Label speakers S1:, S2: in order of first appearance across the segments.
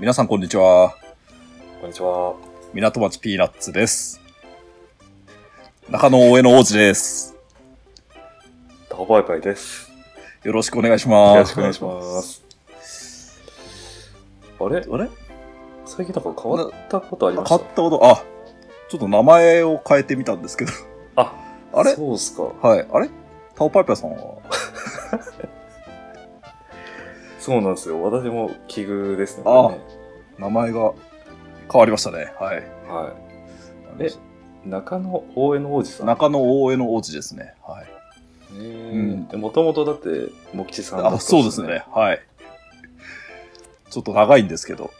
S1: 皆さんこんにちは。
S2: こんにちは。
S1: 港町ピーナッツです。中野大江の王子です。
S2: タコパイパイです。
S1: よろしくお願いします。
S2: よろしくお願いします。あれ
S1: あれ
S2: 最近なんか変わったことありま
S1: 買
S2: し
S1: ったたこと、あ、ちょっと名前を変えてみたんですけど。
S2: あ、
S1: あれ
S2: そうっすか。
S1: はい。あれタオパイパイさんは
S2: そうなんですよ。私も奇遇ですね。
S1: あ
S2: これね
S1: 名前が変わりましたね。はい。
S2: はえ、中野大江の王子さん。
S1: 中野大江の王子ですね。はい。うん
S2: もともとだって、茂吉さんだった
S1: あ、そうですね。。はい。ちょっと長いんですけど、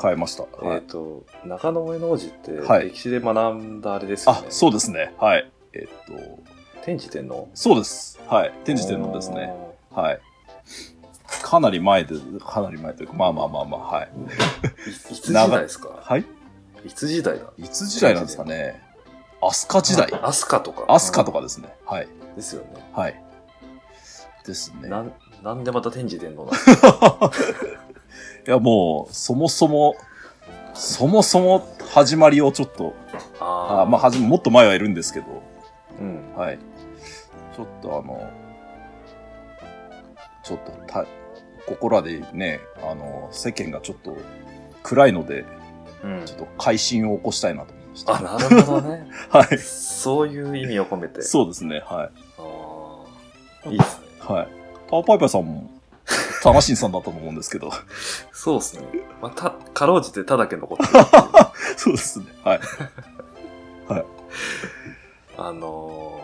S1: 変えました。
S2: えっ、
S1: はい。
S2: と、中野大江の王子って、
S1: はい
S2: 歴史で学んだあれですよね。
S1: あ、そうですね。はい。えっと、
S2: 天智天皇
S1: そうです。はい。天智天皇ですね。。はい。かなり前で、かなり前というか、まあまあまあまあ、はい。
S2: あーいいつ時代ですか
S1: はい。
S2: いつ時代だ
S1: いつ時代なんですかね。飛鳥時代。
S2: あ飛鳥とか。
S1: 飛鳥とかですね。はい。
S2: うん。ですよね。
S1: はい。ですね。
S2: なんなんでまた天智 天皇なの
S1: いや、もう、そもそも、そもそも始まりをちょっと、あーまあ、はじもっと前はいるんですけど、
S2: うん、
S1: はい。ちょっとあの、ちょっとた、ここらでね、あの、世間がちょっと暗いので、
S2: うん
S1: ちょっと改心を起こしたいなと思いました。
S2: あなるほどね
S1: はい。
S2: そういう意味を込めて
S1: そうですね、はい。
S2: あーいいですね
S1: はい。タワーパイパイさんも、楽しんさんだったと思うんですけ ど、
S2: そうですね、まあ、たかろうじて「た」だけ残ってるっていう
S1: そうですね、はい。
S2: あの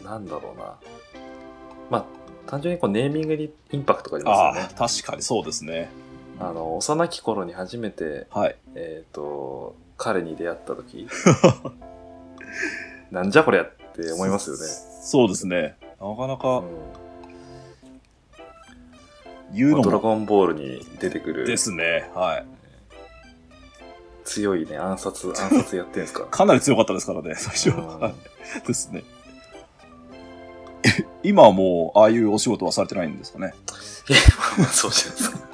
S2: ー、なんだろうなまあ単純にこうネーミングにインパクトがあり
S1: あ
S2: ますよね
S1: あ、確かにそうですね。
S2: あの幼き頃に初めて
S1: はい。
S2: えっ、と彼に出会った 時なんじゃこりゃって思いますよね
S1: そそうですね。なかな
S2: う
S1: か
S2: ん
S1: 言う
S2: まあ
S1: の
S2: ドラ
S1: も
S2: ゴンボールに出てくる
S1: ですね、はい。
S2: 強いね 暗殺暗殺やってんすか
S1: かなり強かったですからね、最初
S2: うん
S1: は。 いですね。え今はもう、ああいうお仕事はされてないんですかね。
S2: いやまあそうじゃないですか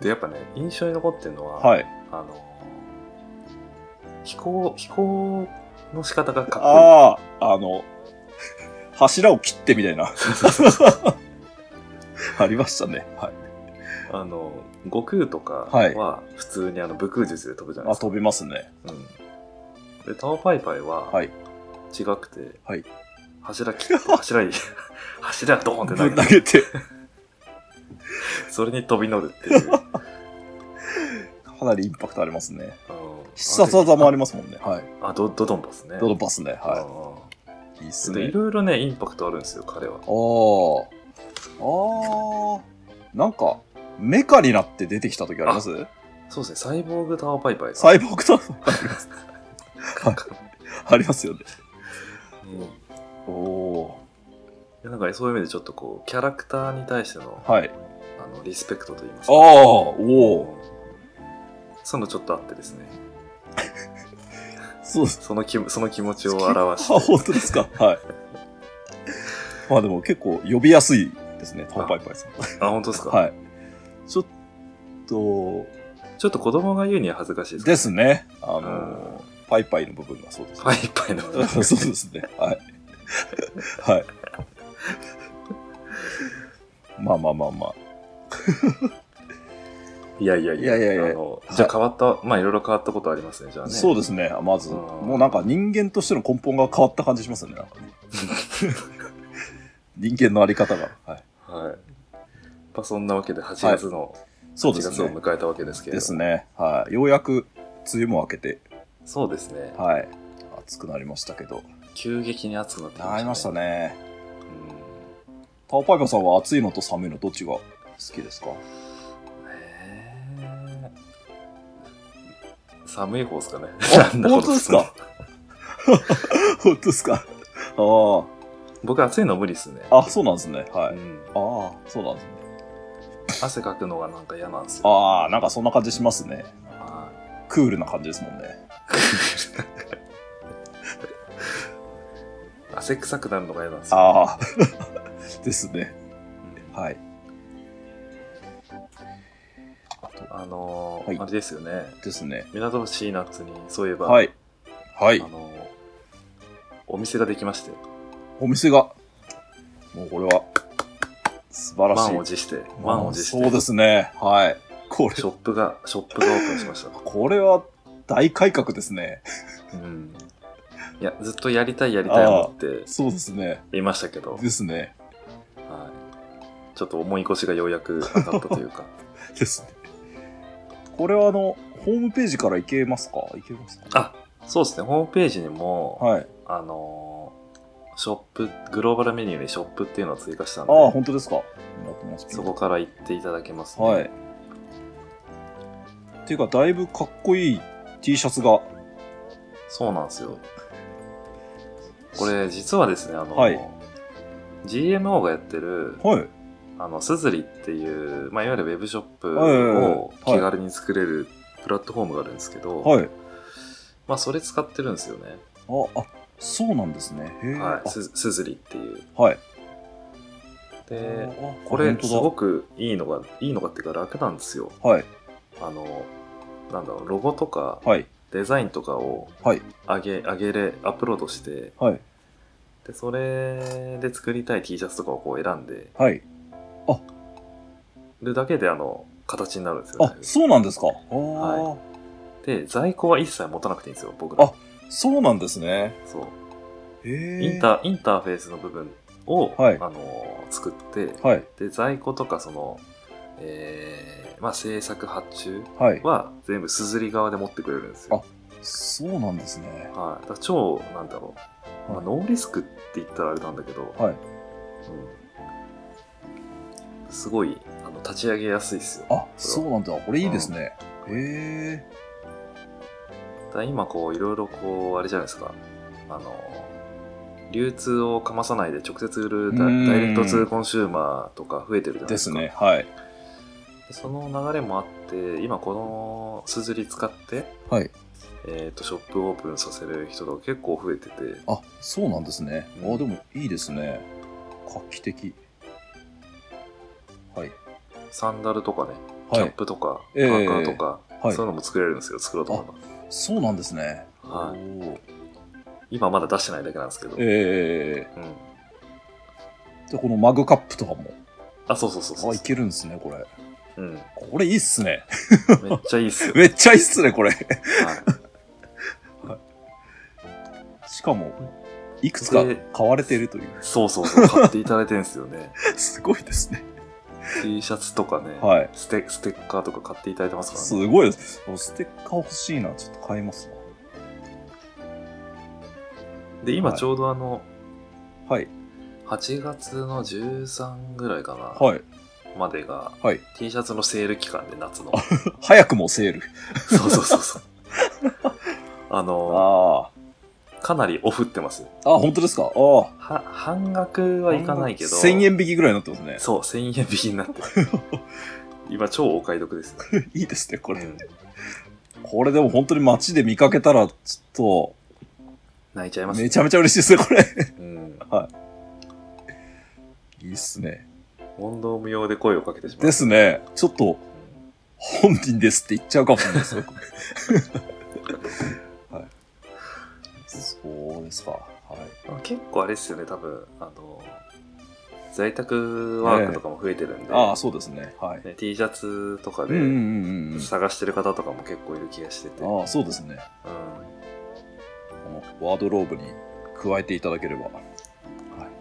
S2: でやっぱね印象に残ってるのは、
S1: はい。はい。
S2: あの飛行飛行の仕方がかっこ
S1: ああ、あの、柱を切ってみたい な。ありましたね。はい。
S2: いいあの悟空とか
S1: はい
S2: は普通にあの武空術で飛ぶじゃない
S1: あ、
S2: ですか、
S1: 飛びますね。
S2: うん、でタワーパイパイは
S1: はい。
S2: 違くて、
S1: はい
S2: 柱切って 柱に柱がドーンって投
S1: ぶん投
S2: げ
S1: げ
S2: て
S1: て。
S2: それに飛び乗るって いう、うん、
S1: かなりインパクトありますね。必殺技もありますもんね。はい。
S2: あドドドンパスね
S1: ドドパスね。は
S2: うんうん
S1: い。いいっす
S2: でい
S1: ね。
S2: ろいろね、インパクトあるんですよ、彼は。
S1: あー。あー。なんか、メカになって出てきた時あります
S2: そうですね、サイボーグタワーパイパイさん。
S1: サイボーグタワーあります。はい。 ありますよね。
S2: うんい
S1: おお
S2: やなんかねそういう意味でちょっとこう、キャラクターに対しての,、
S1: ー。はい。
S2: あのリスペクトといいます
S1: あー。
S2: か、
S1: おお。
S2: そういうのちょっとあってですね、
S1: そうです。
S2: その気その気持ちを表し
S1: あ、
S2: て、
S1: 本当ですか。はい。まあでも結構呼びやすいですね。タオパイパイさん。
S2: あ、本当ですか、
S1: はい。ちょっと、
S2: ちょっと子供が言うには恥ずかしいですけど
S1: ですね。あの、パイパイの部分がそうです。
S2: パイパ イの。
S1: そうですね。はい。はい。まあまあまあま
S2: いやいやいや、
S1: いやいやいや
S2: あの
S1: い
S2: じゃあ変わった、まあいろいろ変わったことありますね、じゃあ
S1: あ。
S2: ね。
S1: そうですね。まず、
S2: うん
S1: もうなんか人間としての根本が変わった感じしますよ ね。なんかね人間のあり方が。はい。
S2: はい。やっぱそんなわけで、8月の、
S1: そうで
S2: 8
S1: す
S2: 月を
S1: ね。
S2: 迎えたわけですけれ
S1: で
S2: ど、
S1: すね。はい。ようやく梅雨も明けて、
S2: そうですね、
S1: はい。暑くなりましたけど。
S2: 急激に暑くなってきました、
S1: なりましたね。
S2: うん
S1: タオパイパさんは暑いのと寒いのどっちが好きですか
S2: へー寒い方ですかね。なんだこ
S1: 本
S2: の
S1: 当ですか 本当ですかあ
S2: 僕暑いの無理ですね。
S1: あ。あ、そうなんですね。は
S2: う
S1: い。
S2: ん
S1: ああ、そうなんですね。
S2: 汗かくのがなんか嫌なんですよ。
S1: ああ、なんかそんな感じしますね。
S2: は
S1: クールな感じですもんね。
S2: 汗臭くなるのが嫌なんですよ。
S1: ああ。 ですね。
S2: うん
S1: はい。
S2: あのー
S1: はい
S2: あれですよね。
S1: ですね。
S2: 港のシーナッツに、そういえば、
S1: はい。はい
S2: あ。のーお店ができまして、
S1: お店が、もうこれは、素晴らしい。
S2: 満を持して、満を持して、
S1: そうですね。はい。これ
S2: シ、ョップが、ショップがオープンしまし
S1: これは大改革ですね。
S2: た。うん。いや、ずっとやりたいやりたい思って
S1: そうですね。
S2: いましたけど、
S1: ですね。
S2: はい。ちょっと重い腰がようやく上がったという か、
S1: ですね。これはあの、ホームページから行けますか行けますか
S2: あ、そうですね、ホームページにも、
S1: はい。
S2: あのーショップ、グローバルメニューにショップっていうのを追加したんで、
S1: ああ、本当ですか。やってます
S2: そこから行っていただけますね。
S1: はい。っていうか、だいぶかっこいい T シャツが。
S2: そうなんですよ。これ、実はですね、あの、
S1: はい
S2: GMO がやってる、
S1: はい。
S2: あの、すずりっていう、まあ、いわゆるウェブショップ
S1: はいはいはい
S2: を気軽に作れるプラットフォームがあるんですけど、
S1: はい。
S2: まあ、それ使ってるんですよね。
S1: あ、あ、そうなんですね。へえ。
S2: はい。すすずりっていう。
S1: あはい。
S2: で、
S1: ああ
S2: これ
S1: 本、当
S2: す
S1: だ
S2: ごくいいのが、いいのがっていうか楽なんですよ。
S1: はい。
S2: あの、なんだろう、ロゴとか、
S1: はい。
S2: デザインとかを
S1: はい。
S2: 上げ、上げれ、アップロードして、
S1: はい。
S2: で、それで作りたい T シャツとかをこう選んで
S1: はい。
S2: るだけで、あの、形になるんですよ
S1: あ
S2: ね、。
S1: そうなんですか。ああ、
S2: はで、在庫は一切持たなくていいんですよ、僕
S1: あ
S2: ら。
S1: そうなんですね。
S2: そう。
S1: へえ。
S2: インター、インターフェースの部分を、
S1: はい
S2: あのー、作って、
S1: はい。
S2: で、在庫とか、その、えー、まあ、制作発注
S1: はい。
S2: は全部すずり側で持ってくれるんですよ。
S1: そうなんですね。
S2: はい。だから超、なんだろう、まあ、
S1: はい
S2: ノーリスクって言ったらあれなんだけど、
S1: はい
S2: うん、すごいあの立ち上げやすいですよ。
S1: あ、そうなんだ。これいいですね。へえ。
S2: だから今こういろいろこうあれじゃないですかあの流通をかまさないで直接売るダ
S1: う
S2: ダ
S1: ん
S2: イレクトツーコンシューマーとか増えてるじゃないで
S1: ですす
S2: か
S1: ね。はい。
S2: でその流れもあって今このすずり使って、
S1: はい。
S2: えー、とショップオープンさせる人が結構増えてて
S1: あ、そうなんですね。
S2: うん
S1: あ、でもいいですね。画期的。はい。
S2: サンダルとかねキャ
S1: は
S2: ッ
S1: い。
S2: プとか、
S1: ええ
S2: パーカーとか、
S1: はい
S2: そういうのも作れるんですよ作ろうと思えば
S1: そうなんですね。
S2: はい
S1: おー
S2: 今まだ出してないだけなんですけど、
S1: え
S2: うん、
S1: ー。で、このマグカップとかも。
S2: あそうそうそうそう
S1: あ、いけるんですね、これ。
S2: うん、めっ
S1: これいいっすね。
S2: ちゃいいっすよ、
S1: めっちゃいいっすね、これ。
S2: はい、
S1: しかも、いくつか買われてるという。
S2: そうそうそう買っていただいてるん ですよ ね
S1: すごいですね。
S2: T シャツとかね、
S1: はい。
S2: ステステッカーとか買っていただいてますからね
S1: すごいです。ステッカー欲しいな。ちょっと買いますわ。
S2: で今
S1: はい
S2: ちょうどあの
S1: はい。
S2: 8月の13ぐらいかな、
S1: はい。
S2: までが、
S1: はい
S2: T シャツのセール期間で夏の
S1: 早くもセール。
S2: そうそうそ うそうあ
S1: あ
S2: のかなりオフってますよ
S1: あ。あ、本当ですか。ああ。
S2: は半額はいかないけど
S1: 1000円引きぐらいになってますね。
S2: そう1000円引きになって る今超お買い得ですよ、
S1: いいですね、こ
S2: う
S1: れ。
S2: ん
S1: これでも本当に街で見かけたら、ちょ
S2: 泣いちゃい
S1: っと、
S2: ます
S1: めちゃめちゃ嬉しいですね、これ。
S2: うん、
S1: いいっすね。
S2: 問答無用で声をかけてしまう
S1: ですね。ちょっと、
S2: うん
S1: 本人ですって言っちゃうかもしれないですね。こ れはい。そうですか。はい。
S2: まあ結構あれですよね多分あの在宅ワークとかも増えてるんで、
S1: ああ、そうですね。はい。
S2: ね T シャツとか
S1: うんうん
S2: で
S1: うんうん。
S2: 探してる方とかも結構いる気がしてて、うん
S1: ああ、そうですね。このワードローブに加えていただければ。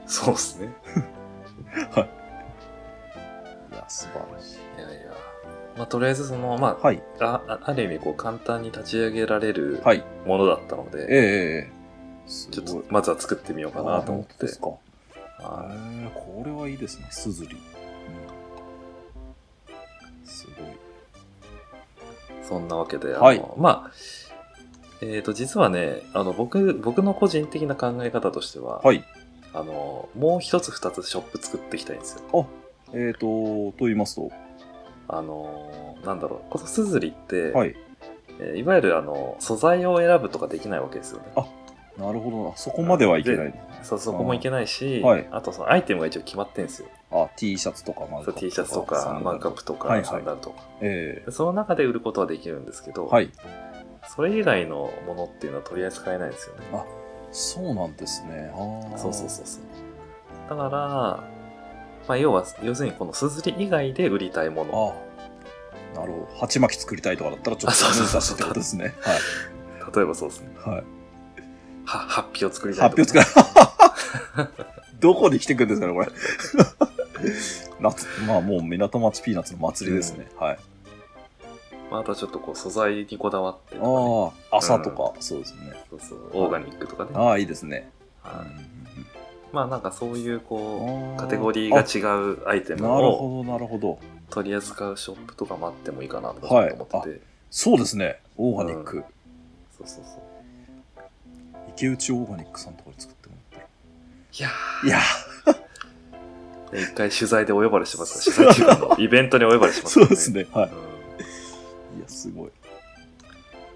S2: そうですね
S1: いや、素晴らしい。
S2: いやいやまあとりあえずそのまあ
S1: はい。
S2: ああある意味こう簡単に立ち上げられる
S1: はい。
S2: ものだったの
S1: え
S2: で、
S1: えええ。す
S2: ちょっ
S1: ごい
S2: と。まずは作ってみようかなと思っ
S1: あ本当
S2: て
S1: ですか。
S2: は
S1: ええこれはいいですね。すずり。うんすごい。
S2: いそんなわけであの、
S1: はい
S2: まあえー、と実はねあの僕僕の個人的な考え方としては、
S1: はい。
S2: あのもう一つ二つショップ作っていきたいんですよ
S1: えっ、ー、と、と言いますと。
S2: あのーなんだろう、このすずりって、
S1: はい。
S2: えーいわゆるあの素材を選ぶとかできないわけですよね。
S1: なるほどな。そこまではいけない。
S2: そうそこもいけないし、
S1: はい
S2: あとそのアイテムが一応決まってんですよ。
S1: あ、T シャツとかマグカ
S2: そう
S1: ップ
S2: T シャツと
S1: サン
S2: か
S1: ダル
S2: マグカップと
S1: はいは
S2: か
S1: い
S2: サンダルとか、
S1: ええ
S2: その中で売ることはできるんですけど、
S1: はい。
S2: それ以外のものっていうのは取り扱えないんですよね。
S1: そうなんですね。ああ。
S2: そうそうそうそう。だから、まあ、要は要するにこのすずり以外で売りたいもの
S1: ああ。なるほど。鉢巻き作りたいとかだったらちょ
S2: あ
S1: っと
S2: そうそう
S1: 難
S2: そう
S1: しい
S2: そ
S1: っ
S2: う
S1: てことです ね。
S2: 例えばそうですね
S1: はい。はい。
S2: はハッピーを作りたい
S1: 発
S2: とか
S1: 表つか どこに来てくんですかね、これ。 夏、まあもう港町ピーナッツの祭りですね。はい。
S2: まあ、あとはちょっとこう素材にこだわってとか、ね、
S1: ああ、朝とか、そうですね。
S2: そうそうオーガニックとかね、
S1: ああ、いいですね。
S2: はいまあなんかそういうこうカテゴ
S1: リ
S2: リーが違うアイテム
S1: なる
S2: を
S1: ほど、なるほど。
S2: 取り扱うショップとか待ってもいいかなとか
S1: はい
S2: ちょっと思ってて、
S1: そうですね。オーガニック。
S2: そうそうそう
S1: 池内オーガニックさんとかで作ってもらっ
S2: いや
S1: たら。いや、
S2: ー一回取材でお呼ばれしてますから取 材っていうかあのイベントにお呼ばれしてます
S1: そ
S2: から
S1: うですね。はい。いや、すごい。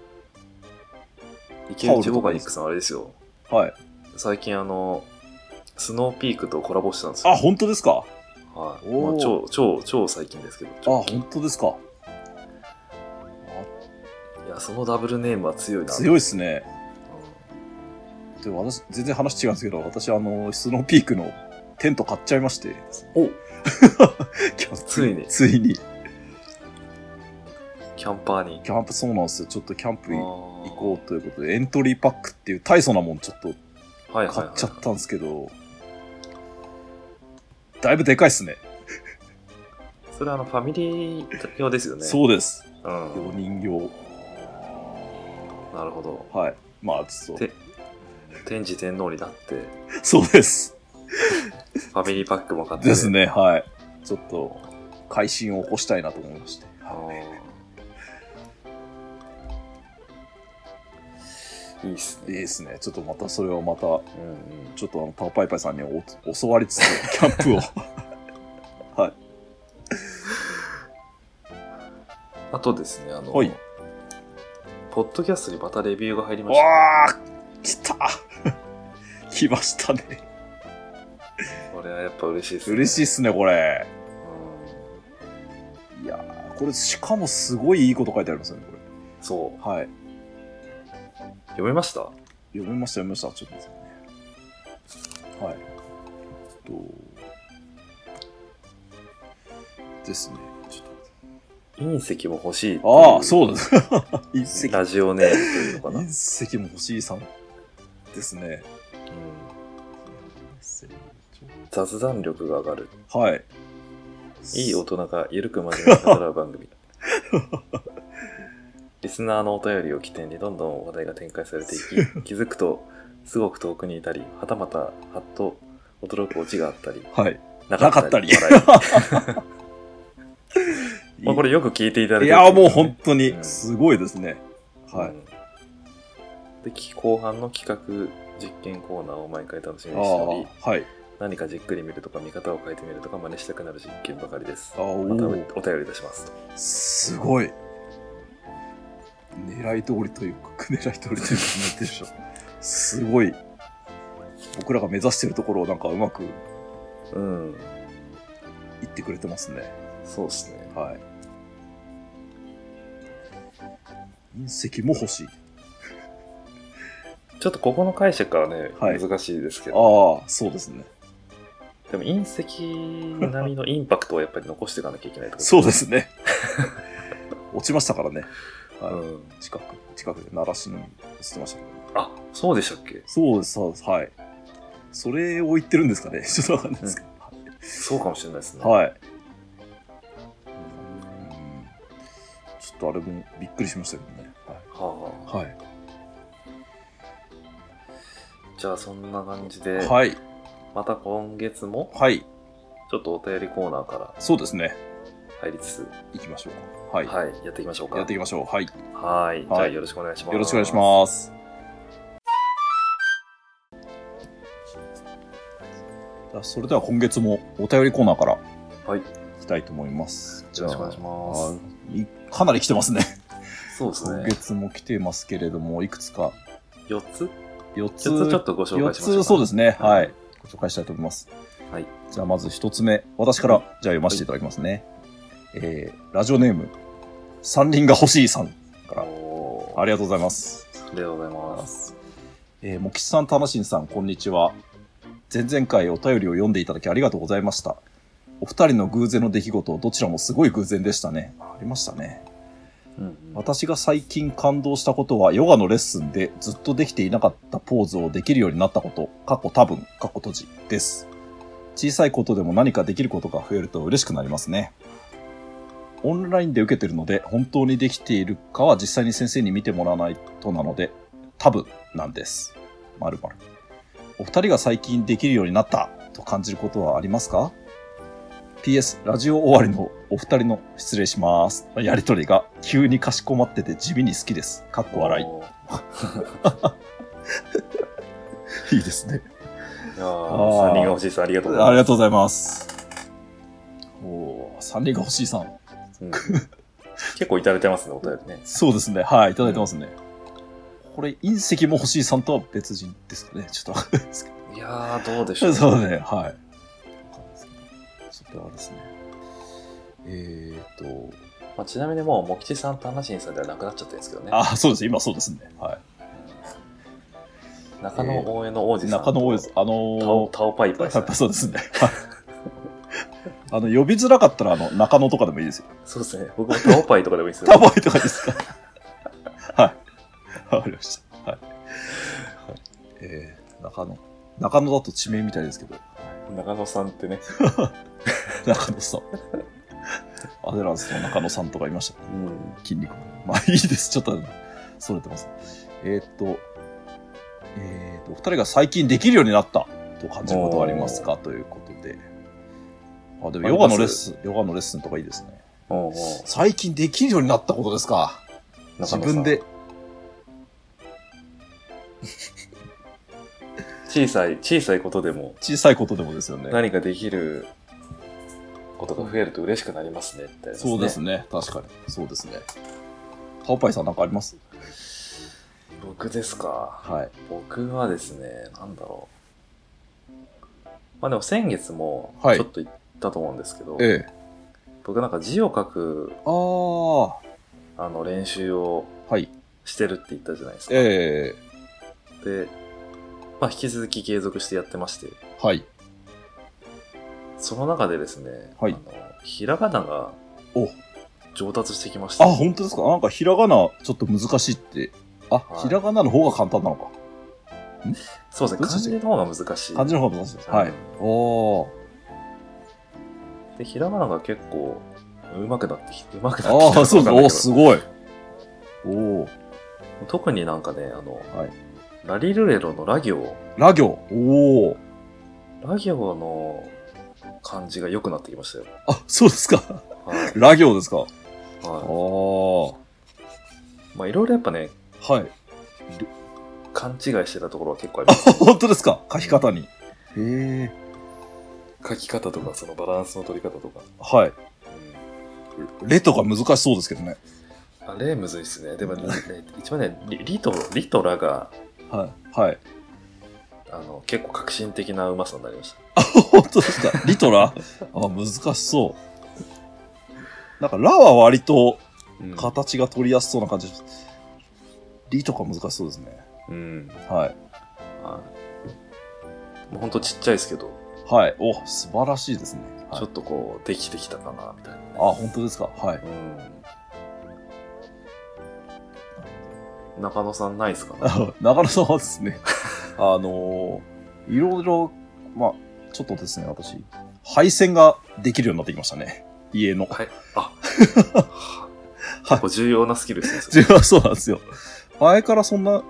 S2: うん池内オーガニックさんあれですよ
S1: はい。
S2: 最近あのスノーピークとコラボしてたんですよ
S1: あ、本当ですか
S2: はい
S1: おー
S2: まあ、超超超最近ですけど
S1: あ、本当ですか。
S2: いやそのダブルネームは強いな
S1: 強い
S2: い、
S1: ですね。で私、全然話違うんですけど、私、あの、スノーピークのテント買っちゃいまして。
S2: うんお
S1: キャンプ
S2: ついに
S1: ついに。
S2: キャンパーに
S1: キャンプ、そうなんですよ。ちょっとキャンプ行
S2: 行
S1: こうということで、エントリーパックっていう大層なもんちょっと
S2: うはいはい
S1: 買っ
S2: はい
S1: ちゃったんですけど、だいぶでかいっすね。
S2: それはあのファミリー用ですよねう、
S1: そうです。
S2: ん、
S1: 4人用。
S2: なるほど
S1: はい。まあ、ちょっと
S2: て、天智天皇になって
S1: そうです。
S2: ファミリーパックも買って
S1: ですね、はい。ちょっと、改心を起こしたいなと思いまして。
S2: あ
S1: は
S2: ーいいっす
S1: いい
S2: ね、
S1: ですね。ちょっとまた、それをまた、
S2: うんうん、
S1: ちょっとあの、パオパイパイさんにお教わりつ つ、キャンプを。
S2: あとですねあの、
S1: はい
S2: ポッドキャストにまたレビューが入りました
S1: わー来た 来ましたね。
S2: これはやっぱ嬉しいですね
S1: 嬉しいっ
S2: い、
S1: すね、これ。
S2: うん
S1: いやーこれ、しかもすごいいいこと書いてありますよね、これ。
S2: そう
S1: はい。
S2: 読めました
S1: 読みました、読みました。ちょっと待ってくださいね。はい。えっと。ですね。ちょっと
S2: 隕石も欲しいってい
S1: ああ、そうです。 隕石。
S2: ラジオネームという のかな、うん
S1: 隕石も欲しいさんですね。
S2: 雑談力が上 がる
S1: はい。
S2: いい大人がゆるく真面目に語らう番 組リスナーのお便りを起点にどんどん話題が展開されてい き気づくとすごく遠くにいたりはたまたはっと驚くオチがあったり
S1: はい。
S2: な
S1: なか
S2: 笑いまあこ
S1: れ、
S2: れよく聞いていただ
S1: い
S2: いて
S1: やー、もう本当に
S2: う、ん
S1: すごいですね。はい。
S2: いでき後半の企画実験コーナーを毎回楽しみ
S1: あ
S2: にしており
S1: あ、はい。
S2: 何かじっくり見るとか見方を変えてみるとか真似したくなる実験ばかりです
S1: ああ、お
S2: またお
S1: ー
S2: お便りいたしますと
S1: すごい。狙い通りというか、 狙い通りというか、狙ってるでしょ。すごい。僕らが目指してるところをなんかうまくい
S2: うん
S1: ってくれてますね。
S2: そうですね
S1: はい。隕石も欲しい。
S2: ちょっとここの解釈はね、
S1: はい
S2: 難しいですけど、
S1: ああ、そうですね。
S2: でも隕石並みのインパクトをやっぱり残していかなきゃいけないってこと
S1: そうですね。 落ちましたからね。はい
S2: うん、
S1: 近く、近くで鳴らしに落ちてましたけど、
S2: あ、そうでしたっけ
S1: そうです、そうです。はい。それを言ってるんですかね。 ちょっとわかんないですけど。
S2: そうかもしれないですね。
S1: はい。
S2: うん
S1: うんちょっとあれもびっくりしましたけどね。
S2: は
S1: はい。
S2: あ、じゃあそんな感じで、
S1: はい。はい。
S2: また今月も
S1: はい。
S2: ちょっとお便りコーナーから
S1: そうですね。
S2: 入りつつ、
S1: 行きましょう。はい。
S2: はい、やっていきましょうか。
S1: やっていきましょう。はい。
S2: はい、じゃ
S1: は
S2: あ
S1: い
S2: よろしくお願いします。
S1: よろしくお願いします。それでは今月もお便りコーナーから
S2: はい、よ
S1: いきたいと思います。
S2: ろしくお願いし
S1: じゃあ
S2: ま
S1: いかなり来てますね。
S2: す。そうです
S1: 今
S2: ね。
S1: 月も来てますけれども、いくつか、
S2: 4つ
S1: 4
S2: ?4
S1: つ、
S2: つちょっとご紹
S1: 4
S2: 介しましょう。。
S1: つ、そうですすね、はい。ご紹介したいと思います。
S2: はい。
S1: じゃあまず1つ目、私から、じゃあ読ませていただきますね。えー、ラジオネーム、山林が欲しいさんから、
S2: おー
S1: ありがとうございます。
S2: ありがとうございます。
S1: えー、もきちさん、たましんさん、こんにちは。前々回お便りを読んでいただきありがとうございました。お二人の偶然の出来事、どちらもすごい偶然でしたね。ありましたね。
S2: うんうん。
S1: 私が最近感動したことは、ヨガのレッスンでずっとできていなかったポーズをできるようになったこと、過去多分、過去閉じです。小さいことでも何かできることが増えると嬉しくなりますね。オンラインで受けてるので、本当にできているかは実際に先生に見てもらわないとなので、多分なんです。まるまる。お二人が最近できるようになったと感じることはありますか ?PS、ラジオ終わりのお二人の失礼します。やりとりが急にかしこまってて地味に好きです。かっこ笑
S2: おー
S1: い。いいですね。
S2: いや
S1: あー
S2: ー、三人が欲しいです。ありがとうござ
S1: あ
S2: いま
S1: りがとうございます。おー、三輪が欲しいさん。
S2: す。うん結構いただいてますね、お便りね。
S1: そうですね。はい、いただいてますね。これ、隕石も欲しいさんとは別人ですかね。ちょっとわかんないですけど
S2: いやー、どうでしょう。
S1: そうね、はい。ちょっとあれですね。えーっと、
S2: まあ、ちなみにもう、もきちさんと話しんさんではなくなっちゃってるんですけどね。
S1: あ、そうです、今そうですね。は
S2: 中野応援の王
S1: い。
S2: 子さん。
S1: 中野大江、あの
S2: タオ
S1: ー、
S2: タオパイパイさ
S1: や
S2: ん
S1: っ。ぱそうですね。はいあの、呼びづらかったら、あの、中野とかでもいいですよ。
S2: そうですね。僕もタオパイとかでもいいですよ
S1: タ。ボイとかですか はい。わかりました。はい。えー、中野。中野だと地名みたいですけど、
S2: 中野さんってね。
S1: 中野さん。アデランスの中野さんとかいましたね
S2: うん。
S1: 筋肉も。まあいいです。ちょっと、それてます。えーっと、えーっと、お二人が最近できるようになったと感じることはありますかということで。あ、でもヨガのレッスン、ヨガのレッスンとかいいですね。
S2: おうおう
S1: 最近できるようになったことですか
S2: 中野さ
S1: 自
S2: ん
S1: 分で。
S2: 小さい、小さいことでも
S1: 小さいことでもですよね。
S2: 何かできることが増えると嬉しくなりますね、みたいな、
S1: そうです。ね。確かに。そうですね。タオパイさんなんかあります
S2: 僕ですか。
S1: はい。
S2: 僕はですね、なんだろう。まあでも先月も
S1: はい
S2: ちょっと言ったと思うんですけど、
S1: ええ。
S2: 僕なんか字を書く
S1: ああ。は
S2: あの練習を
S1: い。
S2: してるって言ったじゃないですか。
S1: え
S2: で、まあ引き続き継続してやってまして、
S1: えはい。
S2: その中でですね、
S1: はい
S2: あのひらがなが
S1: お、
S2: 上達してきました。
S1: あ、本当ですかなんかひらがなちょっと難しいって。あ、
S2: はい
S1: ひらがなの方が簡単なのか。
S2: そうですね、
S1: どっ
S2: 漢
S1: ち
S2: 字の方が難しい。
S1: 漢字の方が難しいです。はい。 おー。
S2: で、ひらがなが結構、うまくなってきて、うまくなってき
S1: あ
S2: た
S1: あ、そうです。お
S2: で
S1: ー、すごい。おー。
S2: 特になんかね、あの、
S1: はい
S2: ラリルレロのラ行、
S1: ラ行。おー。
S2: ラ行の漢字が良くなってきましたよ。
S1: あ、そうですか。
S2: はい。
S1: ラ行ですか。あ
S2: は
S1: ー。
S2: い、まあ、いろいろやっぱね、
S1: はい。
S2: 勘違いしてたところは結構あります。
S1: 本当ですか書き方に。へえ。
S2: 書き方とか、そのバランスの取り方とか。
S1: はい。
S2: う
S1: レとか難しそうですけどね。
S2: ん、あれ、むずいっすね。でもね、一番ね、リリと、リとラが、
S1: はい。 はい。
S2: あの、結構革新的なうまさになりました。
S1: 本当ですかリとラあ、難しそう。なんか、ラは割と
S2: うん
S1: 形が取りやすそうな感じです。リとか難しそうですね。
S2: うん。
S1: はい。
S2: はい。もうほんとちっちゃいですけど、
S1: はい。お、素晴らしいですね。はい
S2: ちょっとこう、できてきたかな、みたいなね、
S1: あ、本当ですか。はい。
S2: うん。中野さんないですかね
S1: あの中野さんはです ね、あのーいろいろ、まあ、ちょっとですね、私、配線ができるようになってきましたね。家の。
S2: はい。あ、結構重要なスキルです
S1: 自
S2: ね。
S1: 分はそうなんですよ。前からそんな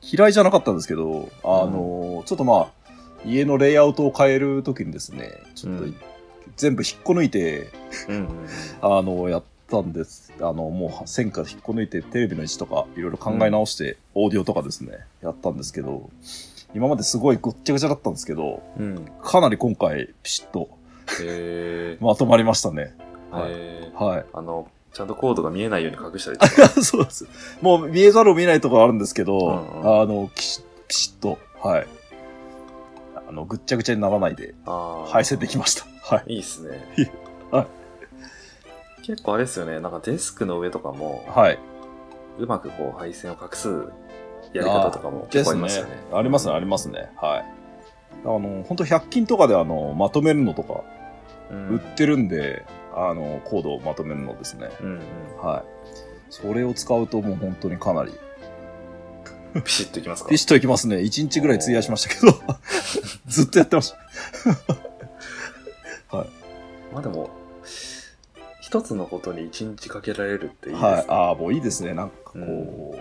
S1: 嫌いじゃなかったんですけど、あのーちょっとまあ、家のレイアウトを変えるときにですね、ちょっと、
S2: うん
S1: 全部引っこ抜いて、
S2: それうんうんうん。
S1: あの、やったんです。あの、もう線から引っこ抜いてテレビの位置とかいろいろ考え直して、オーディオとかですね、やったんですけど、今まですごいごっちゃごちゃだったんですけど、
S2: うん。
S1: かなり今回ピシッと
S2: えー
S1: まとまりましたね。はい
S2: えー
S1: はい。
S2: あの、ちゃんとコードが見えないように隠したりとか。
S1: そうです。もう見えざるを見えないところあるんですけど、
S2: うんうん
S1: あの、ピシッ、ピシッと、はい。あの、ぐっちゃぐちゃにならないで、
S2: あー
S1: 配線できました。はい。。
S2: いいっすね
S1: はい
S2: 結構あれですよね、なんかデスクの上とかも、
S1: はい。
S2: うまくこう配線を隠すやり方とかも
S1: で
S2: 結構
S1: す
S2: あり
S1: ね
S2: ますよね。。
S1: ありますね、ありますね。はい。あの、本当100均とかであの、まとめるのとか、
S2: うん。
S1: 売ってるんで、あの、コードをまとめるのですね。
S2: うん
S1: はい。それを使うともう本当にかなり、
S2: うん。ピシッといきますか
S1: ピシッといきますね。1日ぐらい費やしましたけど、 ずっとやってました。
S2: まあでも、一つのことに一日かけられるっていいですね。
S1: はい、ああ、もういいですね。なんかこ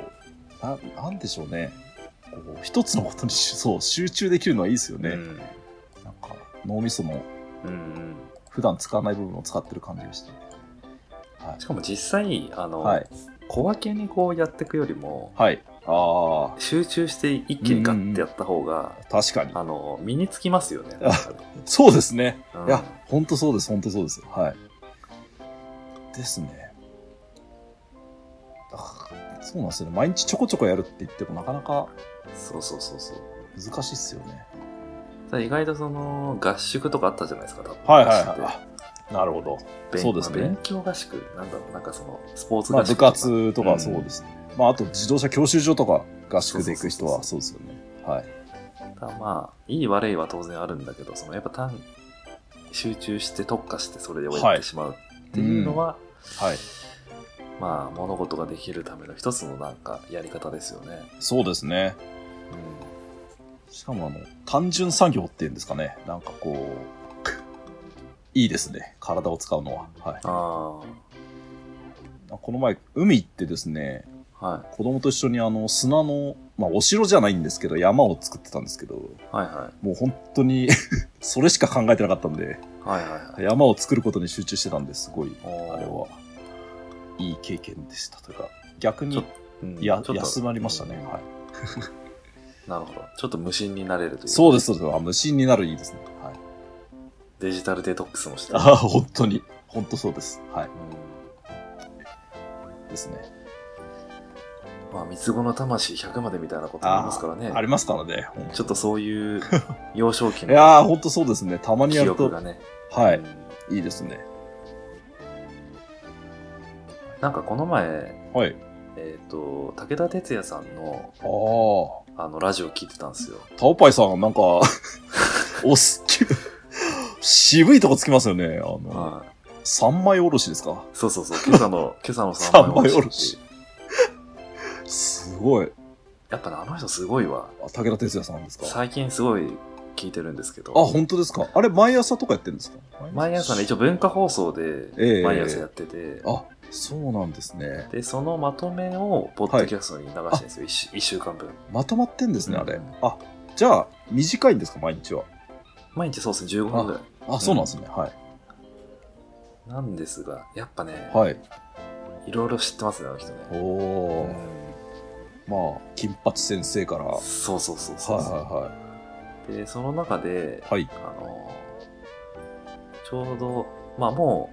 S1: う、ななんでしょうね。こう一つのことにしそう集中できるのはいいですよね。
S2: うん
S1: なんか脳みその
S2: うんうん
S1: 普段使わない部分を使ってる感じがして。はい
S2: し。かも実際、あの、
S1: はい。
S2: 小分けにこうやっていくよりも、
S1: はい、あ
S2: 集中して一気にガッてやった方が、
S1: あ、確かに。
S2: あの、身につきますよね。
S1: あそうですね。
S2: うん
S1: いや、ほんとそうです、ほんとそうです。はい。ですね。だからそうなんですよね。毎日ちょこちょこやるって言ってもなかなか
S2: そうそうそうそう。
S1: 難しいっすよね。
S2: ただ意外とその合宿とかあったじゃないですか、多分
S1: はいはいはいあ。なるほど。
S2: 勉
S1: そうですね
S2: まあ勉強合宿、なんだろう、なんかそのスポーツ
S1: まあ、
S2: 合宿
S1: 部
S2: とか。
S1: 活とかそうですね。まあ、あと自動車教習所とか合宿で行く人はそうですよね。はい。
S2: ただまあ、いい悪いは当然あるんだけど、そのやっぱ単集中して特化してそれで終わってしまうっていうのは、
S1: はい。
S2: まあ、物事ができるための一つのなんかやり方ですよね。
S1: そうですね。
S2: う
S1: しかも、あの、単純作業っていうんですかね。なんかこう、いいですね。体を使うのは。はい。
S2: ん、あ
S1: この前、海行ってですね、
S2: あ、はい、
S1: 子供と一緒にあの、砂の、まあ、お城じゃないんですけど、山を作ってたんですけど、
S2: はいは
S1: もう本当に、 それしか考えてなかったんで、
S2: い。はいはいはい。
S1: 山を作ることに集中してたんですごい、
S2: あ
S1: あれは、いい経験でしたというか、逆
S2: ちょ
S1: に
S2: っうん
S1: や
S2: ちょっと
S1: 休まりましたね。はい、
S2: なるほど。ちょっと無心になれるというか
S1: そうです、そうです。あ無心になるいいですね。はい、
S2: デジタルデトックスもして
S1: ああ、本当に。本当そうです。は
S2: う
S1: い。ですね。
S2: んまあ、三つ子の魂100までみたいなことありますからね
S1: あ。りますからね。ほんと
S2: ちょっとそ ういう幼少期
S1: いやー、
S2: の
S1: 本当そうですね。たまにや
S2: 記
S1: る
S2: 憶
S1: と
S2: が、ね。
S1: は
S2: う
S1: い
S2: ん。
S1: いいですね。
S2: なんかこの前、
S1: はい。
S2: えっ、と、武田鉄矢さんの
S1: ああ。
S2: あのラジオ聞いてたんですよ。
S1: タオパイさん、なん か、おす、渋いとこつきますよね。あの、
S2: はい
S1: 三枚おろしですか。
S2: そうそうそう、今朝 の、今朝の
S1: 三
S2: 三
S1: 枚
S2: 枚
S1: お
S2: お
S1: ろ
S2: ろ
S1: し
S2: し。
S1: すごい。
S2: やっぱね、あの人すごいわ。
S1: あ武田鉄矢さんですか。あ、
S2: 最近すごい聞いてるんですけど。
S1: 本当ですか。あれ、毎朝とかやってるんですか
S2: 毎朝ね、一
S1: 応。
S2: 応文化放送で
S1: ええ
S2: 毎朝やってて、
S1: あ、そうなんですね。
S2: で、そのまとめをポッドキャストに流してるんですよ、一週一週間分。
S1: まとまってんですね、あれ
S2: うん。
S1: あ、じゃあ、短いんですか、毎日は。
S2: 毎日そうですね、15分ぐらい。
S1: あ、そうなんですね。はい。
S2: なんですが、やっぱね、
S1: はい。
S2: いろいろ知ってますね、あの人ね。
S1: お
S2: う
S1: お。
S2: ん
S1: まあ、金八先生から。はい
S2: そうそうそうそう、
S1: は
S2: で、その中で、
S1: いはい。はい。
S2: あのーちょうど、まあも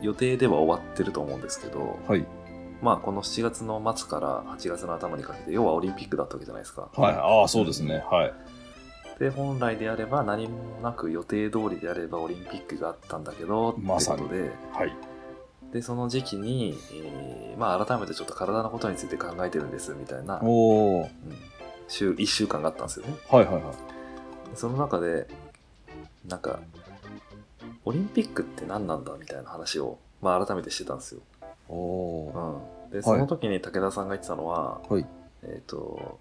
S2: う予定では終わってると思うんですけど、
S1: はい。
S2: まあこの7月の末から8月の頭にかけて、要はオリンピックだったわけじゃないですか。
S1: はい。ああ、そうですね。はい。
S2: で、本来であれば何もなく予定通りであればオリンピックがあったんだけど、
S1: まさに
S2: ってことで、
S1: はい。
S2: で、その時期に、えーまあ改めてちょっと体のことについて考えてるんです、みたいな、うん、
S1: おお。
S2: 週、1週間があったんですよね。
S1: はいはいはい。
S2: その中で、なんか、オリンピックって何なんだみたいな話を、まあ、改めてしてたんですよ。
S1: お
S2: う
S1: お。
S2: ん、で、その時に武田さんが言ってたのは、
S1: はい
S2: えっ、と、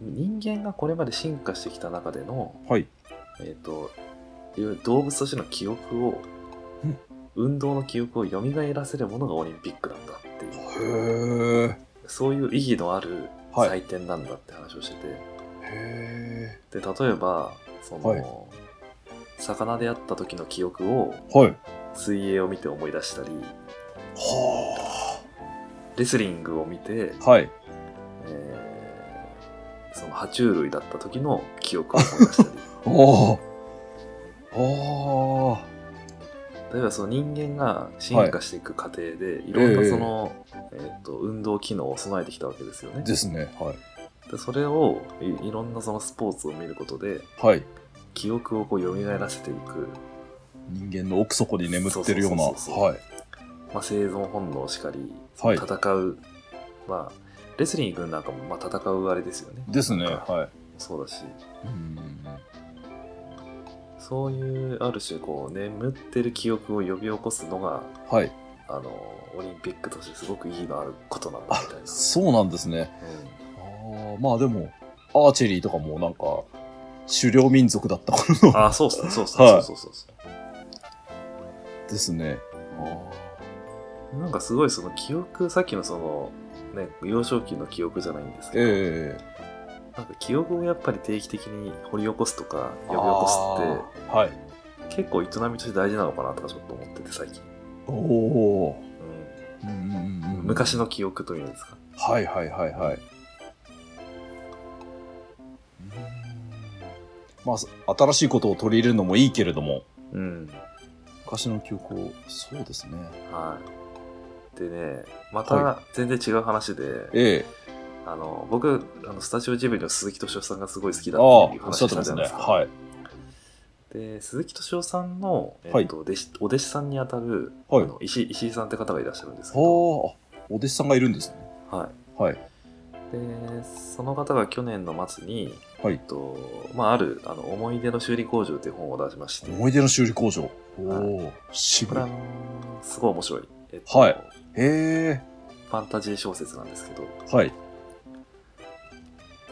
S2: 人間がこれまで進化してきた中での、
S1: はい。
S2: えっ、と、いわゆる動物としての記憶を
S1: うん、
S2: 運動の記憶を蘇らせるものがオリンピックなんだってい
S1: へ
S2: う、
S1: え。
S2: そういう意義のある
S1: はい
S2: 祭典なんだって話をしてて、
S1: へ
S2: で例えばその、
S1: はい
S2: 魚であった時の記憶を
S1: え。はい。
S2: 水泳を見て思い出したり
S1: は
S2: レスリングを見て、
S1: あ。はい。
S2: えーその爬虫類だった時の 記憶を思い出したり
S1: おお。ああ。
S2: 例えばその人間が進化していく過程で、い、ろんなその、えーと運動機能を備えてきたわけですよね。
S1: で
S2: です
S1: ね。はい。
S2: それをいいろんなそのスポーツを見ることで
S1: はい。
S2: 記憶をこう蘇らせていく、
S1: 人間の奥底に眠ってるような。
S2: そうそうそうそう
S1: はい。
S2: まあ、生存本能しかりその
S1: はい
S2: 戦う、まあレスリングなんかもまあ戦うあれですよね。
S1: ですね。
S2: なんか
S1: は
S2: そうだし
S1: い。うん。
S2: そういうある種こう眠ってる記憶を呼び起こすのが
S1: はい。
S2: あのオリンピックとしてすごく意義のあることなんだみたいな。
S1: そうなんですね。
S2: うん
S1: あーまあでも、アーチェリーとかもなんか、狩猟民族だった頃の
S2: あ、そうっすね、そうっす
S1: は
S2: ね、
S1: い
S2: そうそうそうそ
S1: ですね。
S2: う。なんかすごいその記憶、さっきのその、ね、幼少期の記憶じゃないんですけど、
S1: ええ
S2: なんか記憶をやっぱり定期的に掘り起こすとか、呼び起
S1: あ
S2: こ
S1: ーはい。
S2: すって、結構営みとして大事なのかなとかちょっと思ってて、最近。
S1: おお
S2: う
S1: ー。うんうんうん
S2: ん、
S1: うん
S2: 昔の記憶というんですか。
S1: はいはいはいはい。まあ、新しいことを取り入れるのもいいけれども、
S2: うん。
S1: 昔の記憶を、そうですね。
S2: はい。でね、また
S1: は
S2: 全然違う話で、
S1: え
S2: あの僕あの、スタジオジブリの鈴木敏夫さんがすごい好き
S1: え
S2: だ
S1: ああ、
S2: っていう
S1: おっ
S2: 話
S1: しゃって
S2: した
S1: ま
S2: じ
S1: す
S2: ゃない
S1: ね。
S2: ですか。
S1: はい。
S2: で鈴木敏夫さんの、えっと
S1: はい
S2: 弟子お弟子さんにあたる、
S1: はい
S2: あの石井石井さんって方がいらっしゃるんですけ
S1: ああ、
S2: ど、
S1: お弟子さんがいるんですね。
S2: は
S1: はい。
S2: い、でその方が去年の末に、
S1: はい
S2: えっとまあ、あるあの「思い出の修理工場」という本を出しまして
S1: 思い出の修理工場。おお、
S2: こ
S1: 渋
S2: れ
S1: い
S2: は。すごい面白い、えっと
S1: はいへえ。
S2: ファンタジー小説なんですけど
S1: はい。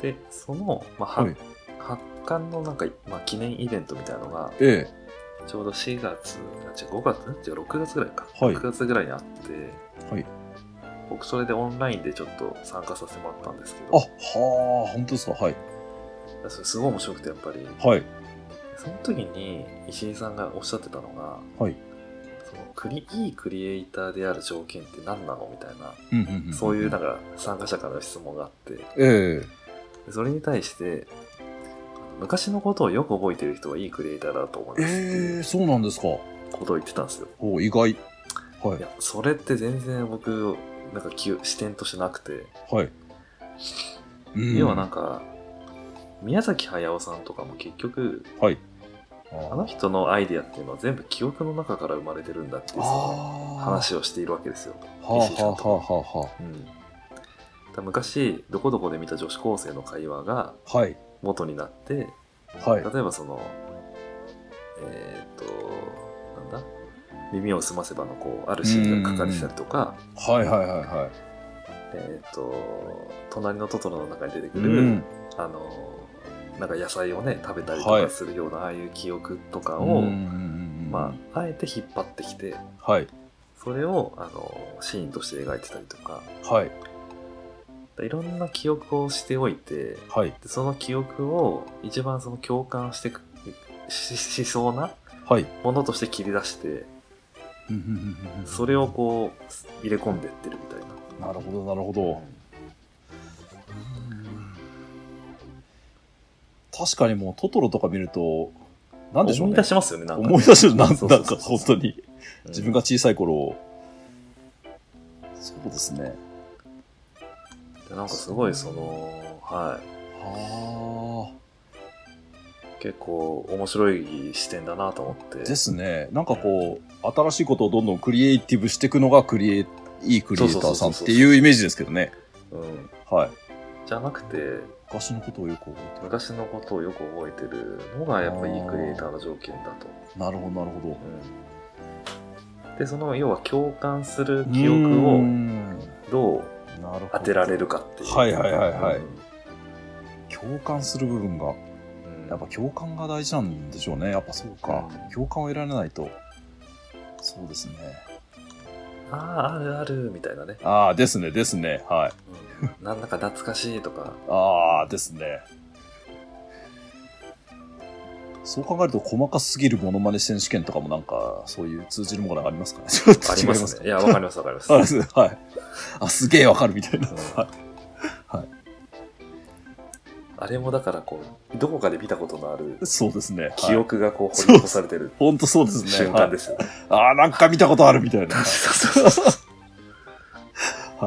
S2: でその、まあは
S1: はい。
S2: 発刊のなんか、まあ、記念イベントみたいなのが
S1: え
S2: ちょうど4月あ違う5月ん違う6月ぐらいか、
S1: はい
S2: 6月ぐらいにあって、
S1: はい
S2: 僕それでオンラインでちょっと参加させてもらったんですけ
S1: え。あ、
S2: ど
S1: はあ、本当ですか。はい。
S2: それすごい面白くてやっぱり
S1: はい。
S2: その時に石井さんがおっしゃってたのが
S1: はい。
S2: そのクリいいクリエイターである条件って何なのみたいな、
S1: うんうんうん。
S2: そういうなんか参加者からの質問があって
S1: ええ。
S2: でそれに対して昔のことをよく覚えてる人はいいクリエイターだと思い
S1: え
S2: ますってい
S1: え、
S2: う
S1: そうなんですか。
S2: ことを言ってたんですよ
S1: お意外。はい
S2: やそれって全然僕なんか気を視点としてなくて、
S1: い。はい。うん
S2: 要はなんか宮崎駿さんとかも結局
S1: はい。
S2: あの人のアイディアっていうのは全部記憶の中から生まれてるんだっていう
S1: ああ。
S2: 話をしているわけですよ。
S1: はあはあはあはあは
S2: うん、だから昔どこどこで見た女子高生の会話が
S1: あ。はい。
S2: 元になって
S1: はい。
S2: 例えばそのえーっ、となんだ耳を澄ませばのこうあるシーンが書かれてたりとか、
S1: はいはいはいは
S2: えーっ、と隣のトトロの中に出てく
S1: い。
S2: る、。あのなんか野菜をね食べたりと
S1: は
S2: か
S1: い
S2: するような、ああいう記憶とか
S1: うんうんう
S2: を、
S1: んうん
S2: まあ、あえて引っ張ってきて
S1: はい。
S2: それをあのシーンとして描いてたりとか
S1: はい。
S2: いろんな記憶をしておいて
S1: はい。
S2: でその記憶を一番その共感してくししそうな
S1: はい。
S2: ものとして切り出してそれをこう入れ込んでってるみたいな。
S1: なるほどなるほど。確かにもうトトロとか見ると、なんでしょう
S2: 思い
S1: ね
S2: 出。しますよね、なんかね、
S1: 思い出する、なんなん
S2: そうそうそ
S1: か
S2: うそう
S1: 本当に。
S2: うん
S1: 自分が小さい頃、そうですね。
S2: でなんかすごい、その、はい、
S1: は
S2: 結構面白い視点だなと思って
S1: あ。ですね。なんかこう、新しいことをどんどんクリエイティブしていくのがクリエイ、いいクリエイターさんっていうイメージですけどね。
S2: うん、
S1: はい。
S2: じゃなくて
S1: 昔のことをよく覚えて
S2: 昔のことをよく覚えてるのがやっぱりいいクリエイターの条件だと、
S1: る。なるほど、なるほ
S2: うん、でその要は共感する
S1: ど。
S2: 記憶
S1: うー
S2: を
S1: ん
S2: どう
S1: なるほど
S2: 当てられるかっていう
S1: はいはいはいはい
S2: うん
S1: 共感する部分が、
S2: うん
S1: やっぱ共感が大事なんでしょうね。やっぱそうか。
S2: うん
S1: 共感を得られないと。そうですね。
S2: あああるあるみたいなね、
S1: ああ、ですね、ですね。はい。
S2: うん、なんだか懐かしいとか
S1: ああ、ですね。そう考えると、細かすぎるモノマネ選手権とかもなんか、そういう通じるものがありますかね。ちょっと
S2: あ
S1: 違
S2: り
S1: いま
S2: ますす
S1: か
S2: ねいやわかりますわかります
S1: あそうはい。あ、すげえわかるみたいな。
S2: うん
S1: はい。はい
S2: あれもだからこう、どこかで見たことのある
S1: そうですね。はい
S2: 記憶がこう掘り起こされてる
S1: ほんとそうですね。
S2: 瞬間ですよね。
S1: はいああ、なんか見たことあるみたいな。
S2: そうそうそう
S1: あ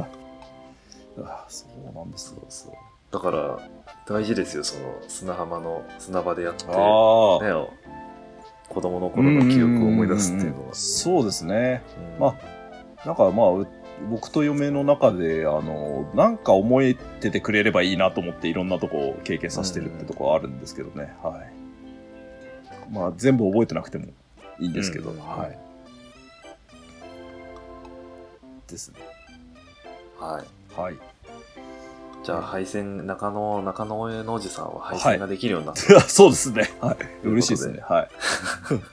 S1: ーそうなんですよ。
S2: そう。 だから、大事ですよ、その砂浜の砂場でやって、ね、
S1: ああ。
S2: 子供の頃の記憶を思い出すってい
S1: うん
S2: う
S1: うん
S2: の
S1: うん
S2: は。
S1: そうですね。
S2: うん
S1: まあ、なんかまあ、う僕と嫁の中で、あの、なんか思えててくれればいいなと思っていろんなとこを経験させてるってとこはあるんですけどね。はい。まあ、全部覚えてなくてもいいんですけど、
S2: うんうんうん
S1: はい。ですね。
S2: はい。
S1: はい。
S2: じゃあ、配線、中野、中野江のおじさんは配線ができるようになった。
S1: そうですね。はい。
S2: ということで
S1: 嬉しいですね。はい。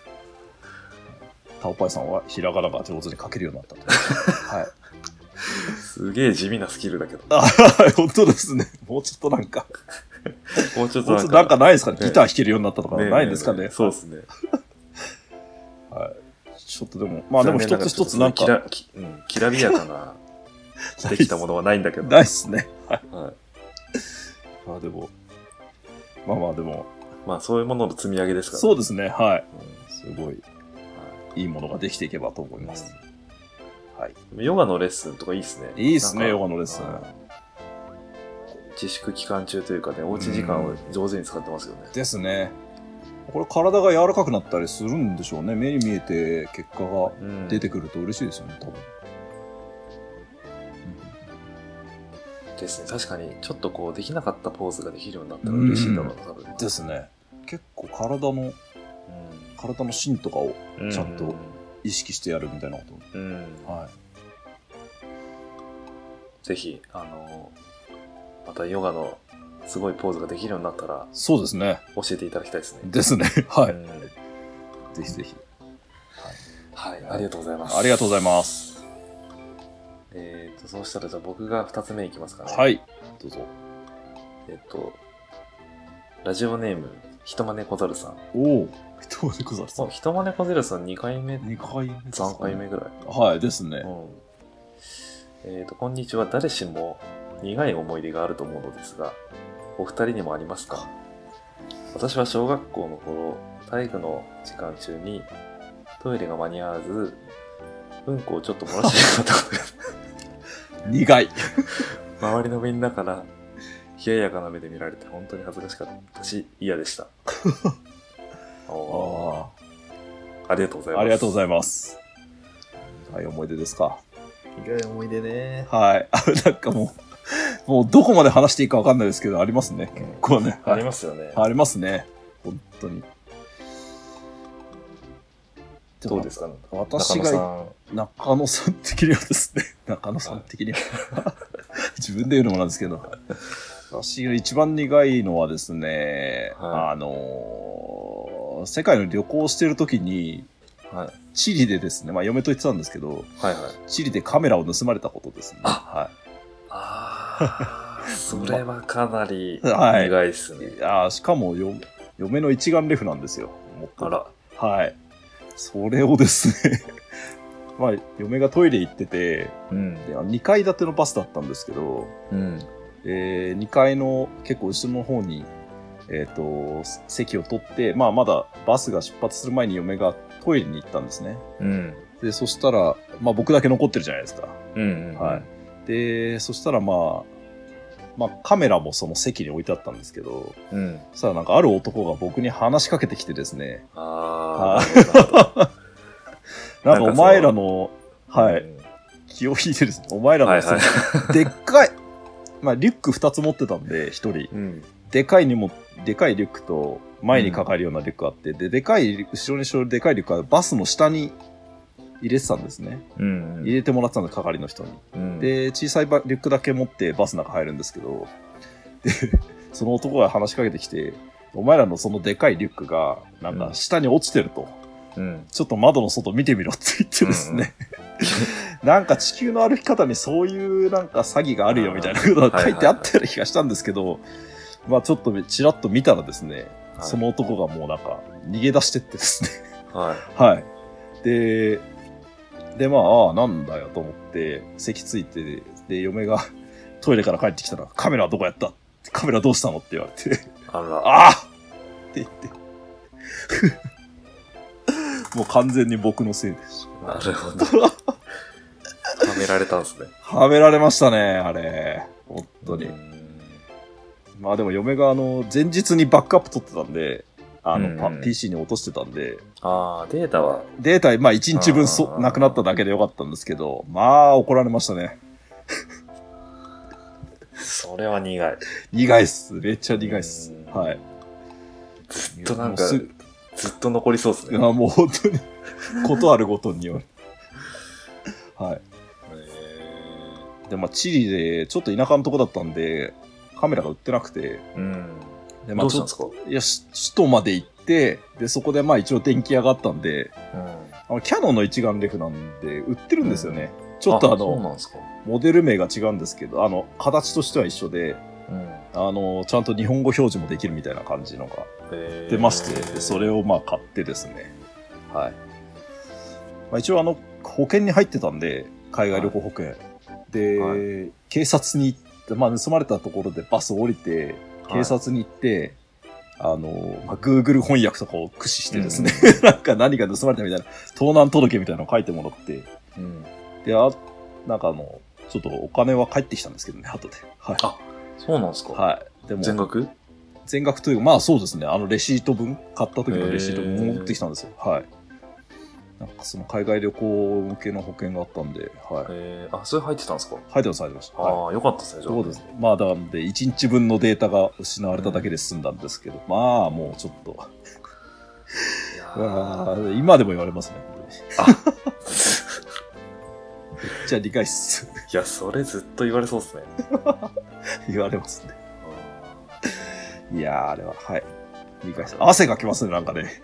S1: タオパイさんはひらがなが上手に書けるようになったと。 はい。
S2: すげえ地味なスキルだけど。
S1: あ、本当ですね。もうちょっとなんか、
S2: もうちょっと
S1: もう
S2: な
S1: ちょっ
S2: ん
S1: となん
S2: か
S1: か、ないですかね。
S2: ね
S1: ギター弾けるようになったとか
S2: ね
S1: ないんですかね。
S2: そうですね。
S1: ちょっとでも、まあでも一つ一つなん
S2: きら
S1: か、
S2: きうんきらびや かな、できたものはないんだけど。
S1: ないっすね。はい。
S2: はい
S1: まあでも、まあまあでも、
S2: まあ、そういうものの積み上げですから。
S1: そうですね。はい。
S2: うん
S1: すごい、
S2: はい
S1: いものができていけばと思います。はい。
S2: でもヨガのレッスンとかいいですね。
S1: いいっすね、
S2: なん
S1: ヨ
S2: か
S1: ガのレッスン。
S2: うん自粛期間中というかね、おうち時間を上手に使ってますよね。
S1: ですね。これ体が柔らかくなったりするんでしょうね。目に見えて結果が
S2: うん
S1: 出てくると嬉しいですよね、多分。
S2: ですね。確かに、ちょっとこう、できなかったポーズができるようになったら嬉しいだろうな、多分。
S1: ですね。結構体の、体の芯とかを
S2: うん
S1: ちゃんと意識してやるみたいなこと。
S2: うん
S1: はい。
S2: ぜひ、あの、またヨガのすごいポーズができるようになったら
S1: そうですね。
S2: 教えていただきたいですね。
S1: ですね。は
S2: う
S1: い。
S2: ん
S1: ぜひぜひ。
S2: はい、ありがとうございます。。
S1: ありがとうございます
S2: えっ、と、そうしたらじゃあ僕が2つ目いきますかね。。
S1: はいい。どうぞ。
S2: えっ、と、ラジオネーム、ひとまねこざるさん。
S1: おお。どうでござるさ
S2: もうひとまねこざるさん2回目、
S1: 二回目ですかね
S2: 3回目ぐらい。
S1: はい、ですね
S2: う。ん。えっ、と、こんにちは。誰しも苦い思い出があると思うのですが、お二人にもありますか私は小学校の頃、体育の時間中にトイレが間に合わず、うんこをちょっと漏らしてしまったことが
S1: 苦い。
S2: 周りのみんなから冷ややかな目で見られて本当に恥ずかしかったし嫌でした おー
S1: あ
S2: ありがとうござい
S1: あ。
S2: ます
S1: ありがとうご
S2: い
S1: ざいます。はい、思い出ですか。
S2: ます苦い思い出ね
S1: はい。 あなんかもう、もうどこまで話していいかわかんないですけど、ありますね。結構ね。
S2: あ
S1: は
S2: り
S1: い
S2: ますよね、
S1: ありますね。本当に。
S2: どうですか
S1: 私
S2: 中野
S1: が中野さん的にはですね、 中野さん的には、 自分で言うのもなんですけど、私が一番苦いのはですね、
S2: はい
S1: あのー世界の旅行をしてる時に、
S2: さん、はい、
S1: チリでですね、まあ嫁と言ってたんですけど、
S2: はいはい
S1: チリでカメラを盗まれたことですね。は
S2: あ あそれはかなり
S1: はい
S2: 苦いですね、
S1: い。あーしかもよ、嫁の一眼レフなんですよ。持ってる
S2: あら
S1: はい。それをですね、 まあ、嫁がトイレ行ってて、
S2: うん
S1: で2階建てのバスだったんですけど、
S2: うん
S1: え2階の結構後ろの方に、えー、とす席を取って、まあ、まだバスが出発する前に嫁がトイレに行ったんですね
S2: うん
S1: でそしたら、まあ、僕だけ残ってるじゃないですか、
S2: うんうん
S1: はいでそしたら、まあ、まあカメラもその席に置いてあったんですけど
S2: うん
S1: そしたらなんかある男が僕に話しかけてきてですね
S2: ああなるほど
S1: なんか
S2: な
S1: お
S2: んかそう
S1: 前らの、は
S2: う
S1: い、
S2: ん
S1: 気を引いてるですねお前らの、
S2: はいはい
S1: でっかい、まあ、リュック2つ持ってたんで1人
S2: うん
S1: でかいにも、でかいリュックと、前にかかるようなリュックがあって、で、でかい、後ろにしろでかいリュックはバスの下に入れてたんですね。
S2: うん
S1: 入れてもらってたんで、係の人に。
S2: うん
S1: で、小さいバリュックだけ持ってバスの中入るんですけど、で、 その男が話しかけてきて、お前らのそのでかいリュックが、なん
S2: う
S1: か
S2: ん
S1: 下に落ちてると、
S2: うん
S1: ちょっと窓の外見てみろって言ってですね、 なんか地球の歩き方にそういうなんか詐欺があるよみたいなことが書いてあったような気がしたんですけど、まあちょっとちらっと見たらですね、
S2: はい
S1: その男がもうなんか逃げ出してってですね。
S2: はい
S1: はい。で、で、まあ、ああ、なんだよと思って、席ついて、で、嫁がトイレから帰ってきたら、カメラはどこやったってカメラどうしたのって言われて、
S2: あら、
S1: ああって言って。 もう完全に僕のせいでし
S2: なるほど。はめられたんですね。
S1: た。はめられましたね、あれ。本当に
S2: う。ん
S1: まあでも嫁があの、前日にバックアップ取ってたんで、あの、パ
S2: うん
S1: PC に落としてたんで、
S2: ああ、データは、
S1: データ、まあ1日分そ
S2: あー
S1: なくなっただけでよかったんですけど、まあ怒られましたね。
S2: それは苦い。
S1: 苦いっす。めっちゃ苦いっす
S2: うん。
S1: はい。
S2: ずっとなんか、
S1: もうす
S2: ずっと残りそうです
S1: い
S2: ね。
S1: や、
S2: へ
S1: もう本当に、 ことあるごとによる。はい。で、まあ、チリで、ちょっと田舎のとこだったんで、カメラが売ってなくて、
S2: ーうん。
S1: で、まあ、
S2: どうし
S1: ち
S2: たん
S1: ょ
S2: で
S1: っ
S2: すか
S1: と、いや、し首都まで行って、で、そこでまあ、一応電気屋があったんで、
S2: う
S1: あの、キャノンの一眼レフなんで、売ってるんですよね。ちょっとあ
S2: そう
S1: の、
S2: なんですか。
S1: モデル名が違うんですけど、あの、形としては一緒で、
S2: うん。
S1: あの、ちゃんと日本語表示もできるみたいな感じのが
S2: え
S1: 出まして、でそれをまあ買ってですね。はい。まあ、一応あの、保険に入ってたんで、海外旅行保険。で、
S2: は
S1: 警察に行って、まあ盗まれたところでバス降りて、警察に行って、あの、まあ、Google 翻訳とかを駆使してですね、 なんか何が盗まれたみたいな、盗難届みたいなのを書いてもらって、
S2: うん。
S1: で、あ、なんかあの、ちょっとお金は返ってきたんですけどね、後で。はい。
S2: あそうなんですか。
S1: はい。でも、
S2: 全額
S1: 全額というか、まあそうですね、あのレシート分、買った時のレシート分
S2: へー
S1: 持ってきたんですよ。はい。なんかその海外旅行向けの保険があったんで、はい。
S2: えー、あ、それ入ってたんですか。
S1: 入ってます、入ってました。はい。
S2: ああ、よかったですね、じゃあ
S1: そうです。まあ、なんで、1日分のデータが失われただけで済んだんですけど、まあ、もうちょっと、
S2: いや
S1: うわ
S2: ー
S1: ー今でも言われますね。じゃあ理解っす。
S2: いや、それずっと言われそ うですね。
S1: 言われますね。
S2: あ
S1: いやー、あれは、はい。理解っす。汗がきますね、なんかね。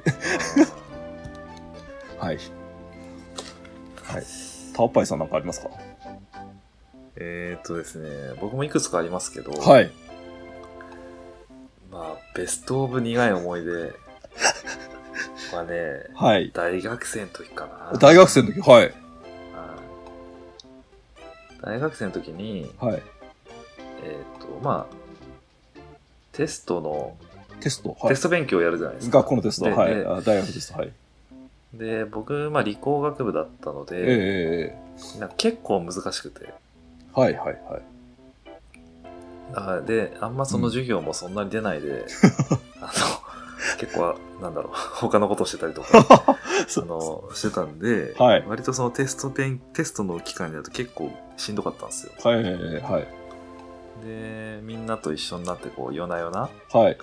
S2: ー
S1: はい。はい。タオパイさんなんかありますか
S2: えーっとですね、僕もいくつかありますけど、
S1: はい。
S2: まあ、ベストオブ苦い思い出 はね、
S1: はい。
S2: 大学生の時かな。
S1: 大学生の時、はい。
S2: はい大学生の時に、
S1: はい。
S2: えーっと、まあ、テストの、
S1: テスト。はい
S2: テス。ト勉強をやるじゃないですか。
S1: 学校のテスト。
S2: で
S1: はい。
S2: で
S1: あ大学テスト。はい。
S2: で、僕、まあ、理工学部だったの
S1: ええ
S2: で、
S1: えええ
S2: なんか結構難しくて、
S1: えはいはいはい。
S2: あで、あんまその授業もそんなに出ないで、 あの、結構、なんだろう、他のことしてたりとか、 あの、してたんで、
S1: はい
S2: 割とそのテストペン、テストの期間になると結構しんどかったんですよ。
S1: はいはいはい。
S2: で、みんなと一緒になって、こう、夜な夜な
S1: はい。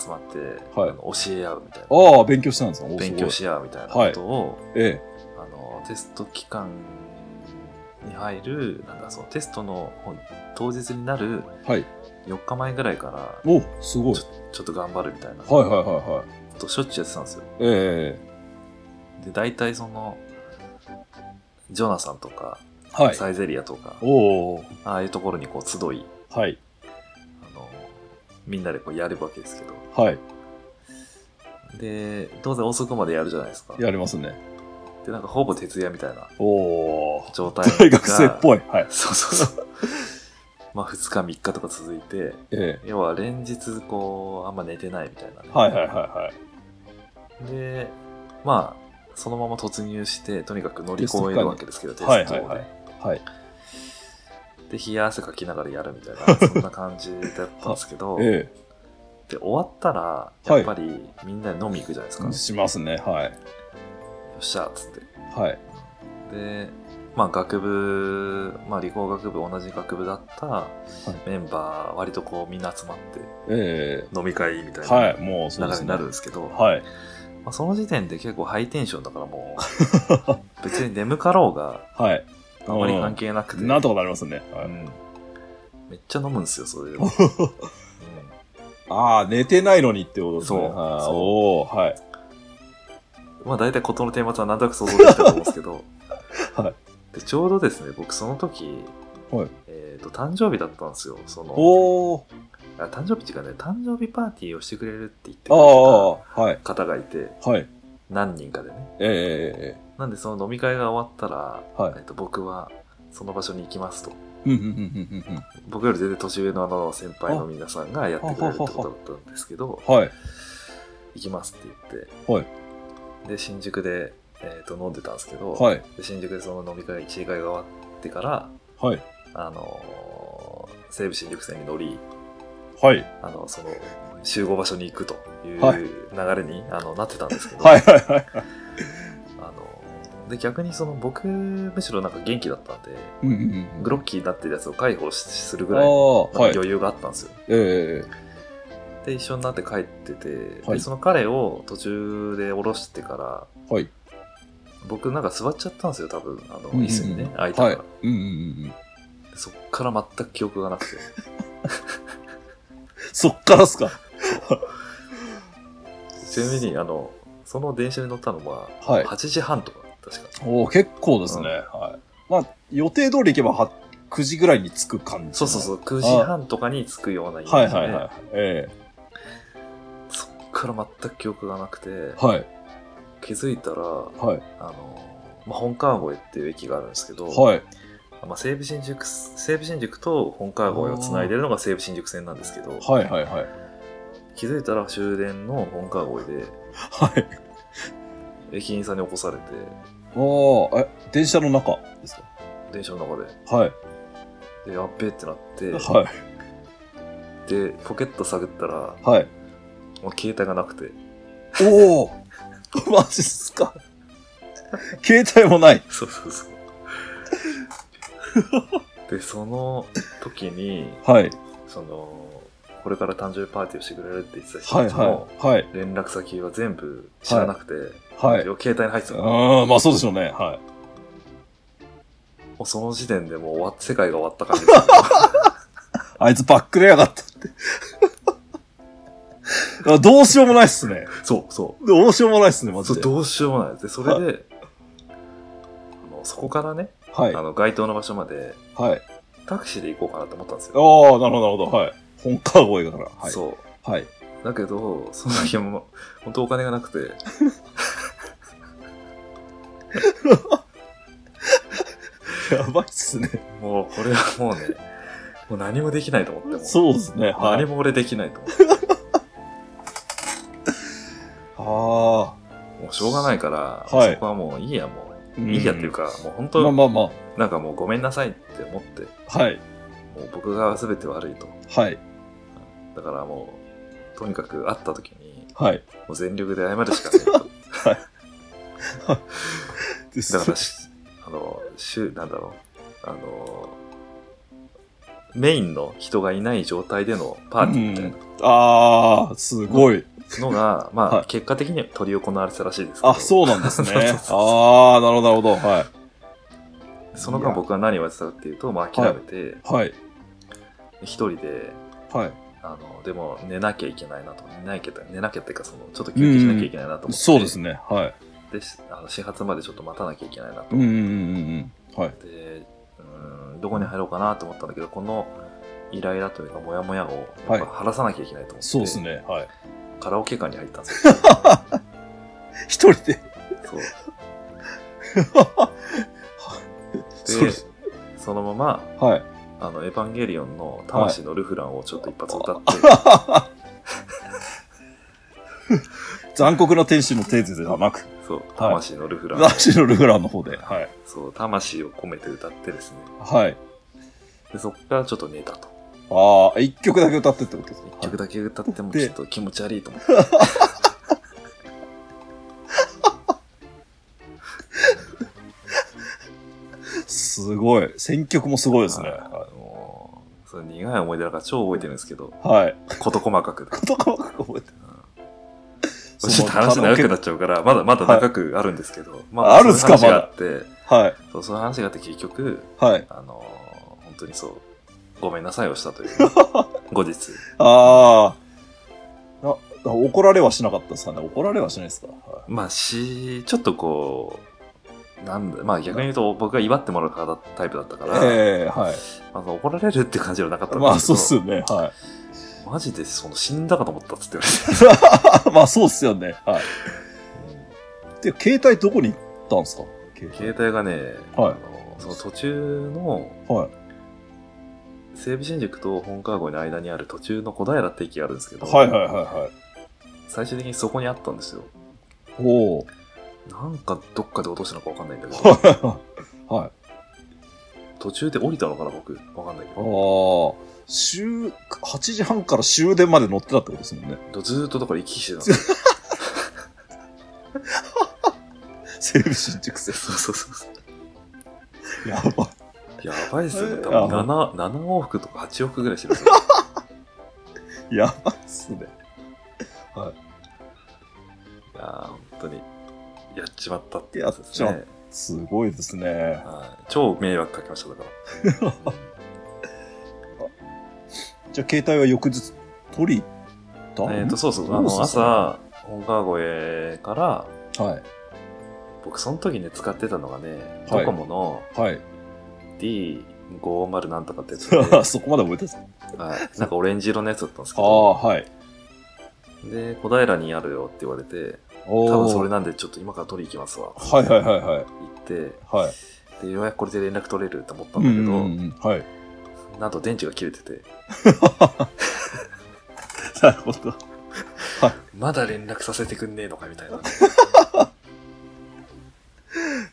S2: 集まって、
S1: はい
S2: あの教え合うみたいな、
S1: ああ、勉強したんですかおー
S2: 勉強
S1: す
S2: し合うみたいなことを、
S1: ごいえ
S2: あの、テスト期間に入る、なんだ、そのテストの本当日になる
S1: えはい。
S2: 4日前ぐらいから、
S1: おすごい。
S2: ちょっと頑張るみたいな。
S1: はいはいはいはい。
S2: としょっちゅうやってたんですよ。
S1: ええ
S2: で、大体その、ジョナサンとか、
S1: はい。
S2: サイゼリアとか、
S1: おお
S2: ああいうところにこう集い、
S1: はい。
S2: あの、みんなでこうやるわけですけど。
S1: はい。
S2: で、当然遅くまでやるじゃないですか。
S1: やりますね。
S2: で、なんかほぼ徹夜みたいな
S1: おお
S2: 状態が
S1: 大学生っぽい。はい。
S2: そうそうそう。 まあ2日3日とか続いて、
S1: え
S2: 要は連日こう、あんま寝てないみたいな
S1: え
S2: ね、
S1: はいはいはい
S2: で、まあ、そのまま突入して、とにかく乗り越えるわけですけど、テスト
S1: は
S2: を
S1: い。
S2: ね。
S1: はいはいはい。はい。
S2: で、冷や汗かきながらやるみたいな、そんな感じだったんですけど、
S1: え
S2: で、終わったら、
S1: い
S2: やっぱりみんなで飲み行くじゃないですか。
S1: え
S2: よ
S1: しますね。はい。
S2: っしゃ、っつって。
S1: はい。
S2: で、まあ、学部、まあ、理工学部、同じ学部だったメンバー、割とこう、みんな集まって、
S1: え
S2: 飲み会みた
S1: え
S2: い
S1: は。
S2: ない
S1: もうそうで
S2: 流れ
S1: す
S2: に
S1: ね
S2: なるん。ですけど、
S1: はい。
S2: まあ、その時点で結構ハイテンションだからも う、別に眠かろうが、
S1: はい。
S2: あまり関係なくて、
S1: なんとかなりますね。
S2: う
S1: はい
S2: んめっちゃ飲むんですよ、それ でも。うん
S1: ああ、寝てないのにってことですね。
S2: そう
S1: はい
S2: そう
S1: おおはい。
S2: まあ大体事のテーマとはなんとなく想像できたと思うんですけど、
S1: はい
S2: でちょうどですね、僕その時、
S1: はい
S2: えっと誕生日だったんですよ。その
S1: おお
S2: あ誕生日っていうかね、誕生日パーティーをしてくれるって言って
S1: あ
S2: くれ
S1: あ、
S2: た
S1: はい。
S2: 方がいて、
S1: はい。
S2: 何人かでね。
S1: ええ
S2: なんでその飲み会が終わったら、
S1: はい
S2: えっと僕はその場所に行きますと。
S1: えうんうんうんうんう
S2: 僕より全然年上のあの先輩の皆さんがやってくれるってことだったんですけど、
S1: ん。はい。
S2: 行きますって言
S1: は
S2: って、で、新宿で、えー、と飲んでたんですけど、
S1: はい。
S2: で新宿でその飲み会、一時会が終わってから、
S1: はい。
S2: あのー西武新宿線に乗り、
S1: はい。
S2: あの、その、集合場所に行くという
S1: はい
S2: 流れに、あのなってたんですけど、
S1: はいはいはい。
S2: あので逆にその僕むしろなんか元気だったんで
S1: うんうんうん。
S2: グロッキーになってるやつを介抱しするぐらい
S1: あ
S2: の
S1: あ、
S2: なんか
S1: はい。
S2: 余裕があったんですよ、
S1: え
S2: で一緒になって帰ってて、
S1: はい
S2: でその彼を途中で降ろしてから
S1: えはい。
S2: 僕なんか座っちゃったんですよ多分あの
S1: うんうんうん
S2: 椅子にね空いたか
S1: はい
S2: ら、。
S1: うんうんうんうん。
S2: でそっから全く記憶がなくて
S1: そっからっすか。
S2: ちなみにあのその電車に乗ったのは
S1: はい。
S2: 8時半とか確か
S1: おお結構ですね。
S2: うん
S1: はい。まあ、予定通り行けばは9時ぐらいに着く感じ。。
S2: そうそうそうう9時半とかに着くようなイメ
S1: は
S2: ー
S1: い
S2: ジで、
S1: はいはい。え
S2: そっから全く記憶がなくて、
S1: えはい。
S2: 気づいたら
S1: はい。
S2: あの、まあ、本川越っていう駅があるんですけど、
S1: はい。
S2: まあ、西武新宿西武新宿と本川越をつないでるのが西武新宿線なんですけど、
S1: はいはいはい。
S2: 気づいたら終電の本川越で
S1: はい。
S2: 駅員さんに起こされて
S1: おー、え、電車の中ですか
S2: 電車の中
S1: はい。
S2: ででやっべえってなって、
S1: はい。
S2: でポケット探ったら
S1: はい。
S2: もう携帯がなくて
S1: おお マジっすか。携帯もない。
S2: そうそう そうでその時に
S1: はい。
S2: そのこれから誕生日パーティーをしてくれるって言ってた人
S1: はい
S2: たちの
S1: はい。はい。
S2: 連絡先は全部知らなくて、
S1: はい。
S2: 携帯に入ってたのも
S1: ああ、まあそうでしょうね。は
S2: うその時点でもう終わっ世界が終わった 感じです
S1: い。あいつバックレやがったって。 あどうしようもないっすね。
S2: そうそ
S1: どうしようもないっすね、マ
S2: う
S1: ジ
S2: そう
S1: で。
S2: どうしようもないでそれであのそこからね、
S1: はい。
S2: あ
S1: はい。
S2: の街頭の場所まで
S1: ああ、なる
S2: タクシーで行こうかなと思ったんですよ、
S1: ほど、なるほど。はい。本川越だから。はい。
S2: そ
S1: はい。
S2: うだけどその時はもう本当お金がなくて
S1: やばいっすね。
S2: もうこれはもうね もう何もできないと思ってもう
S1: そうですね。は
S2: 何
S1: い。
S2: も俺できないと思って
S1: あ
S2: もうしょうがないから、
S1: はい
S2: そこはもういいやも
S1: あ。
S2: ういいやっていうか、もう
S1: ま
S2: 本
S1: あ
S2: 当、
S1: まあま
S2: なんかもうごめんなさいって思って
S1: あ。はい。
S2: もう僕が全て悪いと
S1: はい。
S2: だからもうとにかく会った時に
S1: はい。
S2: もう全力で謝るしか ないと
S1: です
S2: だからしあの週なんだろうあのメインの人がいない状態でのパーティーみたいな
S1: ああ、すごい。
S2: のが、まあ、
S1: はい
S2: 結果的には執り行われてたらしいですけど
S1: あ、 そうなんですね
S2: そうそう。そう
S1: ああ、なるほど、なるほど。は
S2: その間僕は何をやってたかっていうと、まあ、諦めて
S1: い。はい。
S2: 一人で
S1: はい。
S2: あのでも寝なきゃいけないなと寝なきゃ寝なきゃっていうかそのちょっと休憩しなきゃいけないなと思って、
S1: そうですね。はい。
S2: でしあの始発までちょっと待たなきゃいけないなと
S1: うん
S2: 思
S1: う
S2: っ
S1: んうんうん。はい。
S2: て、うーんどこに入ろうかなと思ったんだけどこの依頼だというかモヤモヤをや
S1: は
S2: っ
S1: い
S2: ぱ晴らさなきゃいけないと思って、
S1: そうですね。はい。
S2: カラオケ館に入ったんです よ
S1: 一人で。
S2: そう
S1: そうです。
S2: そのまま
S1: はい。
S2: あの「エヴァンゲリオン」の「魂のルフラン」をちょっと一発歌って、
S1: 残酷な天使のテーゼではなく、
S2: そう「魂のルフラ ン」
S1: ラシのルフランの方で。はい。
S2: そう魂を込めて歌ってですね
S1: はい。
S2: でそこからちょっと寝たと
S1: ああ、一曲だけ歌ってってことですか
S2: 一曲だけ歌っても
S1: で
S2: ちょっと気持ち悪いと思って
S1: すごい。選曲もすごいですね。
S2: はいもうそれ苦い思い出だから超覚えてるんですけど
S1: はい。
S2: 事細かく
S1: 言葉が覚えてる。
S2: ちょっと話長くなっちゃうから、まだまだ長くあるんですけど、ま
S1: あるんすか
S2: そういう話があって、
S1: はい。
S2: そう、そういう話があって結局、
S1: はい。
S2: あのー本当にそう、ごめんなさいをしたという、 後日。
S1: ああ。なな怒られはしなかったですかね。怒られはしないですか。は
S2: まあ、し、ちょっとこう、なんだ、まあ逆に言うと僕が祝ってもらう方タイプだったから、
S1: ええはい。
S2: まあ、怒られるって感じはなかったん
S1: まあ、
S2: ですけ
S1: そう
S2: ど
S1: っすよね。は
S2: マジでその死んだかと思ったっつって言わ
S1: い。まあ、そうっすよね。はい。
S2: れて。
S1: で、携帯どこに行ったんですか携
S2: 携帯がね、
S1: はい
S2: あのその途中の
S1: 帯。はい。
S2: 西武新宿と本川越の間にある途中の小平って駅があるんですけど、
S1: はいはいはいは
S2: 最終的にそこにあったんですよ。
S1: い。おお。
S2: なんかどっかで落としたのかわかんないんだけど、
S1: はい。
S2: 途中で降りたのかな、僕。わかんないけ
S1: あ
S2: ど。
S1: あ、終、8時半から終電まで乗ってたってことですもんね。
S2: ずーっとだから行き来 してたんですよ。
S1: 西武新宿線。
S2: そうそうそうそ う。
S1: やばい。
S2: やばいですよね。多
S1: あ
S2: 分7、7往復とか8往復ぐらいしてるんです よ。
S1: やばいっすね。
S2: いやー、本当に。やっちまったってつです
S1: やっ
S2: ね。
S1: すごいですね。
S2: はい超迷惑かけました、だから。
S1: じゃあ携帯は翌日取りた
S2: えっ、と、そうそう、あ
S1: どうす
S2: の、
S1: る
S2: 朝、本川越から、
S1: はい。
S2: 僕、その時ね、使ってたのがね、
S1: はい
S2: ドコモの
S1: はい。
S2: D50 なんとかって やつで、は
S1: そこまで覚えてたんです
S2: い、なんかオレンジ色のやつだったんですけ
S1: あ
S2: ど、
S1: あ、はい。
S2: で、小平にあるよって言われて、
S1: お
S2: 多分それ
S1: な。
S2: なんで、ちょっと今から取り行きますわ。
S1: はいはいはいはい。
S2: 行って、
S1: はい。
S2: で、ようやくこれで連絡取れると思った
S1: うんんう
S2: だ
S1: んうん。はい。
S2: けど、なんと電池が切れてて、
S1: なるほど。
S2: まだ連絡させてくんねえのかみたいな。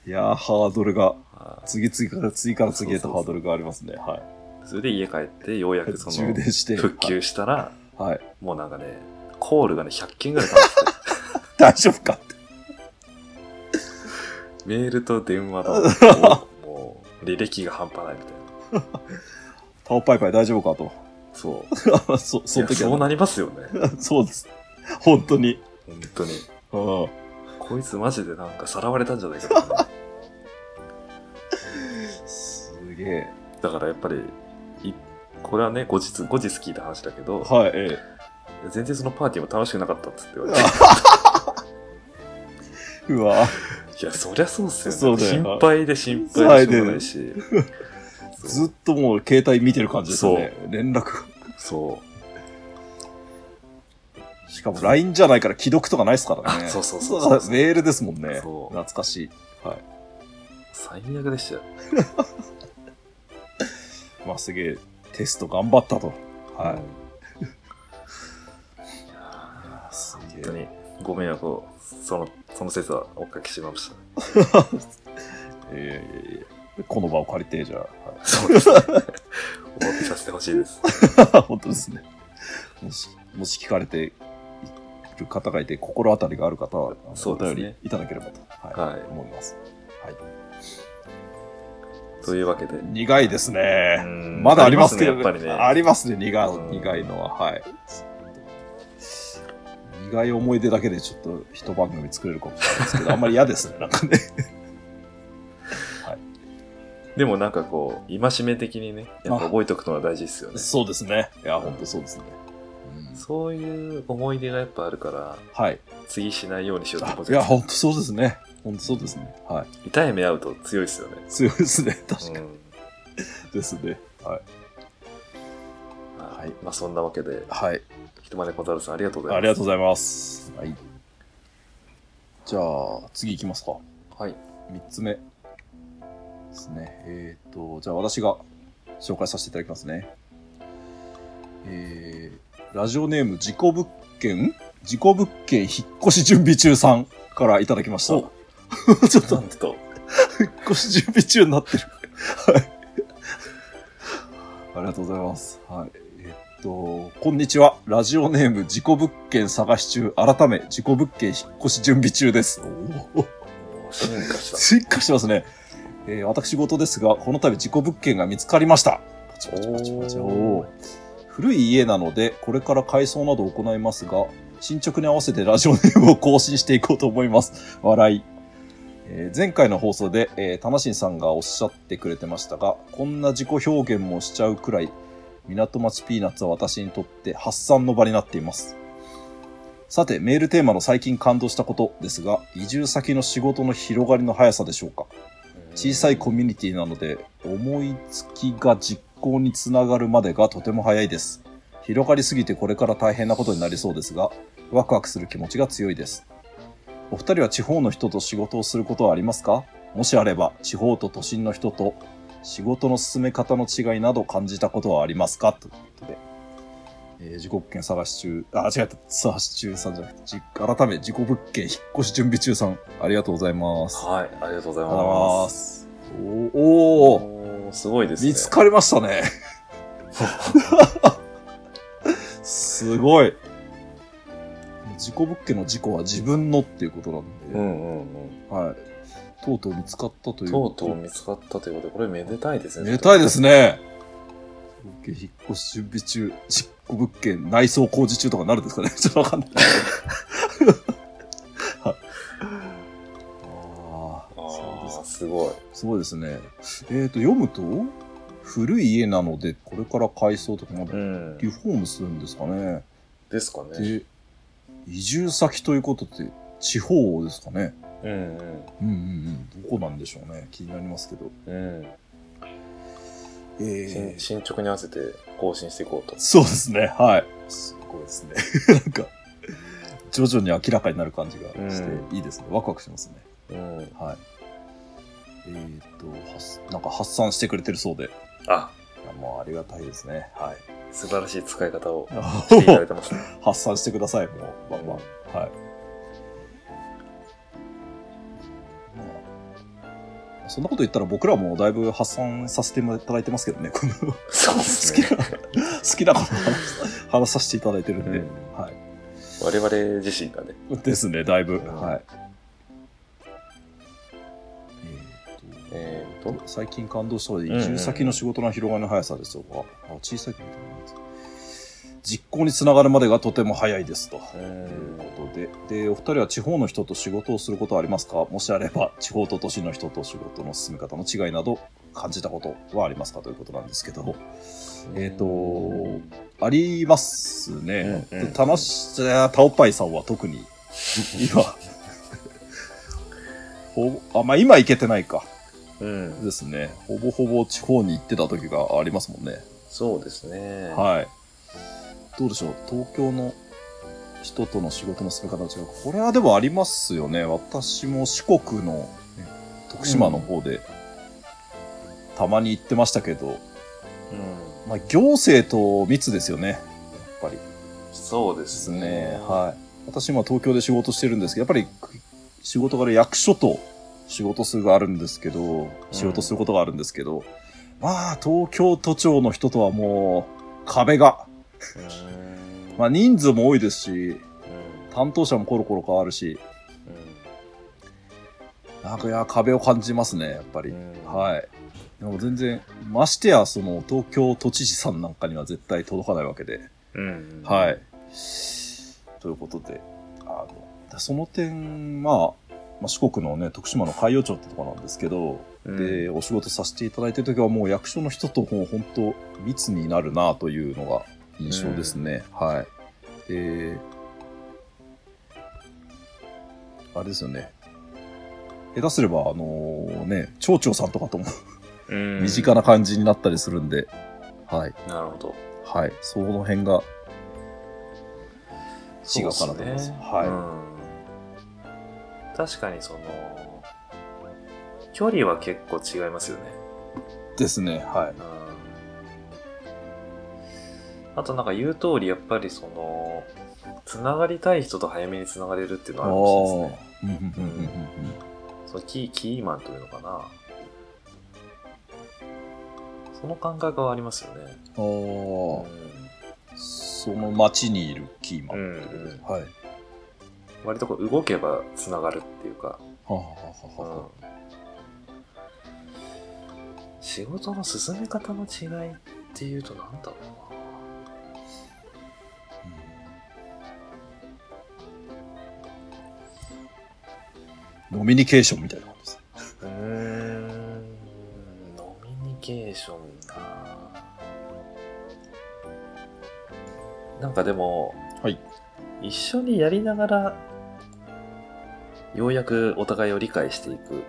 S1: いやー、ハードルが、
S2: は
S1: 次々から次から次へとハードルがありますね。はい
S2: それで家帰って、ようや
S1: い。
S2: くそ
S1: 充
S2: の、
S1: 電して。
S2: 復旧したら、
S1: はい。はい。
S2: もうなんかね、コールがね、100件ぐらいかかってて
S1: 大丈夫かって。
S2: メールと電話の もう履歴が半端ないみたいな。
S1: タオパイパイ大丈夫か
S2: そう。
S1: と。 そ、そ
S2: い
S1: の時
S2: やそう
S1: は。
S2: なりますよね。
S1: そうです。本当に。
S2: 本当に。
S1: うん。
S2: こいつマジでなんかさらわれたんじゃないかな、
S1: すげえ。
S2: だからやっぱり、いこれはね、後日、後日聞いた話だけど、
S1: はい、ええ。
S2: 前日のパーティーも楽しくなかったっつって言われ
S1: うわ
S2: て、いや、そりゃそうっす
S1: そ
S2: よ
S1: う
S2: ね。
S1: だよ
S2: 心配で心配でしょうがないし。そ
S1: ず
S2: う
S1: っともう携帯見てる感じですよね。連絡。
S2: そう。
S1: しかも LINE じゃないから既読とかないですからね。
S2: あそうそうそう
S1: だメールですもんね。
S2: そう
S1: 懐かしい。
S2: 最悪でしたよ。。
S1: まあすげえ、テスト頑張ったと。はい
S2: いや
S1: い。す
S2: ー本当
S1: げえ。
S2: にご迷惑を、その、その説はおかけしました。
S1: ええいえいえこの場を借りて、じゃ あ
S2: そうですね。お詫びさせてほしいです。
S1: はい。 本当ですね。もし、もし聞かれている方がいて、心当たりがある方は、あの
S2: そうです
S1: お
S2: ね
S1: 便りいただければと、はい
S2: は
S1: 思います。
S2: い。というわけで。
S1: 苦いですね。
S2: うん
S1: まだありますけど、
S2: ありますねやっ
S1: あ
S2: ぱりね。
S1: りますね、苦い
S2: うん
S1: 苦いのは。はい。苦い思い出だけでちょっと一番組作れるかもしれないですけど、あんまり嫌ですね、なんかね。
S2: でもなんかこう、戒め的にね、やっぱ覚えておくのは大事ですよね。
S1: そうですね。いや、本当そうですね。
S2: そういう思い出がやっぱあるから、
S1: はい。
S2: 次しないようにしようと
S1: あ
S2: 思っ
S1: い
S2: て
S1: や、本当そうですね。本当そうですね。はい。
S2: 痛い目合うと強いですよね。
S1: 強いですね。 確か
S2: うん
S1: にですね。はい。
S2: はい。まあそんなわけで、
S1: はい。
S2: ひとまね小猿さんありがとうございます。
S1: ありがとうございます。はい。じゃあ、次行きますか。
S2: はい。
S1: 3つ目ですね。えっ、と、じゃあ私が紹介させていただきますね。えー、ラジオネーム、事故物件事故物件引っ越し準備中さんからいただきました。
S2: お
S1: ちょっと、
S2: なんと、
S1: 引っ越し準備中になってる。はい。 ありがとうございます。はい。えっと、こんにちは。ラジオネーム、事故物件探し中。改め、事故物件引っ越し準備中です。おお。
S2: もう進化し
S1: 進化してますね。えー私事ですが、この度事故物件が見つかりました。パチパチパチパチ
S2: おー
S1: 古い家なので、これから改装などを行いますが、進捗に合わせてラジオネームを更新していこうと思います。 笑い。えー前回の放送で、えー、田無さんがおっしゃってくれてましたが、こんな自己表現もしちゃうくらい、港町ピーナッツは私にとって発散の場になっています。さて、メールテーマの最近感動したことですが、移住先の仕事の広がりの速さでしょうか。
S2: た。
S1: 小さいコミュニティなので、思いつきが実行につながるまでがとても早いです。広がりすぎてこれから大変なことになりそうですが、ワクワクする気持ちが強いです。お二人は地方の人と仕事をすることはありますかもしあれば、地方と都心の人と仕事の進め方の違いなど感じたことはありますかということで、えー自己物件探し中、あ、違った、探し中さんじゃなくて、じ改め、自己物件引っ越し準備中さん、ありがとうございます。あ
S2: はい、あり
S1: りが
S2: がとうござい
S1: とうござい
S2: ま。
S1: ますす。おおー
S2: おーすごいですね。
S1: 見つかりましたね。すごい。事故物件の事故は自分のっていうことなん
S2: う
S1: で、
S2: んうんうん。
S1: はい。とうとう見つかったという
S2: とう
S1: こと
S2: う見つかったということで、これめでたいですね。。
S1: めでたいですすね。物件引っ越し準備中、実行物件内装工事中とかになるんですかねちょっとわかんない。はいああ、
S2: あ
S1: そうです
S2: ーすごい。
S1: すごいですね。えっ、と、読むと、古い家なので、これから改装とか、まだ
S2: うん。
S1: リフォームするんですかね。
S2: ですかね。
S1: で、移住先ということで、地方ですかね。
S2: うんう
S1: う
S2: ん。
S1: んうんうん。どこなんでしょうね。気になりますけど。
S2: うん、
S1: え
S2: 進進捗に合わせて更新していこうと。
S1: そうですね。はい。すごいですね。なんか、徐々に明らかになる感じがして、いいですね。ワクワクしますね。
S2: うん、
S1: はい。えっ、と、はすなんか発散してくれてるそうで、い
S2: あ
S1: やもうありがたいですね。 はい。
S2: 素晴らしい使い方をしていただい
S1: 発
S2: てますね。
S1: 散してください、もう、バンバン。はい。まあそんなこと言ったら僕らもだいぶ発散させていただいてますけどね、この好
S2: そうですね。
S1: きなこと話話させていただいてるんで、
S2: うん
S1: はい。
S2: 我々自身がね。
S1: ですね、だいぶ。
S2: うん
S1: はい。
S2: えー、
S1: え
S2: と
S1: ー、と最近感動したので、
S2: うんうん
S1: 移住先の仕事の広がりの速さですとか、あ小さい国と思います実行につながるまでがとても早いですと。
S2: う、
S1: というんことでで、お二人は地方の人と仕事をすることはありますかもしあれば、地方と都市の人と仕事の進め方の違いなど感じたことはありますかということなんですけど、えっ、と、ありますね。
S2: うんうん
S1: たまし、タオパイさんは特に、 今、ほぼ、あ、まあ今行けてないか。
S2: うん、
S1: ですね。ほぼほぼ地方に行ってた時がありますもんね。
S2: そうですね。
S1: はい。どうでしょう東京の人との仕事の進め方が違う。これはでもありますよね。私も四国の、ね徳島の方で、たまに行ってましたけど、
S2: うん、
S1: まあ行政と密ですよね。やっぱり。
S2: そうで
S1: ですすね
S2: ね。。
S1: はい。私今東京で仕事してるんですけど、やっぱり仕事から役所と仕事数があるんですけど、仕事することがあるんですけど、まあ東京都庁の人とはもう壁が、
S2: うん
S1: まあ人数も多いですし、
S2: うん
S1: 担当者もコロコロ変わるし、
S2: う
S1: なんかいや、壁を感じますね、やっぱり。
S2: んうん
S1: はい。でも全然、ましてやその東京都知事さんなんかには絶対届かないわけで、
S2: うん
S1: はい。。ということで、あの、その点、まあ、まあ、四国のね、徳島の海洋町ってとこなんですけど、
S2: うん
S1: で、お仕事させていただいてるときはもう役所の人ともう本当密になるなというのが印象ですね。はい。で、あれですよね。下手すれば、あのね、町長さんとかとも
S2: うん
S1: 身近な感じになったりするんで、はい。
S2: なるほど。
S1: はい。その辺が違うかなと思います
S2: そうっ
S1: はい
S2: うん確かにその、距離は結構違いますよね。
S1: ですね。はい。
S2: うんあとなんか言う通り、やっぱりその、つながりたい人と早めにつながれるっていうのはあるかもしれないで
S1: う
S2: すね。
S1: んうんうんうんうん
S2: そのキー、キーマンというのかな。その感覚はありますよ
S1: うん。あ
S2: ね。う
S1: あ、その町にいるキーマンってことで
S2: うんうん
S1: はい。は
S2: ん割とこう動けばつながるっていうか、
S1: あはあはあはあ
S2: 仕事の進め方の違いっていうとなんだろう
S1: ノミニケーションみたいな感じです。
S2: なうーんノミニケーションななんかでも、
S1: はい
S2: 一緒にやりながらようやくお互いを理解していく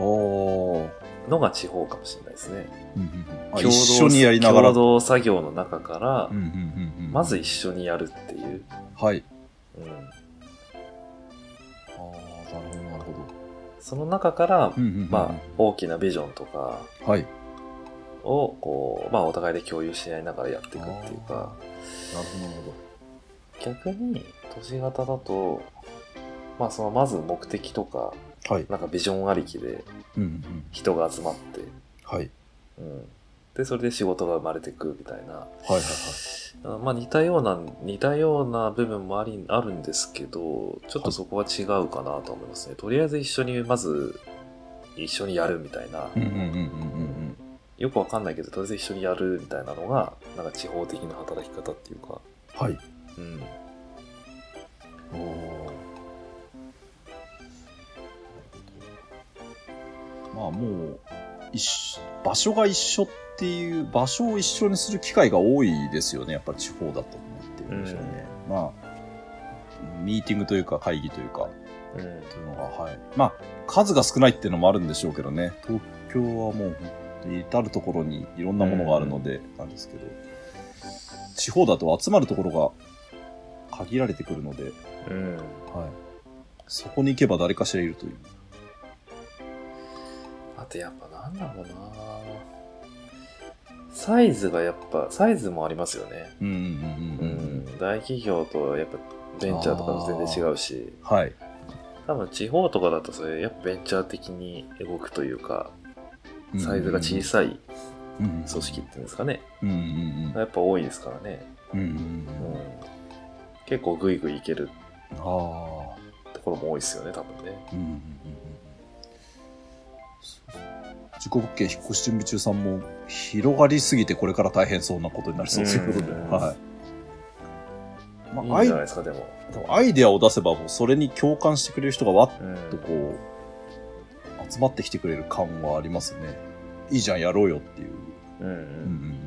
S1: おー。
S2: のが地方かもしれないですね
S1: うんうんうんあ
S2: 共同
S1: 一緒にやりながら。
S2: 共同作業の中から、
S1: うんうんうんうん
S2: まず一緒にやるっていう、
S1: はい。
S2: うん、
S1: ああ、なるほど、なるほど。
S2: その中から
S1: うんうんうん
S2: まあ、大きなビジョンとか、
S1: はい。
S2: をこう、まあ、お互いで共有し合いながらやっていくっていうか
S1: なるほど、なるほ
S2: 逆に都市型だと、まあ、そのまず目的とか
S1: ど。はい。
S2: なんかビジョンありきで
S1: うん、うん。
S2: 人が集まって、
S1: はい。
S2: うん、でそれで仕事が生まれてくみたいな
S1: はいはいはい。
S2: あまあ似たような似たような部分もありあるんですけどちょっとそこは違うかなと思いますね、とりあえず一緒にまず一緒にやるみたいな、
S1: うんうんうんうん
S2: よくわかんないけどとりあえず一緒にやるみたいなのがなんか地方的な働き方っていうか、
S1: うん。はい。
S2: うん、
S1: おーまあもう一緒場所が一緒っていう場所を一緒にする機会が多いですよねやっぱり地方だと思ってるんでしょうね、まあミーティングというか会議というか
S2: うん
S1: というのがはいまあ数が少ないっていうのもあるんでしょうけどね東京はもう本当に至る所にいろんなものがあるのでなんですけど、地方だと集まるところが限られてくるので
S2: うん、
S1: はい。そこに行けば誰かしらいるという。
S2: あとやっぱなんだろうなサイズがやっぱサイズもありますよね、
S1: うんうん
S2: う。大企業とやっぱベンチャーとかも全然違うし
S1: はい。
S2: 多分地方とかだとそれやっぱベンチャー的に動くというかサイズが小さい
S1: い組
S2: 組織っていうんですかね、
S1: うんうん
S2: やっぱ多いですからね、
S1: うん。うんうんう
S2: う
S1: んん。
S2: 結構グイグイいける
S1: ああ。
S2: ところも多いですよね多分ね
S1: うんうんうんうん。そうそう自己物件引っ越し準備中さんも広がりすぎてこれから大変そうなことになりそうということで。
S2: うん
S1: はい。まあ、ア
S2: いい
S1: イ
S2: んじゃないですかでも、
S1: でもアイデアを出せばもうそれに共感してくれる人がわっ
S2: うん
S1: とこう集まってきてくれる感はありますね。いいじゃんやろうよっていう。
S2: うんう
S1: うんんうん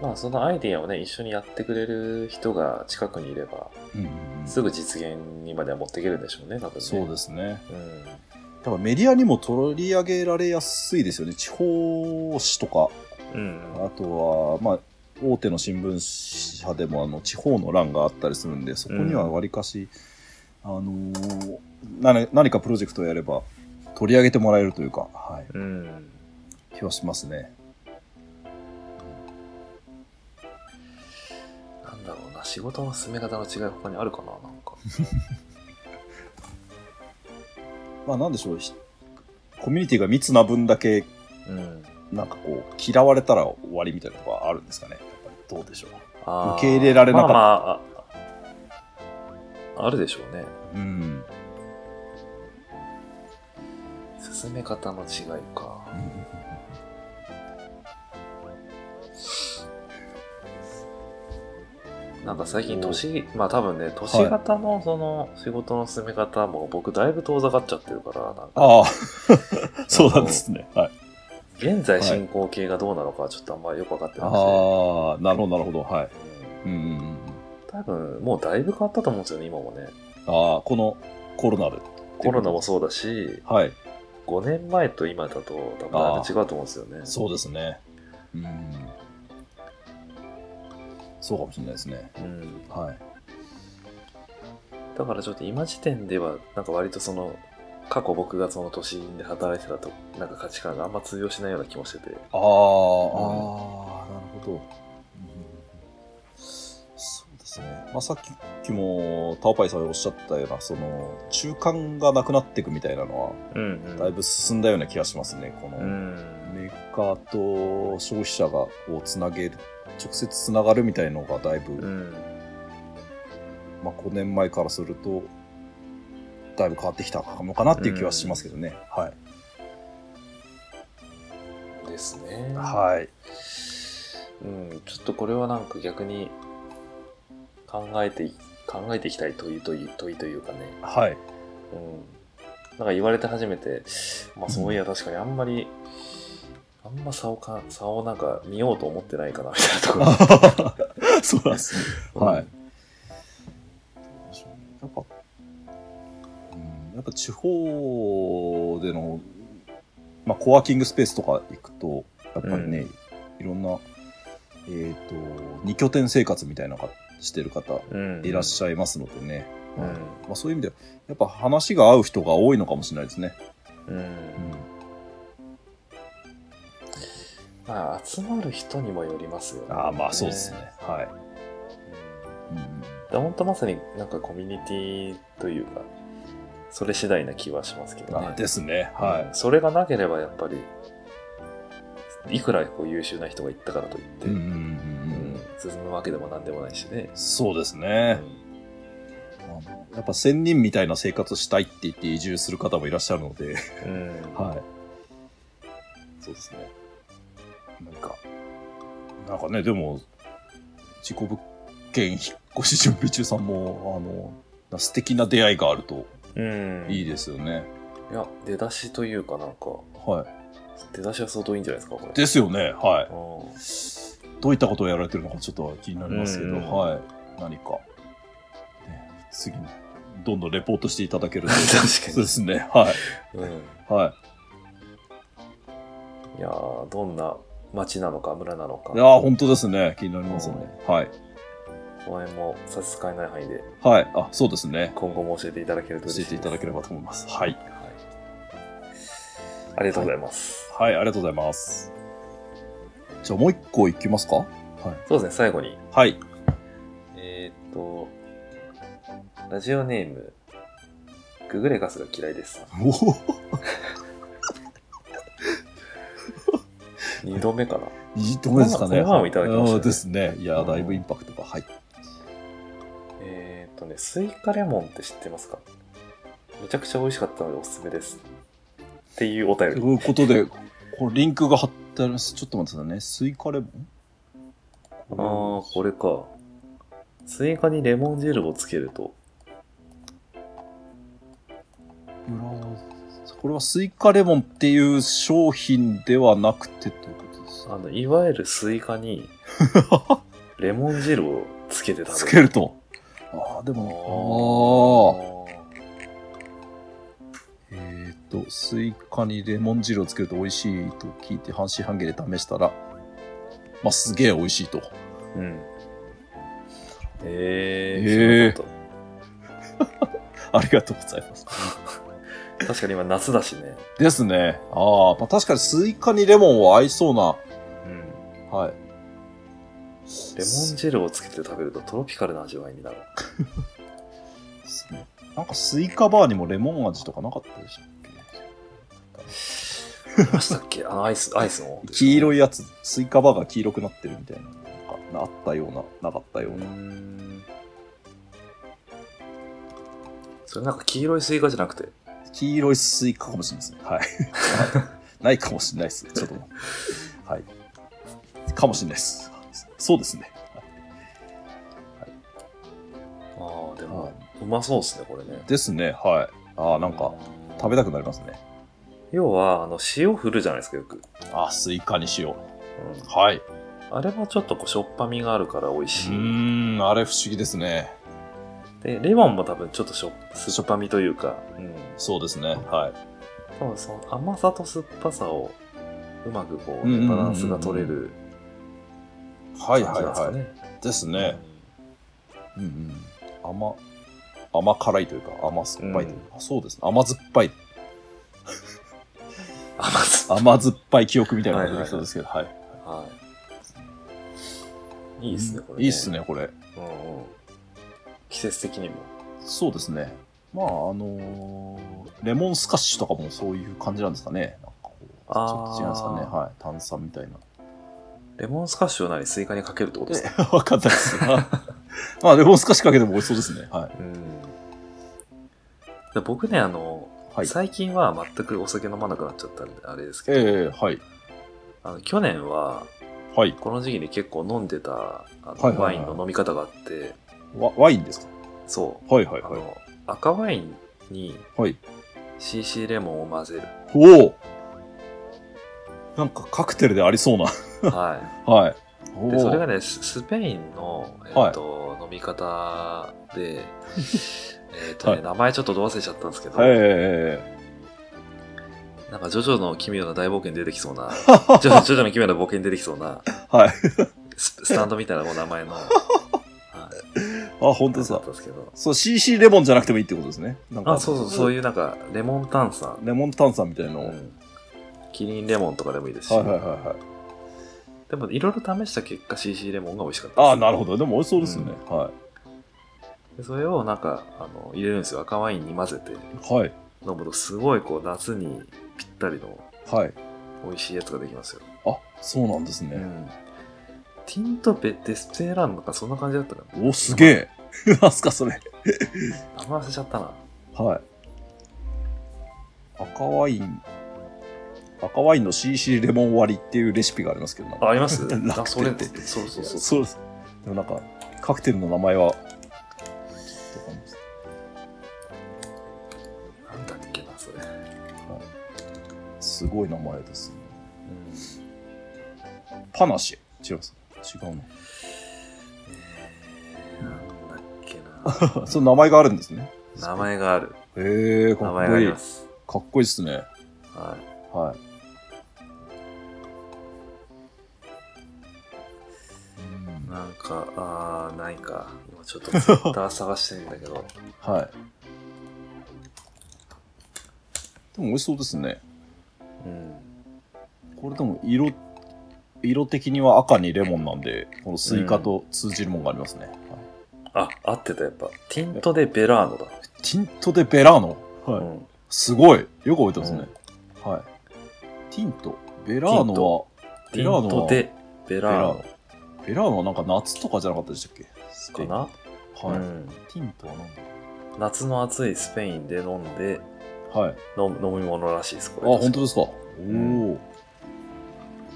S2: まあそのアイデアをね一緒にやってくれる人が近くにいれば
S1: うんうんうんうん
S2: すぐ実現にまでは持っていけるんでしょうね多分ね
S1: そうですね。
S2: す、
S1: 多分メディアにも取り上げられやすいですよね。地方紙とか、
S2: うんうん
S1: あとは、まあ、大手の新聞社でもあの地方の欄があったりするんで、そこにはわりかし、あのーな、何かプロジェクトをやれば取り上げてもらえるというか、はい。
S2: うん
S1: 気はしますね。
S2: なんだろうな仕事の進め方の違い他にあるか ななんか
S1: まあ、なんでしょう。ひコミュニティが密な分だけ
S2: うん
S1: なんかこう、嫌われたら終わりみたいなとこはあるんですかね。やっぱりどうでしょう。
S2: あー
S1: 受け入れられなかった
S2: まあまあああるでしょうね
S1: うん。
S2: 進め方の違いかなんか最近年まあ多分ね年型のその仕事の進め方も僕だいぶ遠ざかっちゃってるからなんか
S1: ああ、 そうなんですね。はい。
S2: 現在進行形がどうなのかはちょっとあんまりよく分かってなくて、
S1: ああ、なるほど、なるほど。はい。
S2: うん
S1: うんうんうん。
S2: 多分もうだいぶ変わったと思うんですよね今もね
S1: ああ、このコロナで。
S2: コロナもそうだし
S1: はい。
S2: 5年前と今だと多分だいぶ違うと思うんですよね
S1: そうですね。うん。そうかもしれないですね。
S2: うん、
S1: はい。
S2: だからちょっと今時点ではなんか割とその過去僕がその都心で働いてたとなんか価値観があんま通用しないような気もしてて
S1: ああ、ああ、なるほど。うんそうですね。まあ、さっきもタオパイさんがおっしゃったような、その、中間がなくなっていくみたいなのは、
S2: うん、
S1: だいぶ進んだような気がしますね。この、
S2: うん
S1: メーカーと消費者がこうつなげる直接つながるみたいのがだいぶ、
S2: うん
S1: まあ、5年前からするとだいぶ変わってきたのかなっていう気はしますけどね、はい、
S2: ですね
S1: はい、
S2: い、うん、ちょっとこれはなんか逆に考えてい考えていきたい問いという問いというかね
S1: はい、
S2: うんなんか言われて初めてまあそういや確かにあんまりあんま差をか差をなんか見ようと思ってないかなみたいなところが
S1: そうなん ですね、はいやっぱ、うん、やっぱ地方での、まあ、コワーキングスペースとか行くとやっぱりね、いろんなえっ、と二拠点生活みたいなのがしてる方
S2: うん
S1: いらっしゃいますのでね、
S2: う
S1: はい
S2: ん
S1: まあ、そういう意味では、やっぱ話が合う人が多いのかもしれないですね。
S2: うんまあ集まる人にもよりますよね
S1: ああ、まあそうですね。はい。うん
S2: だ本当まさになんかコミュニティというかそれ次第な気はしますけど
S1: あ
S2: ね
S1: ですね。は
S2: それがなければやっぱりいくらこう優秀な人が行ったからといって、
S1: い。うんうんうんうんうん
S2: 進むわけでもなんでもないしね、
S1: そうです
S2: う
S1: ね。
S2: ん
S1: やっぱ仙人みたいな生活したいって言って移住する方もいらっしゃるので、 はい。
S2: そうですね
S1: なんか、なんかね、でも、事故物件引っ越し準備中さんも、あの、素敵な出会いがあると
S2: うん
S1: いい
S2: い
S1: ですよね。
S2: や出だしというかなんか
S1: は
S2: 出だしは相当いいんじゃないですかこれ
S1: い。ですよね。はい。
S2: うん
S1: どういったことをやられてるのかちょっと気になりますけど、
S2: うんうん
S1: はい。何か、ね、次に、どんどんレポートしていただ けると。
S2: 確かに
S1: そうですね。は
S2: うん
S1: い。はい。
S2: いやーどんな町なのか村なのか
S1: いやー本当ですね。気になりますね。はい。
S2: その辺も差し支えない範囲で
S1: はい。あ、そうですね。
S2: 今後も教えていただけると
S1: 教
S2: 嬉
S1: え
S2: しい
S1: ていただければと思います。はい。
S2: ば、はい、ありがとうございます、
S1: はい、ありがとうございます。じゃあもう一個いきますか
S2: そうですね最後に
S1: はい。
S2: えーっとラジオネームググレガスが嫌いです
S1: おお
S2: 2度目かな
S1: いいと思いますかね。
S2: この前もいただきましたね
S1: あーですね。いや
S2: う
S1: ー
S2: ん
S1: だいぶインパクトが。はい。
S2: えーっとねスイカレモンって知ってますかめちゃくちゃ美味しかったのでおすすめですっていうお便
S1: と
S2: り
S1: いうことで、これリンクが貼ってあります。ちょっと待ってくださいね。スイカレ
S2: あ
S1: モン
S2: あ、これか。スイカにレモン汁をつけると。
S1: 裏はこれはスイカレモンっていう商品ではなくてということです。
S2: あの、いわゆるスイカ に、レモン汁をつけて食
S1: つ
S2: べ
S1: け
S2: る。
S1: ると。ああ、で
S2: あ
S1: も、ああ。
S2: ー
S1: えーっと、スイカにレモン汁をつけると美味しいと聞いて半信半疑で試したら、まあ、すげえ美味しいと。
S2: うん。
S1: へ
S2: ええ
S1: ーありがとうございます。
S2: 確かに今夏だしね。
S1: ですね。ああ、まあ確かにスイカにレモンは合いそうな。
S2: うん。
S1: はい。
S2: レモン汁をつけて食べるとトロピカルな味わいになる。
S1: ですね。なんかスイカバーにもレモン味とかなかったでしたっ
S2: ありましたっけあのアイス、アイスの。
S1: け黄色
S2: い。
S1: いやつ、スイカバーが黄色くなってるみたいな。なんかあったような、なかったような。
S2: それなんか黄色いスイカじゃなくて、
S1: 黄色いスイカかもしれないですね。はい。ない かもしれないです。ちょっと。はい。かもしれないです。そうですね。
S2: ああ、で
S1: は
S2: も、うまそうですね、これね。
S1: ですね。はい。ああ、なんか、食べたくなりますね。
S2: 要は、あの、塩振るじゃないですか、よく。
S1: ああ、スイカにしよ
S2: う。
S1: うんはい。
S2: あれもちょっとこう、しょっぱみがあるから美味
S1: う
S2: しい。
S1: ーん、あれ不思議ですね。
S2: で、レモンも多分ちょっとしょ、酸っぱみというか、うん。
S1: そうですね。は
S2: 多分その甘さと酸っぱさを、うまくこう、
S1: うんうんうんう
S2: ね、
S1: ん
S2: バランスが取れる
S1: い。はい
S2: 感じな
S1: はい
S2: んですか
S1: は
S2: ね。
S1: い。ですね。うんうん。甘、甘辛いというか、甘酸っぱいというか、あそうですね。甘酸っぱい。
S2: 甘さ。
S1: 甘酸っぱい記憶みたいなのが出てきそうですけど、はい。
S2: はい。いいですね、これ、
S1: いいっす。ね、これ。
S2: うんうん。季節的にも。
S1: そうですね。まあ、あのーレモンスカッシュとかもそういう感じなんですかね。なんかこうち
S2: あー
S1: ょっと違うんですかね。はい。炭酸みたいな。
S2: レモンスカッシュを何スイカにかけるってことですか
S1: わかんないですが。 まあ、レモンスカッシュかけても美味しそうですね。はい。
S2: うん。で僕ね、あの、
S1: はい。
S2: 最近は全くお酒飲まなくなっちゃったんで、あれですけど、
S1: ええはい。
S2: あの去年は、
S1: はい。
S2: この時期に結構飲んでたあの
S1: はいはいはい
S2: ワインの飲み方があって、
S1: ワワインですか
S2: そ、
S1: はいはいう
S2: あ
S1: はい。
S2: の、赤ワインに
S1: はい。
S2: CC レモンを混ぜる。
S1: おおなんかカクテルでありそうな。
S2: は
S1: はい。
S2: い。
S1: お
S2: で、
S1: ー
S2: それがね、ススペインの、えっと飲み方 で、えっとね、
S1: はい
S2: 名前ちょっとど忘れちゃったんですけど、
S1: え
S2: なんかジョジョの奇妙な大冒険に出てきそ うな、ジョジョの奇妙な冒険に出てきそうな、
S1: えはい。
S2: ススタンドみたいなお名前の、はい
S1: あ、本当
S2: だ
S1: だ
S2: ったん。ですけど。
S1: そう、CC レモンじゃなくてもいいってことですね。なんか
S2: あ、そうそう、そういうなんか、レモン炭酸。
S1: レモン炭酸みたいなのを。
S2: う
S1: はい
S2: んキリンレモンとかでもいいですし。
S1: はいはいはい。
S2: でも、いろいろ試した結果、CC レモンが美味しかったです
S1: あ、なるほど。でも美味しそうですよね。は
S2: でそれをなんか、あの、入れるんですよ。赤ワインに混ぜて
S1: い。はい。
S2: 飲むと、すごいこう、夏にぴったりの
S1: はい。
S2: 美味しいやつができますよ。
S1: あ、そうなんですね。
S2: ん。ティントペデスペランドか、そんな感じだったかな。
S1: お、すげえ。 なんすか、それ。
S2: 名前忘れちゃったな。
S1: はい。赤ワイン。赤ワインの CC レモン割りっていうレシピがありますけど、なんか
S2: あ、あります
S1: 楽天って
S2: あ、それって。そうそうそう。
S1: そうです。でもなんか、カクテルの名前は、わかんないです
S2: なんだっけな、それ。
S1: すごい名前ですね。パナシェ。違う違う
S2: なんだっけな。
S1: な。その名前があるんですね。
S2: 名前が ある。
S1: へえ、
S2: 名
S1: かっ
S2: 前
S1: こ
S2: があ
S1: いい。
S2: り
S1: か
S2: ます。
S1: っこいいですね。
S2: はい。
S1: はい。
S2: なんか、あー、ないか。今ちょ っとツイッター探してんだけど。
S1: はい。でも美味しそうですね。
S2: うん。
S1: これでも色、色的には赤にレモンなんで、このスイカと通じるもんがありますね。はい
S2: あ、合ってた、やっぱ。ティントでベラーノだ。
S1: ティントでベラーノ。はい。
S2: うん。
S1: すごいよく覚えてますね。はい。ティントベラー
S2: ティン
S1: ノ
S2: ト
S1: は、
S2: ティントでベ
S1: ベ
S2: ラ
S1: ラー
S2: ーノ
S1: ノ。ベラーノはなんか夏とかじゃなかったでしたっけスペイ
S2: か
S1: ン
S2: な、
S1: はい、
S2: うん。
S1: ティントはなんだ
S2: 夏の暑いスペインで飲んで、
S1: はい。あ、
S2: 飲む飲み物らしいです、これ。
S1: 本当ですか。お
S2: ん
S1: お。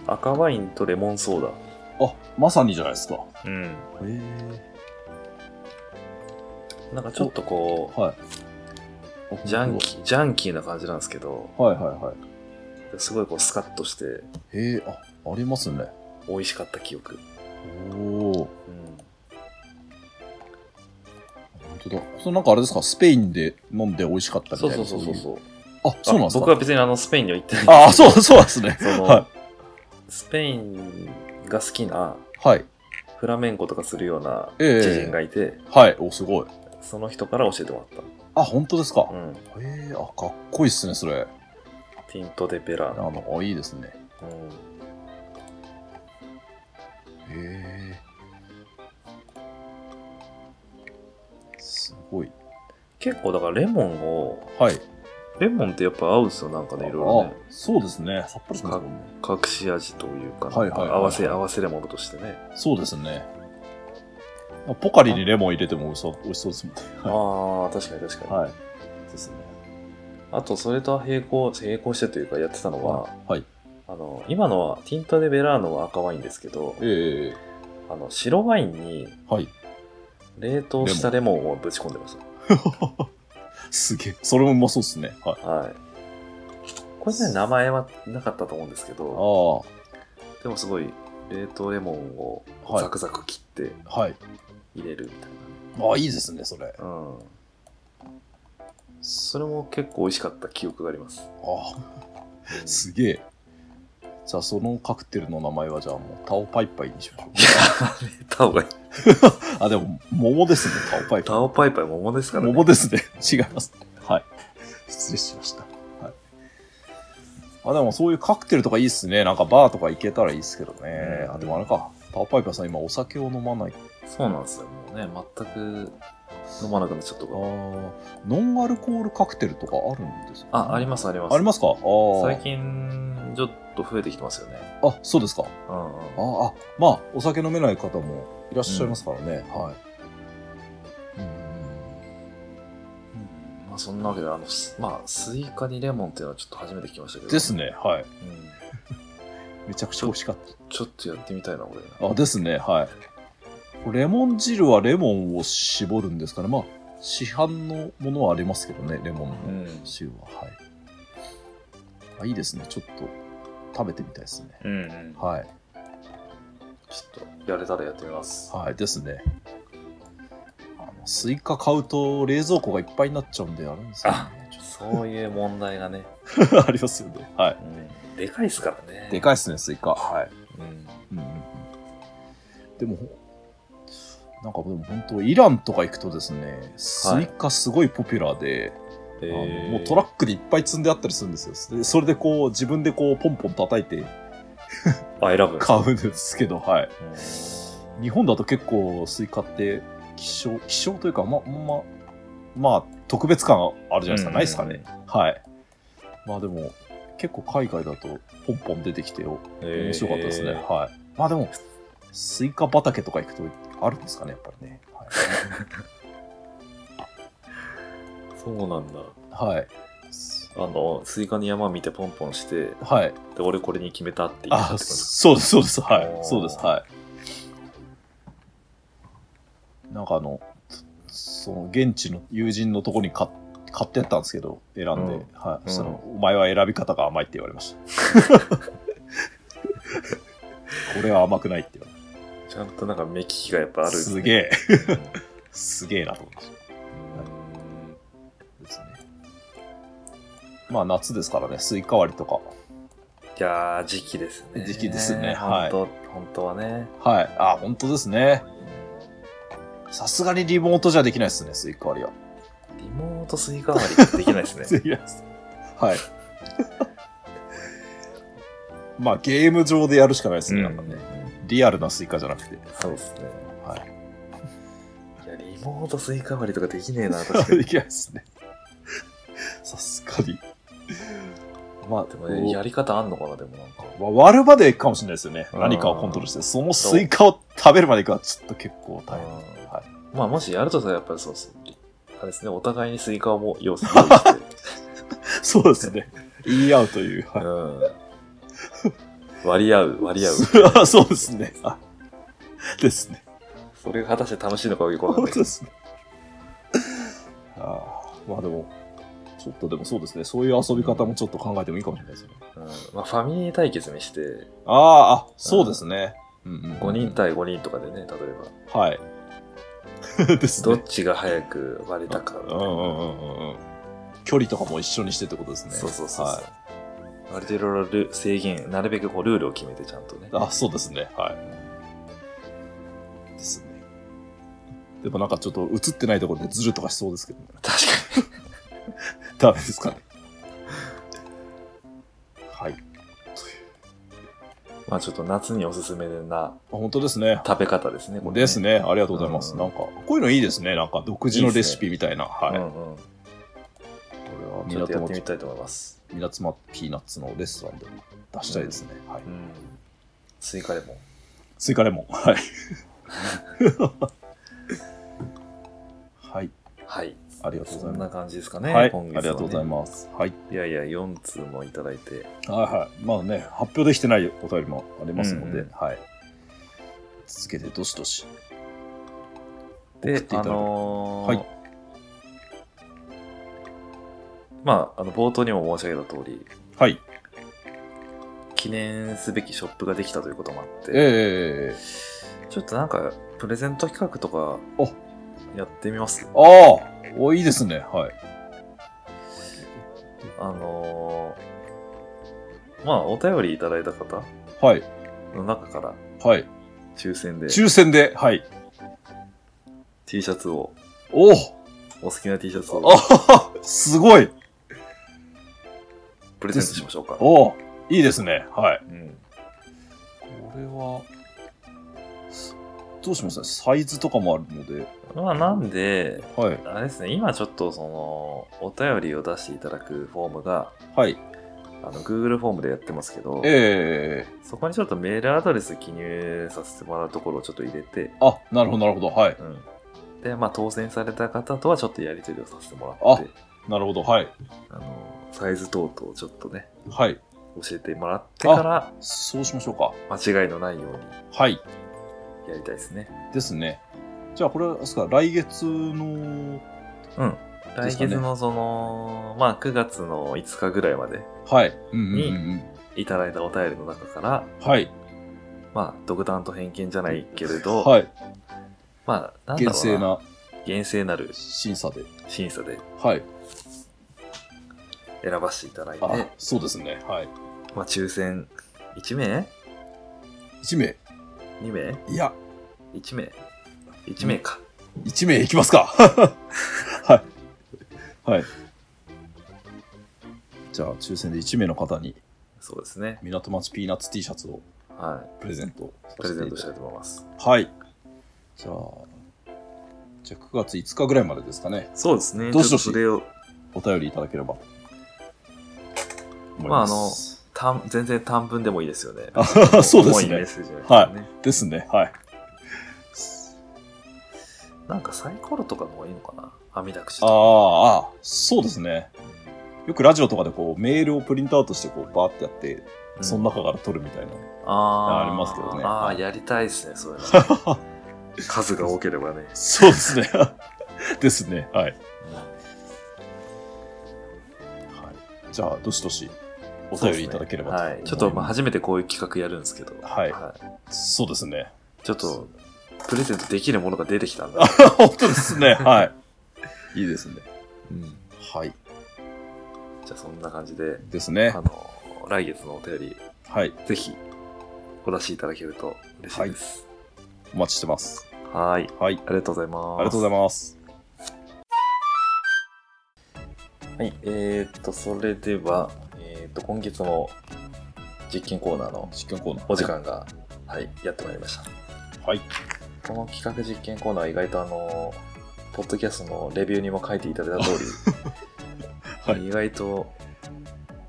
S2: 赤ワインとレモンソー
S1: あ、まさにじゃないですか。へ
S2: ダ。うん。
S1: え。
S2: なんかちょっとこ
S1: はい。
S2: う、ジャンキー、ジャンキーな感じなんですけど、
S1: ー。はいはいは
S2: すごいこうスカッとして
S1: い。へえ、あ、ありますね。
S2: 美味しかった記憶。
S1: おお。
S2: うん。
S1: 本当だ。それなんかあれですか、スペインで飲んで美味しかったみた
S2: そ
S1: いうな。
S2: そうそうそう
S1: う。
S2: そう。
S1: あ、そうなんですか。
S2: あ僕は別にあのスペインには行ってないんですけど
S1: あ、そう、そうなんですね。
S2: その、
S1: は
S2: スペインが好きな
S1: はい。
S2: フラメンコとかするような
S1: ええ
S2: 知人がいて、
S1: はい。お、すごい。
S2: その人から教えてもらっ
S1: あ、本当ですか。
S2: た。うん。
S1: ええあ、かっこいいっすね、それ。
S2: ティントデペラ
S1: あ
S2: ーナ。
S1: の、あいいですね。
S2: う
S1: へ
S2: ん。
S1: え。すごい。
S2: 結構だからレモンを、
S1: はい。
S2: レモンってやっぱ合うんですよ、なんかね、いろいろね。
S1: あ、そうですね。さっぱりしますもんね。
S2: 隠し味というか、
S1: はいはいはいはい
S2: 合わせ、合わせレモンとしてね。
S1: そうですね。ポカリにレモン入れても美味しそう美味しそうですもんね。
S2: ああ、確かに確かに。
S1: はい。ですね。
S2: あと、それと並行、並行してというかやってたのは、
S1: はい。
S2: あの、今のは、ティントデベラーノは赤ワインですけど、
S1: ええ
S2: あの、白ワインに
S1: はい。
S2: 冷凍したレモンをぶち込んでました。
S1: すげえ。それもうまそうですね。はい。
S2: はい。これね、名前はなかったと思うんですけど、
S1: あ
S2: でもすごい、冷凍レモンを
S1: はい
S2: ザクザク切って
S1: あ。はい。
S2: 入れるみたい
S1: あいいですね、それ。
S2: な。うん。それも結構美味しかった記憶があります。
S1: ああ、すげえ。じゃあ、そのカクテルの名前は、じゃあもう、タオパイパイにしましょう。
S2: タオがいい。
S1: あ、でも、桃ですね、タオパイパ
S2: タオパイパイ桃です
S1: イ。
S2: からね。
S1: 桃ですね。 違います。はい。失礼しました。はい。あ、でもそういうカクテルとかいいっすね。なんかバーとか行けたらいいっすけどね。
S2: うん
S1: あ、でもあれか。タオパイパイさん今お酒を飲まない。
S2: そうなんですよ。もうね、全く飲まなくなっちゃった
S1: あ
S2: から。
S1: ーノンアルコールカクテルとかあるんですか、
S2: あ、あり
S1: ま
S2: ますあります。
S1: ありますかああ。
S2: 最。近、ちょっと増えてきてますよね。
S1: あ、そうですか。
S2: うんうん。
S1: ああ、まあ、お酒飲めない方もいらっしゃいますからね。はい。
S2: まあそんなわけで、あの、すまあ、スイカにレモンっていうのはちょっと初めて聞きましたけど。
S1: ですね。はい。
S2: うん
S1: めちゃくちゃ美味しかった。
S2: ちょっとやってみたいな、これ。
S1: あですねはいレモン汁はレモンを絞るんですかねまあ市販のものはありますけどねレモン
S2: う
S1: の
S2: ん。
S1: 汁は、はいあいいですねちょっと食べてみたいですね
S2: うん、うん。
S1: はい
S2: ちょっと、やれたらやってみます。
S1: はいですねあのスイカ買うと冷蔵庫がいっぱいになっちゃうんであるんですよねちょ
S2: そういう問題がね、
S1: っと ありますよねはい
S2: うん、でかいですからね。
S1: でかいですねスイカはい
S2: うん。
S1: うんうんうんでも、なんかでも本当、イランとか行くとですね、スイカすごいポピュラーで、
S2: え
S1: あの
S2: ー
S1: もうトラックでいっぱい積んであったりするんですよ。それでそれでこう、自分でこう、ポンポン叩いて
S2: あ、選ぶ。
S1: 買うんですけど、はい。
S2: うん
S1: 日本だと結構スイカって希少希少というかまあまあまあ特別感あるじゃないですか、
S2: うん
S1: ないですかねはいまあでも結構海外だとポンポン出てきてお面白かったですね、
S2: えー
S1: はいまあでもスイカ畑とか行くとあるんですかねやっぱりね
S2: そうなんだ。
S1: はい、はい
S2: あの、スイカに山見てポンポンして、で、
S1: はい、
S2: 俺これに決めたって言ったっ
S1: あ
S2: てことです
S1: そうですそうですは
S2: お
S1: い
S2: ー
S1: そうですはいなんかあのその現地の友人のとこに買っ買ってやったんですけど選んで、
S2: うん
S1: はい、
S2: うん
S1: そのお前は選び方が甘いって言われましたこ れは甘くないって言われま
S2: ちゃんとなんか目利きがやっぱあ
S1: し
S2: る
S1: た
S2: んですね
S1: げえ すげえなと思いましたですねまあ夏ですからねスイカ割りとか
S2: いやー、時期ですね。
S1: 時期ですねは
S2: 本
S1: い
S2: 当、本当はね。
S1: はいあ本当ですねさすがにリモートじゃできないですねスイカ割りは
S2: リモートスイカ割りってできない ですね。
S1: いや はい。 まあゲーム上でやるしかないですね、なんかね。
S2: ね。
S1: リアルなスイカじゃなくて。
S2: そうですね。
S1: はい。
S2: いや、リモートスイカ割りとかできねえな、確 かに。
S1: できない ですね。さすがに。まあ、
S2: で
S1: で
S2: も
S1: も
S2: ね、
S1: ね、
S2: やり方あんのかな、でもなんか。
S1: 割るまでかもしれないですよね。
S2: うん
S1: 何かをコントロールして。そのスイカを食べるまでいくはちょっと結構大変。
S2: うん
S1: はい。
S2: まあ、もしやるとしたら、やっぱりそうです。あれですね、お互いにスイカをもう用意して。
S1: そうです ね。言い合うという。はい
S2: うん。割り合う、割り合う。
S1: あそうですね。あですね。
S2: それが果たして楽しいのかはよくわか
S1: 本
S2: んない
S1: 当ですね。ああ、まあでも、ちょっとでもそうですね、そういう遊び方もちょっと考えてもいいかもしれないですね。
S2: うんまあ、ファミリー対決にして、
S1: ああ、あそうですね。うんうんうん
S2: 5人対5人とかでね、例えば、
S1: はい。 です
S2: どっ
S1: ね。
S2: ちが早く割れたか、
S1: うんうんうんうんうん。距離とかも一緒にしてってことですね。
S2: そうそうそうそう。
S1: はい
S2: ある程度ル制限、なるべくこうルールを決めてちゃんとね。
S1: あそうですね。はい。ですね。でもなんかちょっと映ってないところでズルとかしそうですけどね。
S2: 確
S1: ダメですかね。はい。
S2: かに。まあちょっと夏におすすめな
S1: あ本当ですね。
S2: 食べ方ですね、これ
S1: です。ね。ありがとうございます。
S2: うん
S1: なんか、こういうのいいですね。なんか、独自のレシピみたいな。はい。
S2: う
S1: こ
S2: んうん。
S1: れは
S2: ち
S1: 港
S2: ょっとやってみ
S1: 町、
S2: たいと思います。
S1: 港町ピーナッツのレストランで出したいですね。はい。
S2: うん。スイカでも。
S1: 追加レモン。はい。 はい。
S2: はい。
S1: ありがとうご
S2: そ
S1: ざい
S2: んな
S1: ます。
S2: 感じですかね。
S1: はい。
S2: 今月
S1: ありがとうござい
S2: ま
S1: ます。はい。
S2: す。いやいや、4通もいただいて。
S1: はいはい。まあね、発表できてないお便りもありますので、
S2: うんうん
S1: はい。続けて、どしどし。送って
S2: で
S1: い、ただ
S2: あ
S1: いて
S2: のー
S1: はい
S2: まあ、あの冒頭にも申し上げた通り、
S1: はい。
S2: 記念すべきショップができたということもあって、
S1: ええ
S2: ちょっとなんか、プレゼント企画とか
S1: お、
S2: やってみます
S1: ああお、いいですね。はい。
S2: あのーまあ、お便りいただいた方
S1: はい。
S2: の中から、
S1: はい。
S2: 抽選で
S1: 抽選で、はい。
S2: T シャツを、
S1: おお
S2: お好きな T シャツを
S1: あすごい
S2: プレゼントしましょうか。
S1: おおいいですね。はい。
S2: うん、
S1: これは、どうしますね。サイズとかもあるので。
S2: まあ、なんで、
S1: はい。
S2: あれですね、今ちょっとその、お便りを出していただくフォームが、
S1: はい。
S2: あの、Google フォームでやってますけど、
S1: ええ
S2: そこにちょっとメールアドレス記入させてもらうところをちょっと入れて、
S1: あ、なるほど、なるほど。はい。
S2: うん。で、まあ、当選された方とはちょっとやり取りをさせてもらって、
S1: なるほど、はい。
S2: あの、サイズ等々をちょっとね、
S1: はい。
S2: 教えてもらってから、
S1: そうしましょうか。
S2: 間違いのないように
S1: はい。
S2: やりたいですね。
S1: ですね。じゃあ、これは、あれですか、来月の、
S2: うん。
S1: で
S2: 来
S1: すかね
S2: 月のその、まあ、9月の5日ぐらいまで
S1: はい。うんうんうん
S2: いただいたお便りの中から、
S1: うん。はい。
S2: まあ、独断と偏見じゃないけれど、
S1: はい。
S2: まあ、なんだろうな。
S1: 厳正。な
S2: 厳正なる
S1: 審査で。
S2: 審査で
S1: はい。
S2: 選ばせていただいて、
S1: あ、そうですね。はい。
S2: まあ、抽選1名
S1: 1名。
S2: ?2 名
S1: いや、
S2: ?1 名1名か。
S1: 1名いきます かはい。はい。じゃあ、抽選で1名の方に、
S2: そうですね。
S1: 港町ピーナッツ T シャツを
S2: は
S1: プレゼント
S2: い。プレゼントしたた
S1: だ
S2: いと思います。
S1: きはい。じゃあ、じゃあ9月5日ぐらいまでですかね。
S2: そうですね。
S1: どしどし
S2: ちょっとそれを、
S1: お便りいただければ。思い
S2: まああ
S1: ま
S2: の
S1: す。
S2: 短全然短文でもいいですよね。
S1: あ そうです
S2: 重いメッ
S1: ね。
S2: セージじゃなくてね。
S1: ですね。はい。
S2: なんかサイコロとかの方がいいのかな。あみだくじ
S1: あ
S2: とか。
S1: あ、ああそうですね。よくラジオとかでこうメールをプリントアウトしてこうバーってやって、
S2: うん
S1: その中から取るみたいな。
S2: あー
S1: ありますけどね
S2: あ
S1: は
S2: あ、
S1: い
S2: やりたいですね、そういうの。 数が多ければね。
S1: そうですね。 ですね。はい。じゃあ、どしどしお便りいただければ
S2: そうですねはい。ちょっとまあ
S1: あ、
S2: 初めてこういう企画やるんですけど。
S1: はいそうですね。
S2: ちょっと、プレゼントできるものが出てきたん
S1: あ
S2: だ。
S1: 本当ですね。はい。いいですね。
S2: うん
S1: はい。
S2: じゃあそんな感じで、
S1: ですね
S2: あ。の、来月のお便り、
S1: はい。
S2: ぜひお出しいただけると嬉しいです。
S1: お待ちしてます。
S2: はーい。
S1: はい。
S2: ありがとうございま
S1: あ
S2: す。
S1: りがとうございます。
S2: はい、えー、っと、それでは、えー、っと、今月も実験コーナーの
S1: 実験コーナー。
S2: お時。間が、はい、やってまいりました。
S1: はい。
S2: この企画実験コーナーは意外とあの、ポッドキャストのレビューにも書いていただいた通り、
S1: はい。
S2: 意外と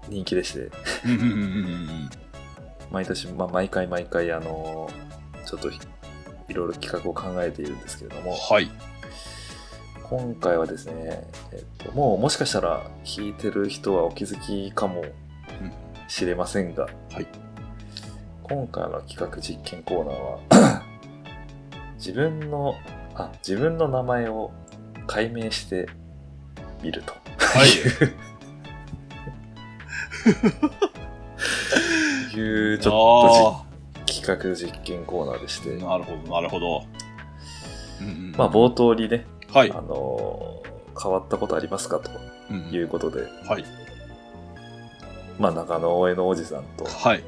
S2: 人気でして、
S1: うんうんうんうんうん
S2: 毎年、まあ、毎回毎回、あの、ちょっとひいろいろ企画を考えているんですけれども、
S1: はい。
S2: 今回はですね、えっと、もうもしかしたら聞いてる人はお気づきかもしれませんが、
S1: はい。
S2: 今回の企画実験コーナーは 自分のあ自分の名前を解明してみると
S1: はい。
S2: いうちょっ
S1: あ
S2: とじ企画実験コーナーでして
S1: ーなるほど、なるほど。うんうん
S2: まあ冒頭にね、
S1: はい
S2: あ。のー変わったことありますかと
S1: うん
S2: いううことで、
S1: んはい。
S2: まあ、中野大江のおじさんと
S1: はい。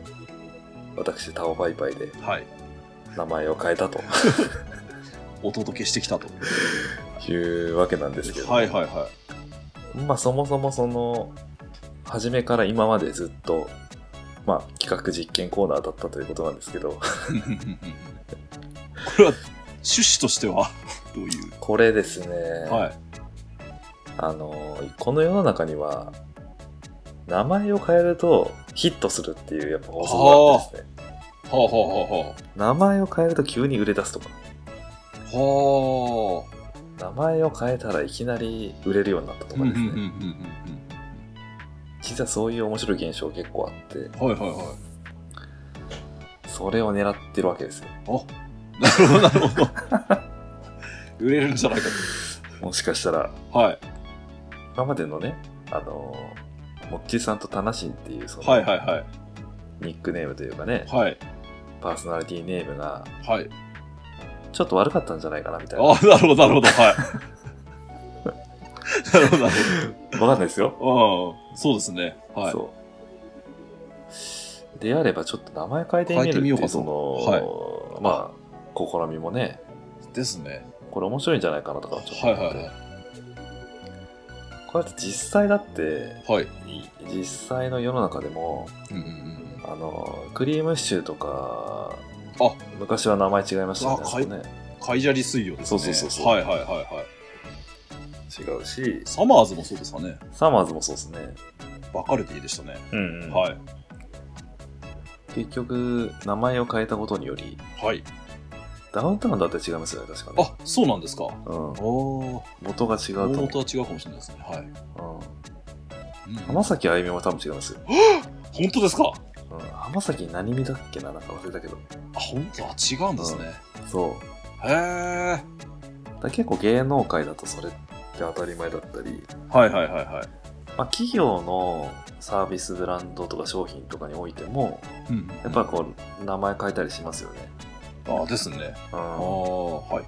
S2: 私タオパイパイで
S1: はい。
S2: 名前を変えたと
S1: お届けしてきたと。
S2: いうわけなんですけど、
S1: はい はいは
S2: まあそもそもその初めから今までずっと、まあ、企画実験コーナーだったということなんですけど
S1: い。これは、趣旨としては、 どういう。
S2: これですね、
S1: はい。
S2: あのこの世の中には名前を変えるとヒットするっていうやっぱ法則があってですね
S1: はあはあはあは
S2: 名前を変えると急に売れ出すとか
S1: あ。はあ。
S2: 名前を変えたらいきなり売れるようになったとか
S1: うん
S2: で
S1: うん
S2: す
S1: う
S2: ね、
S1: んうん
S2: 実はそういう面白い現象結構あって
S1: うん。はいはいはい。
S2: それを狙ってるわけですよ
S1: なるほど、な るほど。売れるんじゃないか
S2: もしかしたら
S1: と。はい。
S2: 今までのねあのモッチーさんとタナシンっていうその、
S1: はいはいはい。
S2: ニックネームというかね、
S1: はい。
S2: パーソナリティネームが
S1: はい。
S2: ちょっと悪かったんじゃないかなみたいな。わ
S1: ああ、なるほど、なるほど。はい。なるほど、なる
S2: かんないですよ。
S1: ほど。うん。そうですね。はい。
S2: そう。であればちょっと名前変えてみる
S1: 変えてみよ
S2: っ
S1: う
S2: て
S1: か
S2: い
S1: と
S2: うその、まあ、試みもね、
S1: ですね。
S2: これ面白いんじゃないかなとかちょっと
S1: はい
S2: 思っ
S1: は
S2: て、
S1: いはい。
S2: こうやって実際だって、
S1: はい。
S2: い実際の世の中でも、
S1: うんうんうん。
S2: あの、クリームシチューとか、
S1: あ
S2: 昔は名前違いましたよ
S1: あ変え
S2: ね。
S1: カイジャリ水曜ですね。
S2: そうそうそうそう
S1: はいはいはいはい。
S2: 違うし、
S1: サマーズもそうですかね。
S2: サマーズもそうですね。
S1: バカルディでしたね。
S2: うんうん
S1: はい。
S2: 結局、名前を変えたことにより、
S1: はい。
S2: ダウンタウンだって違いますよね、確かね。
S1: あ、そうなんですか。
S2: うん
S1: ああ。大
S2: 元が違うと思う
S1: 元は違うかもしれないですね。はい。
S2: うん、浜崎あゆみも多分違いますよ、
S1: 本当ですか
S2: うん、浜崎何見だっけななんか忘れたけど
S1: あ、本当あ、違うんですね。
S2: そう
S1: へえ。
S2: だから結構芸能界だとそれって当たり前だったり、
S1: はいはいはいはい。
S2: まあ、企業のサービスブランドとか商品とかにおいても
S1: うん
S2: やっぱこう名前変えたりしますよね、
S1: ああですね。
S2: うん、
S1: ああ、はい。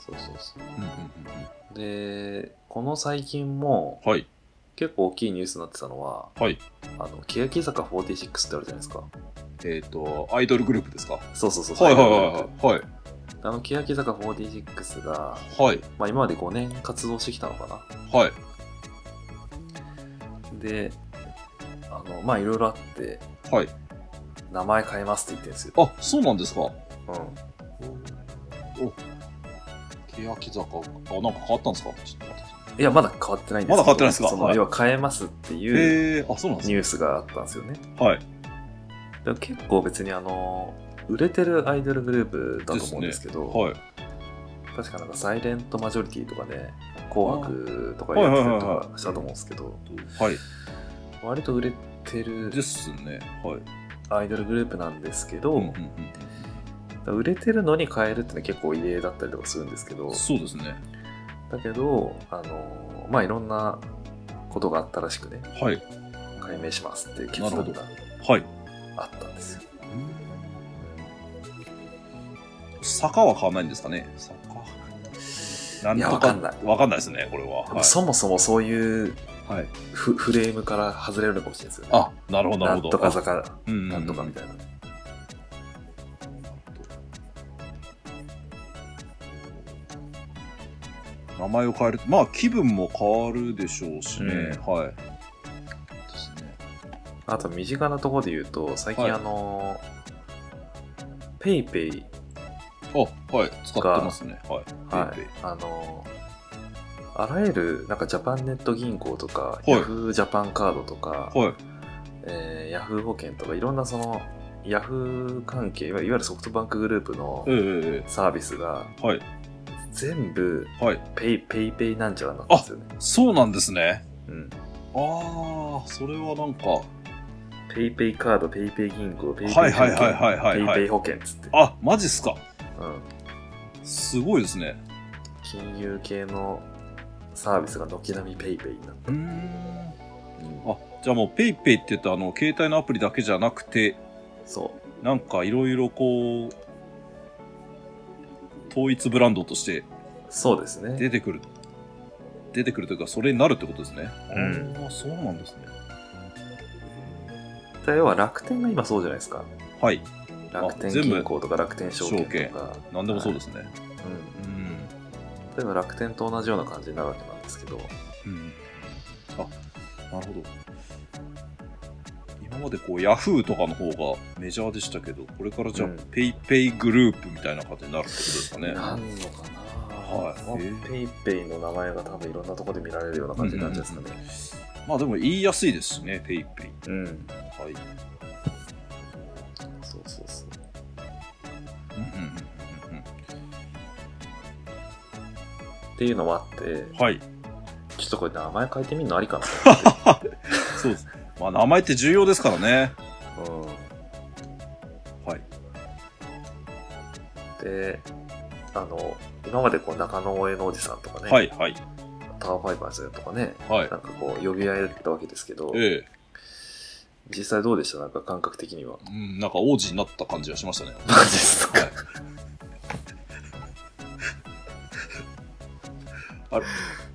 S2: そうそうそ
S1: うんうんうん
S2: うでこの最近も
S1: うんはい。
S2: 結構大きいニュースになってたのは
S1: はい。
S2: あの欅坂46ってあるじゃないですか
S1: えっ、と、アイドルグループですかは
S2: そうそうそう
S1: いはいはいはい。はい。
S2: だあの、欅坂46が、
S1: はい。
S2: まあ、今まで5年活動してきたのかな。
S1: はい。
S2: で、あの、まあ、いろいろあって、
S1: はい。
S2: 名前変えますって言ってるんですよ。
S1: あ、そうなんですか。
S2: うん。
S1: 欅坂。あ、なんか変わったんですかちょっと待って
S2: いや、まだ変わってないんですけど
S1: まだ変わってないんですか
S2: その、
S1: はい
S2: 要は変えますっていう
S1: へえ、あ、そうなんです
S2: ニュースがあったんですよね。
S1: か。はい。
S2: でも結構別にあの、売れてるアイドルグループだと思うんですけど、
S1: はい。
S2: 確かなんかサイレントマジョリティとかね、紅白とかやってたりとかしたと思うんですけど、
S1: はい。
S2: 割と売れてる
S1: ですね。はい。
S2: アイドルグループなんですけど、
S1: うんうん
S2: 売れてるのに変えるってのは結構異例だったりとかするんですけど
S1: うん。、そうですね。
S2: だけど、あの、まあ、いろんなことがあったらしくね、
S1: はい。
S2: 解明しますっていう決
S1: なる
S2: 断
S1: ほど
S2: が
S1: はい。
S2: あったんですよ。
S1: 坂は変わらないんですかね坂。
S2: いやわかんない
S1: わかんないですね、これは。
S2: でもそもそもそういう
S1: はい。はい、
S2: フフレームから外れるのかもしれないですよね。
S1: あ、なるほど、な
S2: な
S1: る
S2: ん
S1: ほど。
S2: とか坂、
S1: うんうんうん
S2: なんとかみたいな。
S1: 名前を変える。まあ、気分も変わるでしょうしね。
S2: うん
S1: はい。ですね。
S2: あと身近なところで言うと、最
S1: はい
S2: 近あの、ペイペイ
S1: あ、はい。使ってますね。はい。
S2: はい
S1: ペイペイ、
S2: あのあらゆるなんかジャパンネット銀行とか、
S1: い
S2: ヤフージャパンカードとか、
S1: はい。
S2: えー、ヤフー保険とかいろんなそのヤフー関係いわいわゆるソフトバンクグループの
S1: ええ
S2: サービスが
S1: ええはい。
S2: 全部
S1: はい。
S2: ペイペイペイなんちゃらなんですよね、
S1: そうなんですね。
S2: うん、
S1: ああ、それはなんか、
S2: ペイペイカードペイペイ銀行ペイペイ
S1: はいはいはいはいはいはい
S2: ペイペイ保険っつって、
S1: あ、マジっすか。
S2: うん、
S1: すごいですね。
S2: 金融系のサービスが軒並みペイペイになっ
S1: うーん。あ、じゃあもうペイペイって言ったあの、携帯のアプリだけじゃなくて、
S2: そ
S1: なんかいろいろこう、統一ブランドとして
S2: うそうですね
S1: 出てくる。出てくるというか、それになるってことですね。
S2: うん
S1: ああ、そうなんですね。
S2: で要は楽天が今そうじゃないですか
S1: はい。
S2: 楽
S1: あ
S2: 天
S1: 全部
S2: 銀行とか楽天証券とか、
S1: なんでもそうですね。
S2: うん、
S1: うん。
S2: 例えば楽天と同じような感じになるわけなんですけど、
S1: うん。あ、なるほど。今までこう、ヤフーとかの方がメジャーでしたけど、これからじゃあ
S2: うん、
S1: ペイペイグループみたいな感じになるってことですかね。
S2: なんのかな、
S1: はい
S2: まあペイペイの名前が多分いろんなところで見られるような感じになるんじゃないですかね。
S1: まあでも言いやすいですしね、ペイペイ。
S2: うん
S1: はい。
S2: そうそうそう。
S1: うんうんうんうん
S2: っていうのもあって、
S1: うんはい。
S2: ちょっとこれ名前変えてみるのありかなと
S1: そうです。まあ名前って重要ですからね。
S2: 思って。
S1: はい。
S2: うん、で、あの、今までこう中野大江のおじさんとかね、
S1: はい、はい。
S2: タワーファイバーズとかね、
S1: はい
S2: な。んかこう呼び合えたわけですけど、
S1: ええ
S2: 実際どうでしたなんか感覚的に は。
S1: うん、なんか王子になった感じがしましたね。
S2: マジですか。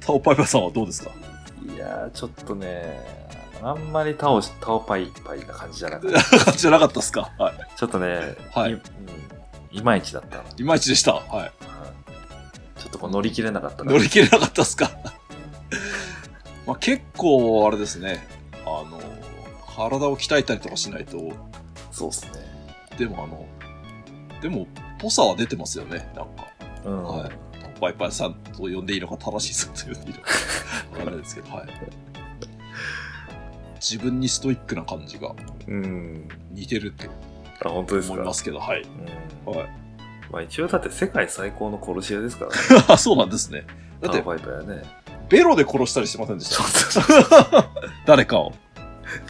S1: タオパイパイさんはどうですか
S2: いやー、ちょっとね、あんまりタオし、タオパイパイな感じじゃ なくて、
S1: 感じじゃなかったですかはい。
S2: ちょっとね、
S1: はい
S2: いうんいまいちだったの、
S1: いまいちでした。はい。
S2: ちょっとこう乗り切れなかったな
S1: 乗り切れなかったですか まあ結構、あれですね。あの、体を鍛えたりとかしないと、
S2: そうっすね。
S1: でもあの、でも、ぽさは出てますよね。なんか。
S2: うん。
S1: はいバイパイさんと呼んでいいのか正しいさんと呼んでいいのかわかんないですけど、はい、自分にストイックな感じが
S2: うん。
S1: 似てるって
S2: あ、本当ですか。
S1: 思いますけど、はい。
S2: うん
S1: は
S2: まあ一応だって世界最高の殺し屋ですからね。
S1: い、 そうなんですね。だっ
S2: タ
S1: て、
S2: オパイパイはね。
S1: ベロで殺したりしてませんでし
S2: そ
S1: た
S2: う。そう
S1: 誰かを。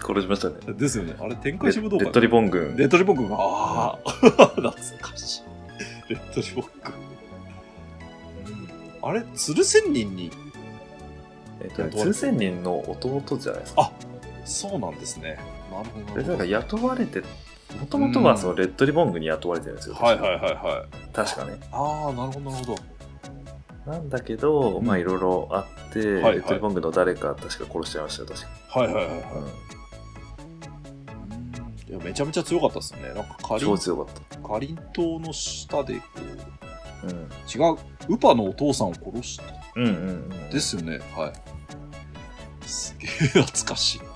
S2: 殺しましたね。
S1: ですよね。あれ、展
S2: レ
S1: 開
S2: レ
S1: 渋動
S2: ッ
S1: 画
S2: ドリボン軍。
S1: レッドリボン君が、ああ、懐かしい。レッドリボン君。うんあれ、鶴仙人に、
S2: えっとね、通仙人の弟じゃないですか。
S1: そうなんですね。なるほどな
S2: で
S1: る
S2: な
S1: ほ
S2: んか
S1: ど。
S2: 雇われて、もともとはそのレッドリボン軍に雇われてるんですよ。
S1: はいはいはいはい。
S2: 確かね。
S1: ああ、なるほど、なるほど。
S2: なんだけど、
S1: うん
S2: まあいろいろあって、
S1: いはい
S2: レッドリボングの誰か確か殺しちゃいましたよ、確か。
S1: はいはいはい
S2: うん
S1: は、い。いやめちゃめちゃ強かったですね。なんかカリ
S2: 超
S1: ン、
S2: 強かった。
S1: カリン島の下でこう、
S2: うん。
S1: 違う。ウパのお父さんを殺した。
S2: うんうんうん。
S1: ですよね。はい。すげえ懐かしい。はい、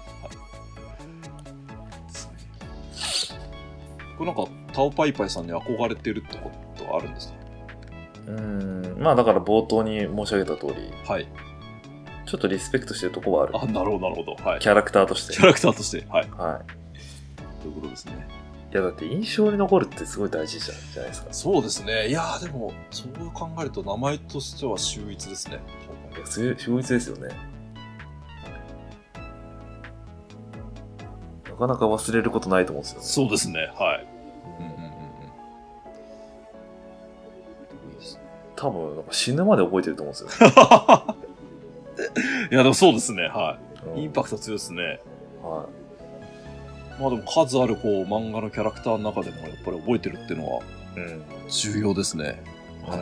S1: これなんか、タオパイパイさんに憧れてるってことはあるんですね。
S2: うん。まあだから冒頭に申し上げた通り、
S1: はい。
S2: ちょっとリスペクトしてるとこはある。
S1: あ、なるほど、なるほど。はい。
S2: キャラクターとし
S1: キャ
S2: て。
S1: ラクターとして。はい。
S2: は
S1: ということですね。
S2: い。いやだって印象に残るってすごい大事じゃじゃないですか。
S1: そうですね。いやーでも、そう考えると名前としては秀逸ですね。
S2: いや、す秀逸ですよね。なかなか忘れることないと思うんですよ
S1: そうですね。はい。うんうんうんうん。いいですね。
S2: ね。多分、なんか死ぬまで覚えてると思うんです
S1: いや、でもそうですね。は
S2: よ、
S1: い。インパクト強いですね。
S2: ト。はい。
S1: まあでも数あるこう漫画のキャラクターの中でもやっぱり覚えてるっていうのは
S2: うん。
S1: 重要ですね。
S2: はい。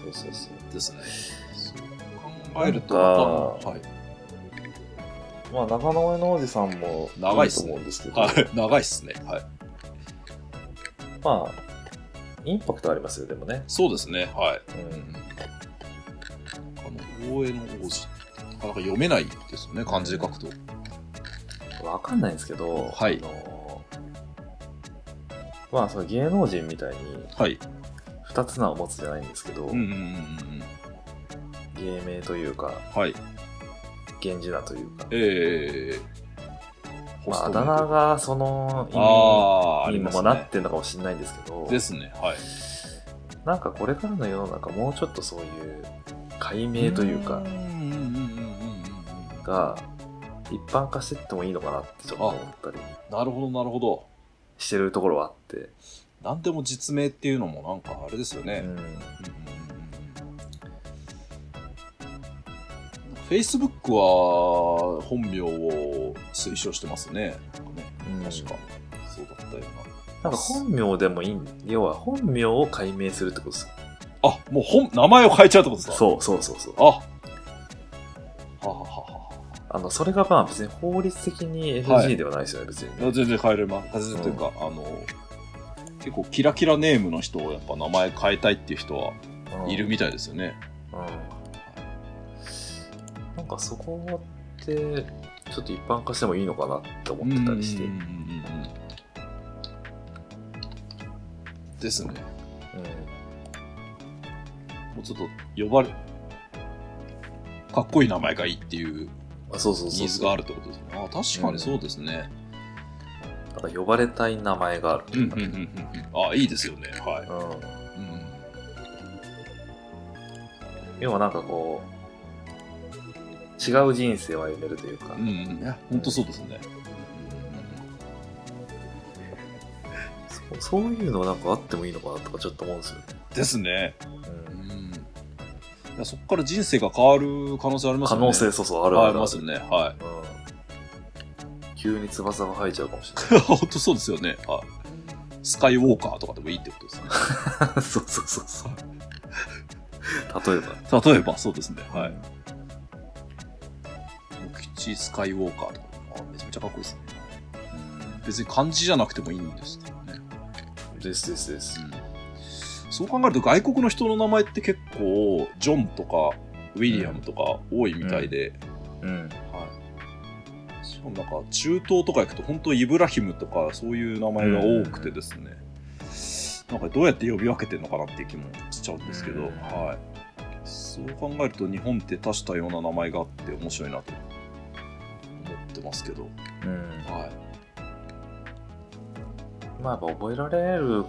S2: そうそうそう。
S1: ですね。考えると
S2: なんか
S1: はい、
S2: まあ、中野のおじさんも
S1: 長いっ
S2: と
S1: すね
S2: 思うんですけど、
S1: はい、長いっすね。はい。
S2: まあ、インパクトありますよ、でもね。
S1: そうですね。はい。
S2: う
S1: あ
S2: ん。
S1: の、大江の王子。なかなか読めないですよね、漢字で書くと。
S2: わかんないんですけど、
S1: はい
S2: あのーまあ、その芸能人みたいに
S1: はい。
S2: 二つ名を持つじゃないんですけど、
S1: うんうんうんうん
S2: 芸名というか、
S1: うん。はい。
S2: 源氏名というか、
S1: えー、
S2: まあ、あ
S1: 名
S2: だ名がその意味
S1: あー、あり
S2: に
S1: ま
S2: も
S1: す
S2: なっ
S1: ね。
S2: てるのかもしれないんですけど、
S1: ですね。はい。
S2: なんかこれからの世の中、もうちょっとそういう解明というか
S1: ん、うんうんうんうんうん。
S2: が一般化してってもいいのかなってちょっと思ったり
S1: なるほど、なるほど。
S2: してるところはあって、
S1: なんでも実名っていうのもなんかあれですよ
S2: う
S1: ね。
S2: ん、
S1: フェイスブックは本名を推奨してますね。なんかね
S2: うん
S1: 確か、そうだったよう
S2: な
S1: な。
S2: んか本名でもいいん要は本名を解明するってことですよ
S1: あ、もう本、名前を変えちゃうってことですかう。
S2: そうそうそうそう
S1: あはあはあはあ
S2: あのそれがまあ別に法律的に NG ではないですよね、別に
S1: いや全然変えれます。全然というか、あの、結構キラキラネームの人をやっぱ名前変えたいっていう人は
S2: うん
S1: いるみたいですよね。
S2: うんなんかそこってちょっと一般化してもいいのかなって思ってたりして、
S1: う
S2: うん
S1: うん
S2: ん
S1: うんうんですね。もうちょっと呼ばれ、かっこいい名前がいいっていう
S2: あそうそうそ
S1: ニー
S2: う
S1: ズ
S2: そう
S1: があるってことですね。あ確かにそうですね。
S2: なんか呼ばれたい名前がある
S1: うんうんうんうんうん。あいいですよね。はい。
S2: うん
S1: うん、
S2: 要はなんかこう違う人生を歩めるというか、
S1: うんうん。いや、本当そうですね。
S2: そそういうのなんかあってもいいのかなとかちょっと思うんですよね、
S1: ですね。
S2: う
S1: うんん。いやそこから人生が変わる可能性あります
S2: 可
S1: よね。
S2: 能性そうそうあるあ
S1: あ
S2: る
S1: りますね。は
S2: うん、急に翼が生えちゃうかもし
S1: い。 本当そうですよね。はい。スカイウォーカーとかでもいいってことですね。
S2: れない そうそうそうそう例えば
S1: 例えばそうですね。はい。吉スカイウォーカーとか、あめちゃめちゃかっこいいですね。別に漢字じゃなくてもいいんですけどね。
S2: ですですです
S1: そう考えると外国の人の名前って結構、ジョンとかウィリアムとか多いみたいで、
S2: うん
S1: はい。しかもなんか中東とか行くと本当イブラヒムとかそういう名前が多くてですね、なんかどうやって呼び分けてるのかなっていう気もしちゃうんですけど、
S2: うん
S1: はい。そう考えると日本って多したような名前があって面白いなと思ってますけど、
S2: うん
S1: はい。
S2: まあやっぱ覚えられる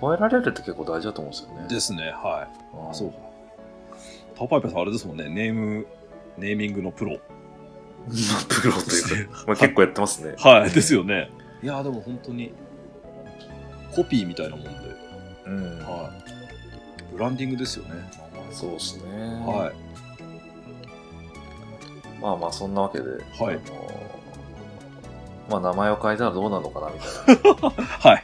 S2: 覚えられるって結構大事だと思うんですよね
S1: ですね、はい。
S2: うん
S1: あ、そうか。パオパイパイさんあれですもんね、ネーム、ネーミングのプロ。
S2: プロというか、まあ、結構やってますね
S1: はい、ですよね。いやー、でも本当に、コピーみたいなもんで、
S2: うん
S1: はい。ブランディングですよね。
S2: そうですね
S1: はい。
S2: まあまあそんなわけで、
S1: はい
S2: あのまあ名前を変えたらどうなのかな みたいな。
S1: はい。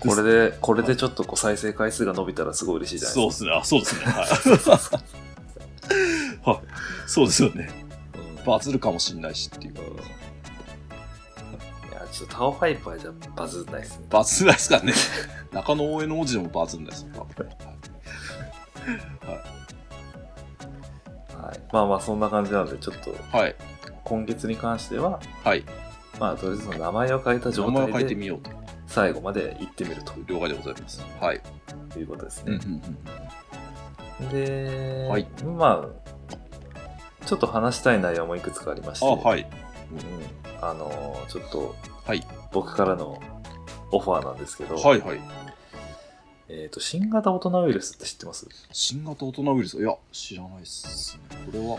S2: これで、これでちょっとこう再生回数が伸びたらすごい嬉しいじゃない
S1: そうで
S2: で
S1: すすね。あ、そうですね。 はい。はい。そうですよね。
S2: か。そう
S1: バズるかもしんないしっていう。
S2: ん、いや、ちょっとタオファイパーじゃバズんないですね。
S1: バズらないですからね。 中野応援の文字でもバズるんですよ、多分。はい
S2: はい、まあまあそんな感じなのでちょっと
S1: はい。
S2: 今月に関しては
S1: はい。
S2: まあとりあえずの名前を変えた
S1: 名
S2: 状
S1: 前を変え
S2: 態
S1: て
S2: で
S1: みようと。
S2: 最後まで行ってみると
S1: 了解でございます。はい。
S2: いうことです
S1: うんう
S2: ね
S1: ん、うん。
S2: で、
S1: はい
S2: まあちょっと話したい内容もいくつかありまし
S1: あ、
S2: て
S1: はい。
S2: うんあのちょっと
S1: はい。
S2: 僕からのオファーなんですけど、
S1: はいはい。
S2: えー、と新型オトナウイルスって知ってます
S1: 新型大人ウイルス。いや、知らないっすね。これは。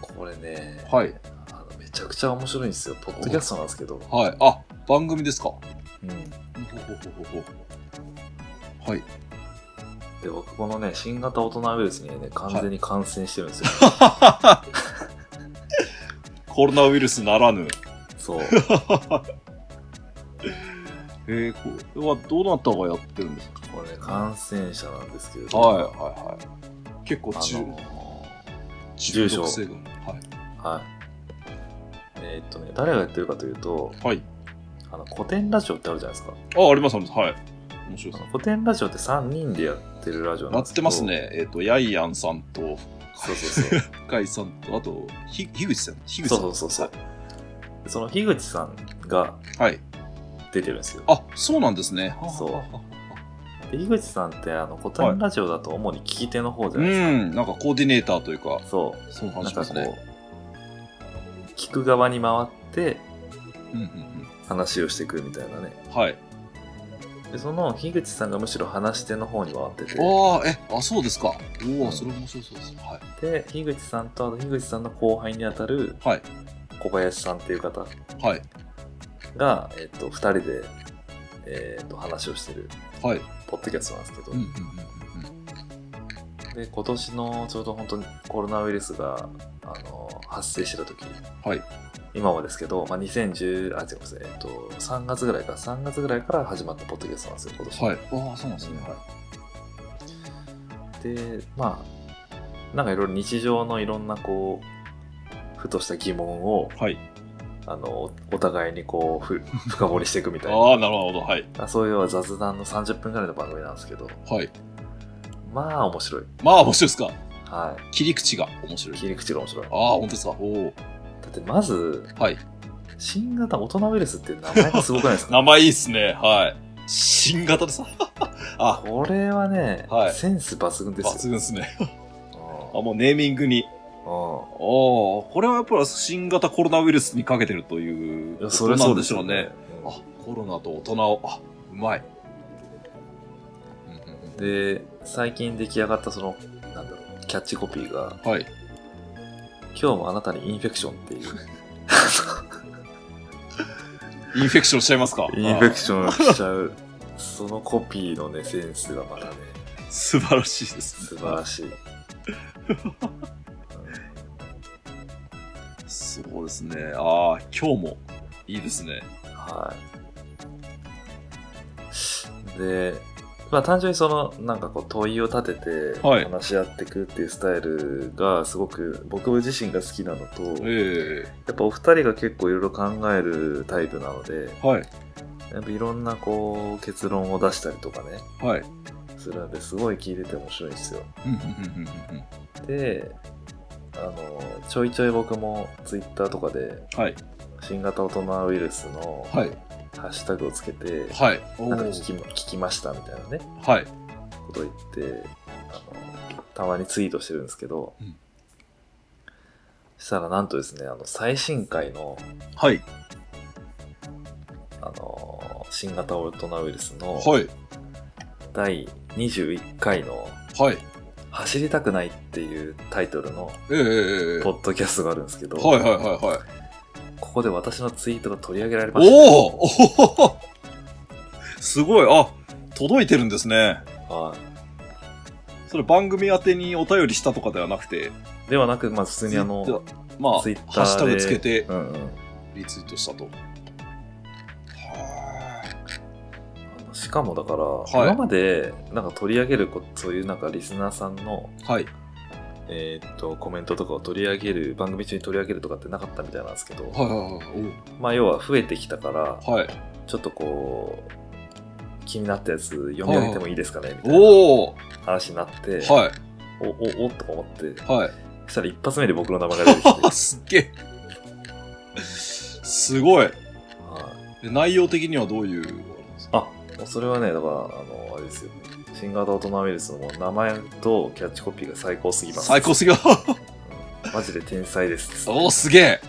S2: これね、
S1: はい。
S2: あのめちゃくちゃ面白いんですよポッドキャストなんですけど、
S1: はい。あ、番組ですか。ほ
S2: うん、
S1: ほほほほほはい。
S2: で僕このね新型オトナウイルスにね完全に感染してるんですよ、
S1: コロナウイルスならぬ。
S2: そう
S1: えー、これはどなたがやってるんですか
S2: これね感染者なんですけれど、
S1: はいはいはい。結構
S2: あ
S1: 中、
S2: の
S1: 中毒
S2: 重症
S1: 性がある。
S2: はいえーっとね誰がやってるかというと
S1: はい。はい。
S2: あの古典ラジオってあるじゃないですか
S1: あ、ありますあります。はい。面白い
S2: あ
S1: です
S2: の古典ラジオって3人でやってるラジオな
S1: や
S2: ん
S1: っ
S2: で
S1: て
S2: すけど
S1: ますね。えっ、と、ヤイアンさんと、
S2: そうそうそう
S1: 深井さんと、あと、ひ樋口さん。樋口さ
S2: そ
S1: ん。
S2: うそうそうそう。でその樋口さんが
S1: はい。
S2: 出てるんですよ。
S1: あ、そうなんですね。
S2: そう
S1: はあは
S2: で樋口さんって、あの、古典ラジオだと主に聞き手の方じ
S1: あう
S2: ゃないです
S1: ん。なんかコーディネーターというか
S2: か。、そ
S1: そう
S2: う。な
S1: 話で
S2: んか
S1: す
S2: こ
S1: ね。
S2: う、聞く側に回って
S1: うんうん
S2: 話をしていくみたいなね。
S1: うん。はい。
S2: で、その樋口さんがむしろ話し手の方に回ってて、
S1: ああ、え、あ、そうですか。お
S2: う
S1: お、
S2: ん
S1: それ面白そうです。はい。
S2: で、樋口さんとあと樋口さんの後輩にあたる
S1: はい。
S2: 小林さんっていう方
S1: はい。
S2: が、えっと、2人で、えっと、話をしてる
S1: はい。
S2: ポッドキャストなんですけど、
S1: うんうんうん
S2: で今年のちょうど本当にコロナウイルスがあの発生してた時
S1: うん。はい。
S2: 今はですけど、まあ、2010あ違いますえっと3月ぐらいから3月ぐらいから始まったポッドキャストなんですよ今年、
S1: はい。ああ、そうなんですね。はい。
S2: でまあなんかいろいろ日常のいろんなこうふとした疑問を
S1: はい。
S2: あのおお互いにこうふ 深掘りしていくみたい
S1: ああ、なるほど。はい。
S2: なそういう雑談の30分ぐらいの番組なんですけど
S1: はい。
S2: まあ面白い、
S1: まあ、面白いですか。
S2: は
S1: 切り口が面白
S2: い、
S1: い。
S2: 切り口が面白い
S1: ああ、本当ですか。おお。
S2: だってまず
S1: はい。
S2: 新型大人ウイルスっていう名前がすごくないですか
S1: 名前いいっすね。はい。新型でさ。 あ、
S2: これはね、
S1: はい
S2: センス抜群で
S1: 抜
S2: すよ。
S1: 群っすね。あ、
S2: う
S1: もうネーミングに。
S2: ん
S1: ああ、これはやっぱ新型コロナウイルスにかけてるという
S2: いや
S1: こと
S2: それ
S1: な
S2: そ
S1: ん
S2: う
S1: で
S2: で
S1: し
S2: し
S1: ょ
S2: ょ
S1: う
S2: う
S1: ね
S2: ね。。
S1: あ、コロナと大人を、あ、うまい。うんうん
S2: で、最近出来上がったその、なんだろう、キャッチコピーが、
S1: うんはい。
S2: 今日もあなたにインフェクションっていう。
S1: インフェクションしちゃいますか。
S2: インフェクションしちゃう。そのコピーのね、センスがまたね、
S1: あー素晴らしいです。
S2: 素晴らしい。
S1: そうですね。ああ、今日もいいですね。
S2: はい。で、まあ単純にその、なんかこう問いを立てて、
S1: はい
S2: 話し合っていくっていうスタイルが、すごく僕自身が好きなのと、
S1: え
S2: やっぱお二人が結構いろいろ考えるタイプなので、
S1: えはい。
S2: やっぱいろんなこう結論を出したりとかね、
S1: はい。
S2: するんですごい聞いてて面白いんですよ。
S1: うんうんうんうんうん
S2: で、あの、ちょいちょい僕もツイッターとかで
S1: はい。
S2: 新型大人ウイルスのハ
S1: はい。
S2: ッシュタグをつけて、
S1: はい。お
S2: なんか聞
S1: ー
S2: きま聞きましたみたいなね、
S1: はい。
S2: ことを言って、あの、たまにツイートしてるんですけど、
S1: うん
S2: したらなんとですね、あの、最新回の、
S1: はい。
S2: あの、新型大人ウイルスの、
S1: はい。
S2: 第21回の
S1: はい。
S2: 「走りたくない」っていうタイトルの
S1: ええええええ
S2: ポッドキャストがあるんですけど、
S1: はいはいはいはい。
S2: ここで私のツイートが取り上げられまし
S1: おおおお すごい。あ、届いてるんですね。
S2: た、は
S1: それ番組宛てにお便りしたとかではなくて、
S2: いではなく、まあ、普通にあの、
S1: ツイッターまあ、ハ
S2: ツイッターで
S1: ッシュタグつけて
S2: うんうん、
S1: リツイートしたと。は
S2: あのしかもだから、
S1: い
S2: 今までなんか取り上げるこそういうなんかリスナーさんの、
S1: い。はい。
S2: えーっとコメントとかを取り上げる番組中に取り上げるとかってなかったみたいなんですけど、
S1: はいはいはい
S2: まあ要は増えてきたから、
S1: お。はい。
S2: ちょっとこう聞気になったやつ読み上げてもいいですかねみたいな
S1: おお
S2: 話になって、
S1: は
S2: おおおっとか思って、
S1: い。はい。、
S2: そしたら一発目で僕の名前が出てき て
S1: すっげえ。すごい。
S2: はい
S1: で内容的にはどういう。
S2: あ、それはね、だから、あの、あれですよ、新型オトナウイルスのもう名前とキャッチコピーが最高すぎます。
S1: 最高すぎる。
S2: マジで天才です。
S1: おお、すげえ。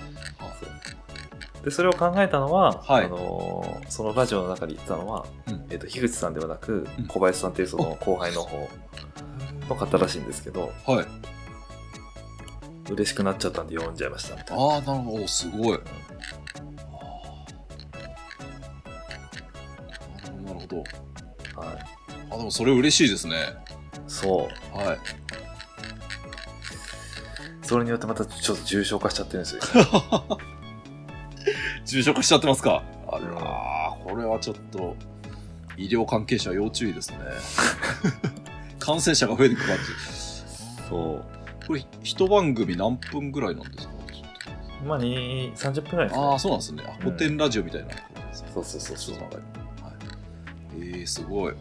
S2: で、それを考えたのは、
S1: はい
S2: あのーそのラジオの中で言ってたのは、
S1: うん
S2: えっと樋口さんではなく
S1: うん、
S2: 小林さんっていうその後輩の方の方らしいんですけど、
S1: はい。
S2: 嬉しくなっちゃったんで読んじゃいましたみたいな。
S1: ああ、なるほど。おーすごい。あーなるほど。なる
S2: はい、
S1: ほど。あ、でもそれ嬉しいですね。
S2: そう。
S1: はい。
S2: それによってまたちょっと重症化しちゃってる んですよ。
S1: 重症化しちゃってますかあらーこれはちょっと、医療関係者要注意です ね。感染者が増えていく感
S2: そう。
S1: じ。これ、一番組何分ぐらいなんですか
S2: 今に30分ぐらいです
S1: あ
S2: ね
S1: あ、。そうなんですね。あ、
S2: うん
S1: 古典ラジオみたいな。
S2: そうそうそうそう。
S1: えー、すごい。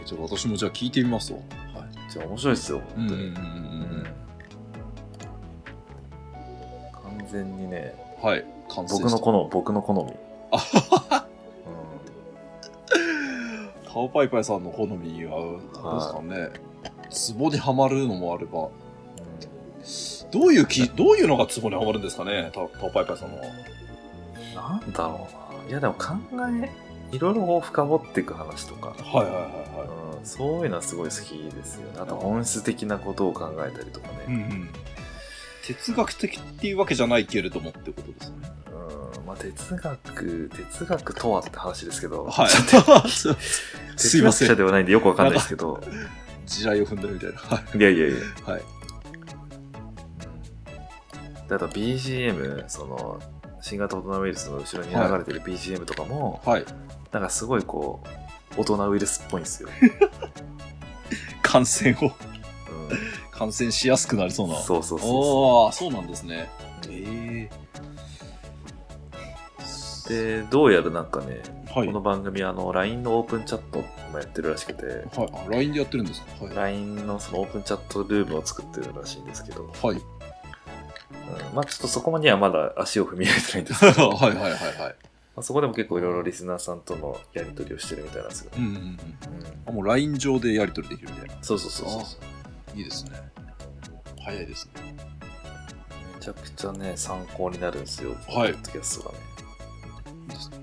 S1: えちょっと私もじゃあ聞いてみますわ。はい。
S2: じゃあ面白いですよ、
S1: うんう
S2: 本
S1: ん
S2: 当
S1: うんう
S2: に。
S1: ん
S2: 完全にね、
S1: うん。はい。感染
S2: 僕の好み、僕の好み。
S1: タオパイパイさんの好みに合うですかね。ツボにはまるのもあれば、どういうきどういうのがツボにはまるんですかね、タタオパイパイさんのは。
S2: うんなんだろうな。いやでも考え、いろいろこう深掘っていく話とか、
S1: はいはいはいはい。
S2: うん、そういうのはすごい好きですよね。あと本質的なことを考えたりとかね。
S1: うんうん、哲学的っていうわけじゃないけれどもってことですね。
S2: うんまあ、哲学、哲学とはって話ですけど、
S1: はい
S2: ちょっと。
S1: すい
S2: 哲
S1: ま
S2: 学
S1: せ
S2: 者
S1: ん。
S2: ではないんでよくわかんないです けど、
S1: 地雷を踏んでるみたいな。はい
S2: やいやいや。
S1: はい。
S2: であと BGM、その、新型オトナウイルスの後ろに流れてる BGM とかも、
S1: い。はい。
S2: なんかすごいこう、大人ウイルスっぽいんで すよ。
S1: 感染を、
S2: うん、
S1: 感染しやすくなりそうな。
S2: そうそうそうそ
S1: おーそうなんですね。
S2: う
S1: ええ
S2: で、どうやらなんかね、
S1: はい。
S2: この
S1: は
S2: 番組、あの、LINE のオープンチャットもやってるらしくて、
S1: い。あ、LINE でやってるんですかはい。
S2: LINE のそのオープンチャットルームを作ってるらしいんですけど、
S1: はい。
S2: うんまあちょっとそこまでにはまだ足を踏み入れてないんですけ
S1: は
S2: ど、ま
S1: いはいはいはい。
S2: あそこでも結構いろいろリスナーさんとのやり取りをしてるみたいなんですよ。
S1: うんうんうん。
S2: うん
S1: あもう LINE 上でやり取りできるみたいな。
S2: そうそうそうそう。
S1: いいですね。早いですね。
S2: めちゃくちゃね、参考になるんですよ。
S1: はい
S2: ポッドキャストがね。
S1: いいですね。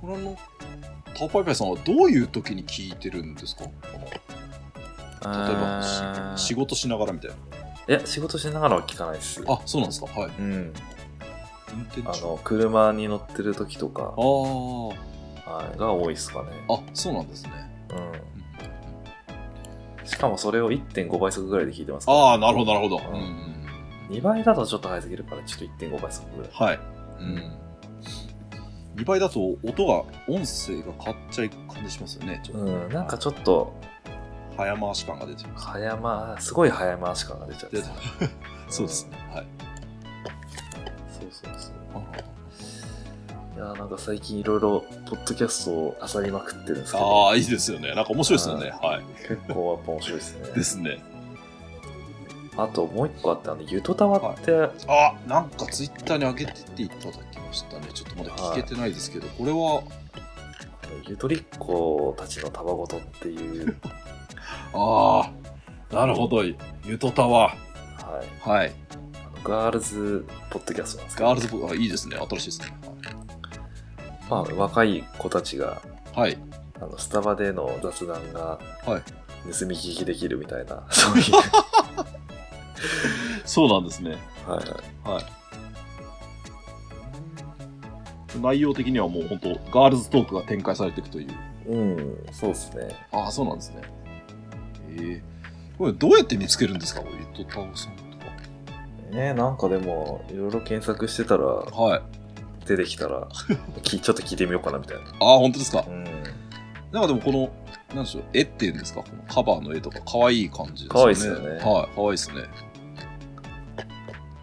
S1: これあの、タオパイパイさんはどういう時に聞いてるんですかこの例えば
S2: あー
S1: 仕事しながらみたいな。
S2: いや、仕事しながらは聞かないです。
S1: あ、そうなんですか。はい。
S2: うん。
S1: 運転
S2: あ
S1: 中。
S2: の、車に乗ってる時とか、
S1: あー
S2: はい、が多いですかね。
S1: あ、そうなんですね。
S2: う
S1: うん
S2: ん。しかもそれを1.5倍速ぐらいで聞いてますから。
S1: ああ、なるほど、なるほど。
S2: う
S1: うんんうん。
S2: 2倍だとちょっと早すぎるから、ちょっと1.5倍速ぐらい。
S1: はい。うん。2倍だと音が、音声が変わっちゃい感じしますよね。ちょっと
S2: うん、なんかちょっと、
S1: 早回し感が出てます。
S2: 早ま、すごい早回し感が出ちゃって
S1: 出。て そうですね。はい。
S2: そうそうそう。
S1: あ
S2: いやー、なんか最近いろいろ、ポッドキャストを漁りまくってるんですけど、
S1: あー、いいですよね。なんか面白いですよね。は
S2: 結構やっぱ面白いですね。
S1: い。ですね。
S2: あともう一個あって、あの、ゆとたわって、
S1: あ、なんかツイッターに上げてっていただきましたね。ちょっとまだ聞けてないですけど、これは、
S2: ゆとりっ子たちのたわごとっ ていう、
S1: ああ、なるほど。ゆとたわ。
S2: はい、
S1: はい。
S2: あのガールズポッドキャストなんですけど、
S1: ガールズボあ、いいですね。新しいですね。
S2: まあ、若い子たちが、
S1: はい。
S2: あの、スタバでの雑談が、
S1: はい
S2: 盗み聞きできるみたい な、そういう、
S1: そうなんですね。
S2: はい、
S1: 内容的にはもう本当ガールズトークが展開されていくという。
S2: うん、そうですね。
S1: ああ、そうなんですね。ええこれどうやって見つけるんですかゆとたわさんと
S2: ねなんかでも、いろいろ検索してたら、
S1: か。はい。
S2: 出てき たら、きちょっと聞いてみようかなみたいな。
S1: ああ、本当ですか
S2: う。ん。
S1: なんかでもこの、なんでしょう、絵っていうんですかこのカバーの絵とか、可愛い感じですよね。
S2: 可愛いっすよね
S1: はい、可愛いですね。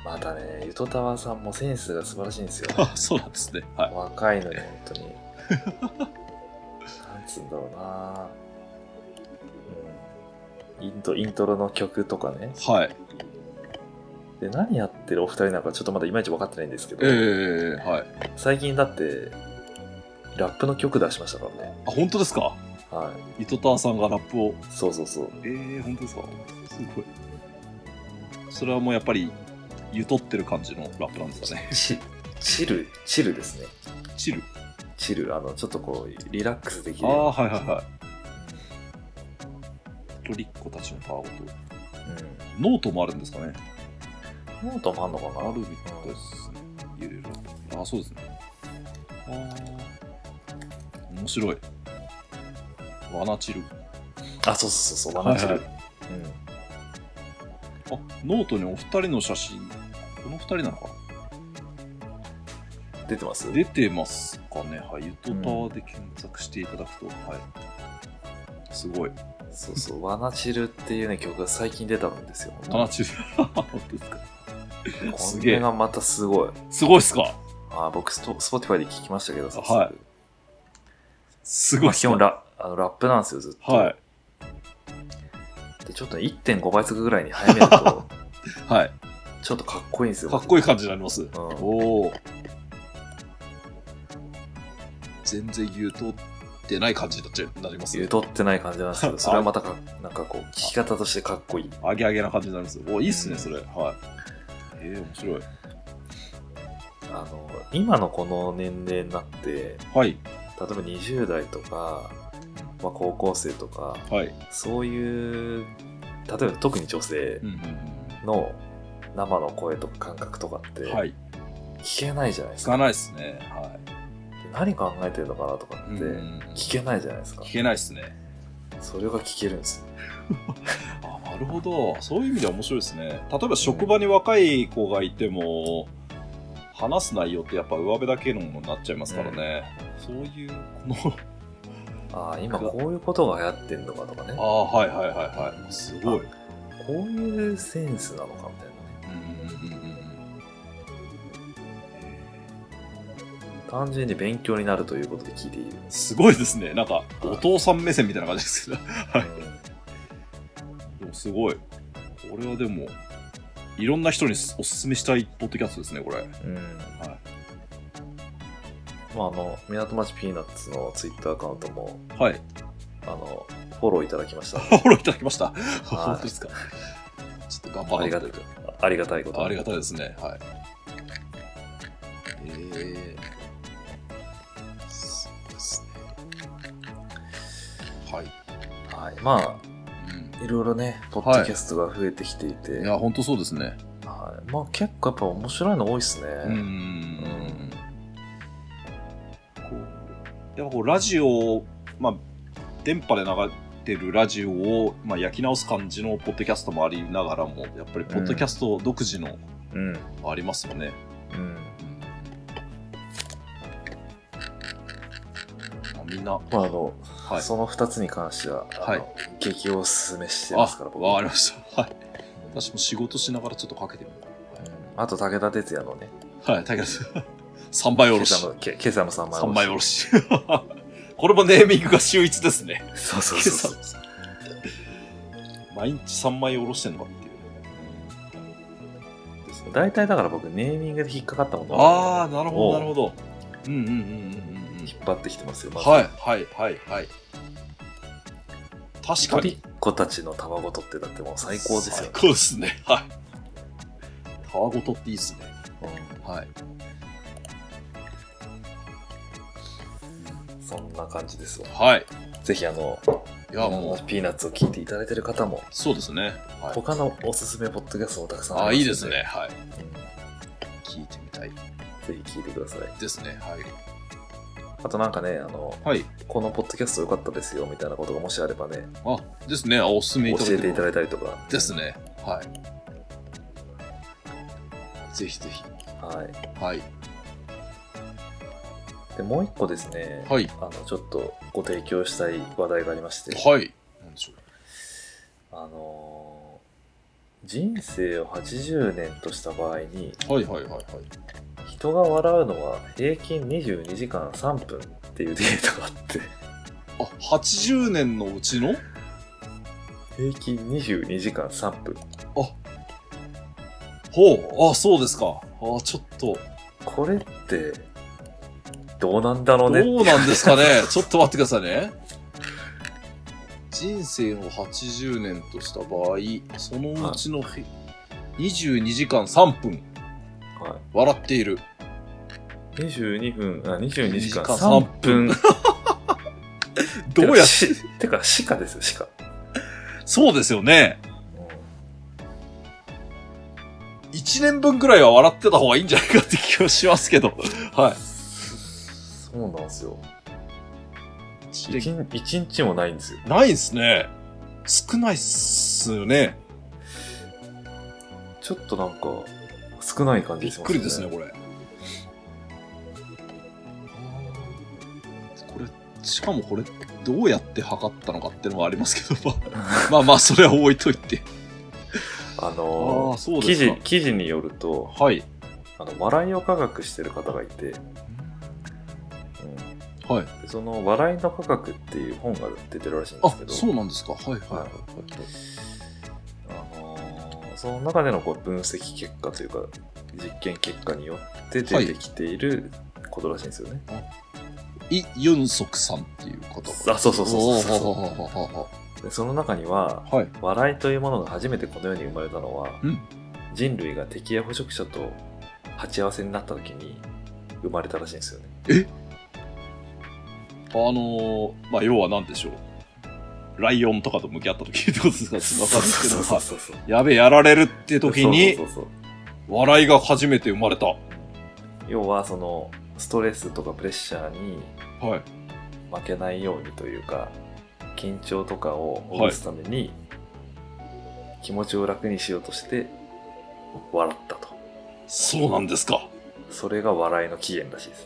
S2: またね、ゆとたわさんもセンスが素晴らしいんですよ。
S1: あそうなんですね。はい。
S2: 若いのに本当になんつすんだろうな、うん、イントイントロの曲とかね
S1: はい。
S2: で何やってるお二人なのかちょっとまだいまいち分かってないんですけど、
S1: ええはい。
S2: 最近だってラップの曲出しましたからね
S1: あ、本当ですか
S2: は
S1: 糸田さんがラップを。
S2: いそうそうそう
S1: ええ本当ですかすごい。それはもうやっぱり、ゆとってる感じのラップなんですかね。
S2: チチルチルですね
S1: チル。
S2: チルあのちょっとこうリラックスでき
S1: あ
S2: る
S1: あ、はいはいはい。トリッコたちのパワーごと。ノートもあるんですかね
S2: うん、ノートもあんのか
S1: あ
S2: な
S1: るみたいですね。ゆるゆる。あ、そうですね。ああ。面白い。ワナチル。
S2: あそうそうそうそうワナチル、
S1: はいはあ、ノートにお二人の写真。この二人なのか
S2: うん、出てます
S1: な出てますかね。はい。ゆとタワーで検索していただくと。はい。すごい。
S2: そうそう、ワナチルっていうね、曲が最近出たんですよ。
S1: ワナチル。 本当ですかす
S2: こ
S1: げえ
S2: れがまたすごい。
S1: すごいっすか
S2: あ僕スポ、スポティファイで聞きましたけど、早
S1: はいすごいっ
S2: 基
S1: すか
S2: 本ラあのラップなんですよ、ずっと。
S1: はい。
S2: で、ちょっとね、1.5倍速ぐらいに早めると、
S1: はい。
S2: ちょっとかっこいいんですよ。
S1: かっこいい感じになります。
S2: うん
S1: おお。全然言うとってない感じになっちゃなります
S2: ゆとってない感じなんですけど、それはまたか、なんかこう、聞き方としてかっこいい。
S1: アゲアゲな感じになります。おいいっすね、
S2: うん
S1: それ。はい。えー、面白い。
S2: あの、今のこの年齢になって、例え
S1: はい。
S2: ば20代とか、まあ、高校生とか、
S1: はい。
S2: そういう、例えば特に女性
S1: うんうん
S2: の生の声とか感覚とかって、
S1: うん。はい。
S2: 聞けないじゃないです
S1: 聞か
S2: か。
S1: ないっすね。は
S2: 何考えてるのかなとか
S1: い。
S2: って
S1: うん
S2: 聞けないじゃないですか
S1: 聞。けないっすね。
S2: それが聞けるんですよ。
S1: あ、なるほど。そういう意味では面白いですね。例えば職場に若い子がいても、話す内容ってやっぱ上辺だけのものになっちゃいますからね。そういう、この、
S2: ああ、今こういうことが流行ってんのかとかね
S1: あ。あ、はいはいはいはい。すごい。
S2: こういうセンスなのかみたいなね。
S1: うんうんうんうん
S2: 単純に勉強になるということで聞いている。
S1: すごいですね。なんか、お父さん目線みたいな感じですけど。いでもすごい。これはでも、いろんな人におすすめしたいポッドキャストですね、これ。
S2: うん。まあ、あの、港町ピーナッツのツイッターアカウントも、
S1: はい。
S2: あの、フォローいただきました。
S1: フォローいただきました。
S2: い
S1: 本当ですか。ちょっと頑張
S2: あり
S1: ら
S2: が
S1: な
S2: た
S1: い
S2: い。ありがたいこと
S1: あ
S2: に。
S1: ありがたいですね。はい。えー。すごいですね。はい。
S2: はい。まあ、いろいろね、ポッドキャストが増えてきていて、
S1: うん、いや、本当そうですね。
S2: はい、まあ結構やっぱ面白いの多いですね。
S1: うーんこうやっぱこうラジオを、まあ、電波で流れてるラジオを、まあ、焼き直す感じのポッドキャストもありながらもやっぱりポッドキャスト独自の
S2: うん。うん。
S1: ありますよね。まあみんな、
S2: まああの、
S1: はい。
S2: その2つに関しては、あ
S1: は
S2: の
S1: い
S2: 激おすすめして
S1: あ、わ
S2: ますから、僕
S1: かりました。はい。
S2: うん
S1: 私も仕事しながらちょっとかけてみようか
S2: あと武田鉄矢のね、
S1: な。はい、大変です。3倍 お
S2: 今
S1: ろし。
S2: 朝のけ今朝も3枚
S1: 3
S2: 枚
S1: 倍おろし。 これもネーミングが秀逸ですね。
S2: そうそうそうそう。
S1: 毎日3枚おろしてんのかっていうですね。
S2: 大体だから僕、ネーミングで引っかかったもの
S1: ああ、なるほ
S2: を
S1: ど、なるほど。うんうんうんうんうん
S2: 引っ張ってきてますよ、
S1: う
S2: ま
S1: ん。
S2: ず
S1: はい、はい、はい、はい。確か
S2: ト
S1: に。
S2: リッコたちの卵とってだってもう最高ですよ
S1: 最。高ですね。はい。タワごとっていいですね。はい。
S2: うんそんな感じですわ。
S1: はい。
S2: ぜひあの、
S1: いや、もう、
S2: ピーナッツを聞いていただいてる方も、
S1: そうですね。はい。
S2: 他のおすすめポッドキャストもたくさん
S1: ああ、
S2: り
S1: いい
S2: ま
S1: です
S2: ん
S1: ね。はい。
S2: うん
S1: 聞いてみたい。
S2: ぜひ聞いてください。
S1: ですね。はい。
S2: あとなんかね、あの、
S1: はい。
S2: このポッドキャスト良かったですよみたいなことがもしあればね、
S1: あ、ですね。あおすすめいただ
S2: 教えていた
S1: い
S2: だいたりとか。
S1: ですね。はい。ぜひぜひ。
S2: はい。
S1: はい。
S2: で、もう一個ですね、
S1: はい。
S2: あの、ちょっとご提供したい話題がありまして、
S1: はい。なんでしょ
S2: あのー人生を80年とした場合に、
S1: う。はいはいはいはい。
S2: 人が笑うのは平均22時間3分っていうデータがあって、
S1: あ、80年のうちの
S2: 平均22時間3分。
S1: ほう、あ、そうですか。あ、ちょっと、
S2: これって、どうなんだろうねって
S1: どうなんですか ね。ちょっと待ってくださいね。人生を80年とした場合、そのうちのへ22時間3分、
S2: は
S1: 笑っている。
S2: い、22分、あ、22時間
S1: 時間
S2: 3分。
S1: どうやっ
S2: ってかてか、しかですよ、しか。
S1: そうですよね。1年分くらいは笑ってた方がいいんじゃないかって気がしますけど。はい。
S2: そうなんですよ。一日一日もないんですよ。
S1: ないですね。少ないっすよね。
S2: ちょっとなんか、少ない感
S1: びっ
S2: じします
S1: くりですね、
S2: ね。
S1: これ。これ、しかもこれ、どうやって測ったのかっていうのはありますけど、まあまあまあ、それは置いといて。
S2: あのー
S1: あーそうで
S2: 記
S1: すか
S2: 事、記事によると、
S1: はい。
S2: あの、笑いを科学してる方がいて、
S1: はい。
S2: うんでその、笑いの科学っていう本が出てるらしいんで
S1: あ
S2: すけ、ど、
S1: そうなんですか。はいはいはいはい。
S2: あのーその中でのこう分析結果というか実験結果によって出てきていることらしいんですよね。
S1: イ・ユンソクさんっていう方。
S2: あそうそうそうそう
S1: おーははははは
S2: でその中には
S1: はい。
S2: 笑いというものが初めてこの世に生まれたのは、
S1: うん
S2: 人類が敵や捕食者と鉢合わせになった時に生まれたらしいんですよね。
S1: あのー、まあ、要は何でしょう。ライオンとかと向き合った時ってことですかちょっとわかんないですけど、
S2: そう
S1: はい
S2: そうそうそう
S1: やべえ、やられるって時に
S2: そ、うそうそう
S1: 笑いが初めて生まれた。
S2: 要はそのストレスとかプレッシャーに
S1: はい。
S2: 負けないようにというか緊張とかをほぐすために、気持ちを楽にしようとして笑ったと
S1: そうなんですか。
S2: それが笑いの起源らしいです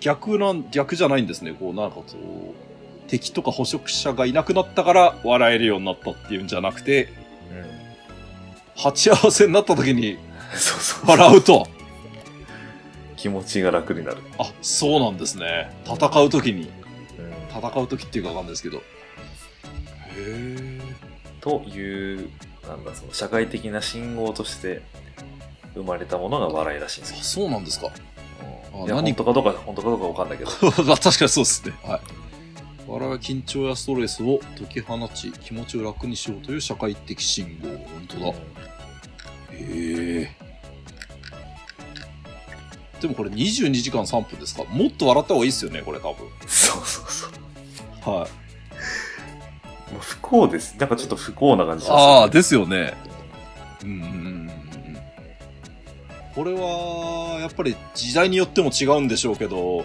S1: 逆なん、逆じゃないんですね。こう、なんかこう、敵とか捕食者がいなくなったから笑えるようになったっていうんじゃなくて、
S2: うん
S1: 鉢合わせになった時に
S2: そうそう
S1: 笑うと、
S2: 気持ちが楽になる、
S1: あ、そうなんですね。戦う時に、
S2: うん
S1: 戦う時っていうかわかんないですけど。へえ。
S2: というなんだその社会的な信号として生まれたものが笑いらしいんです
S1: あ
S2: よ、
S1: そうなん ですか。
S2: うん
S1: あ
S2: いや
S1: 何
S2: 本当かどうか本当かどうかわかんないけど
S1: 確かにそうですね。はい。笑いは緊張やストレスを解き放ち、気持ちを楽にしようという社会的信号。本当だ。
S2: うん
S1: へえ。でもこれ22時間3分ですかもっと笑った方がいいですよね、これ多分。
S2: そうそうそう
S1: はい。
S2: もう不幸ですなんかちょっと不幸な感じします
S1: ああ、ですよね。うんうんうんうん。これは、やっぱり時代によっても違うんでしょうけど、
S2: うん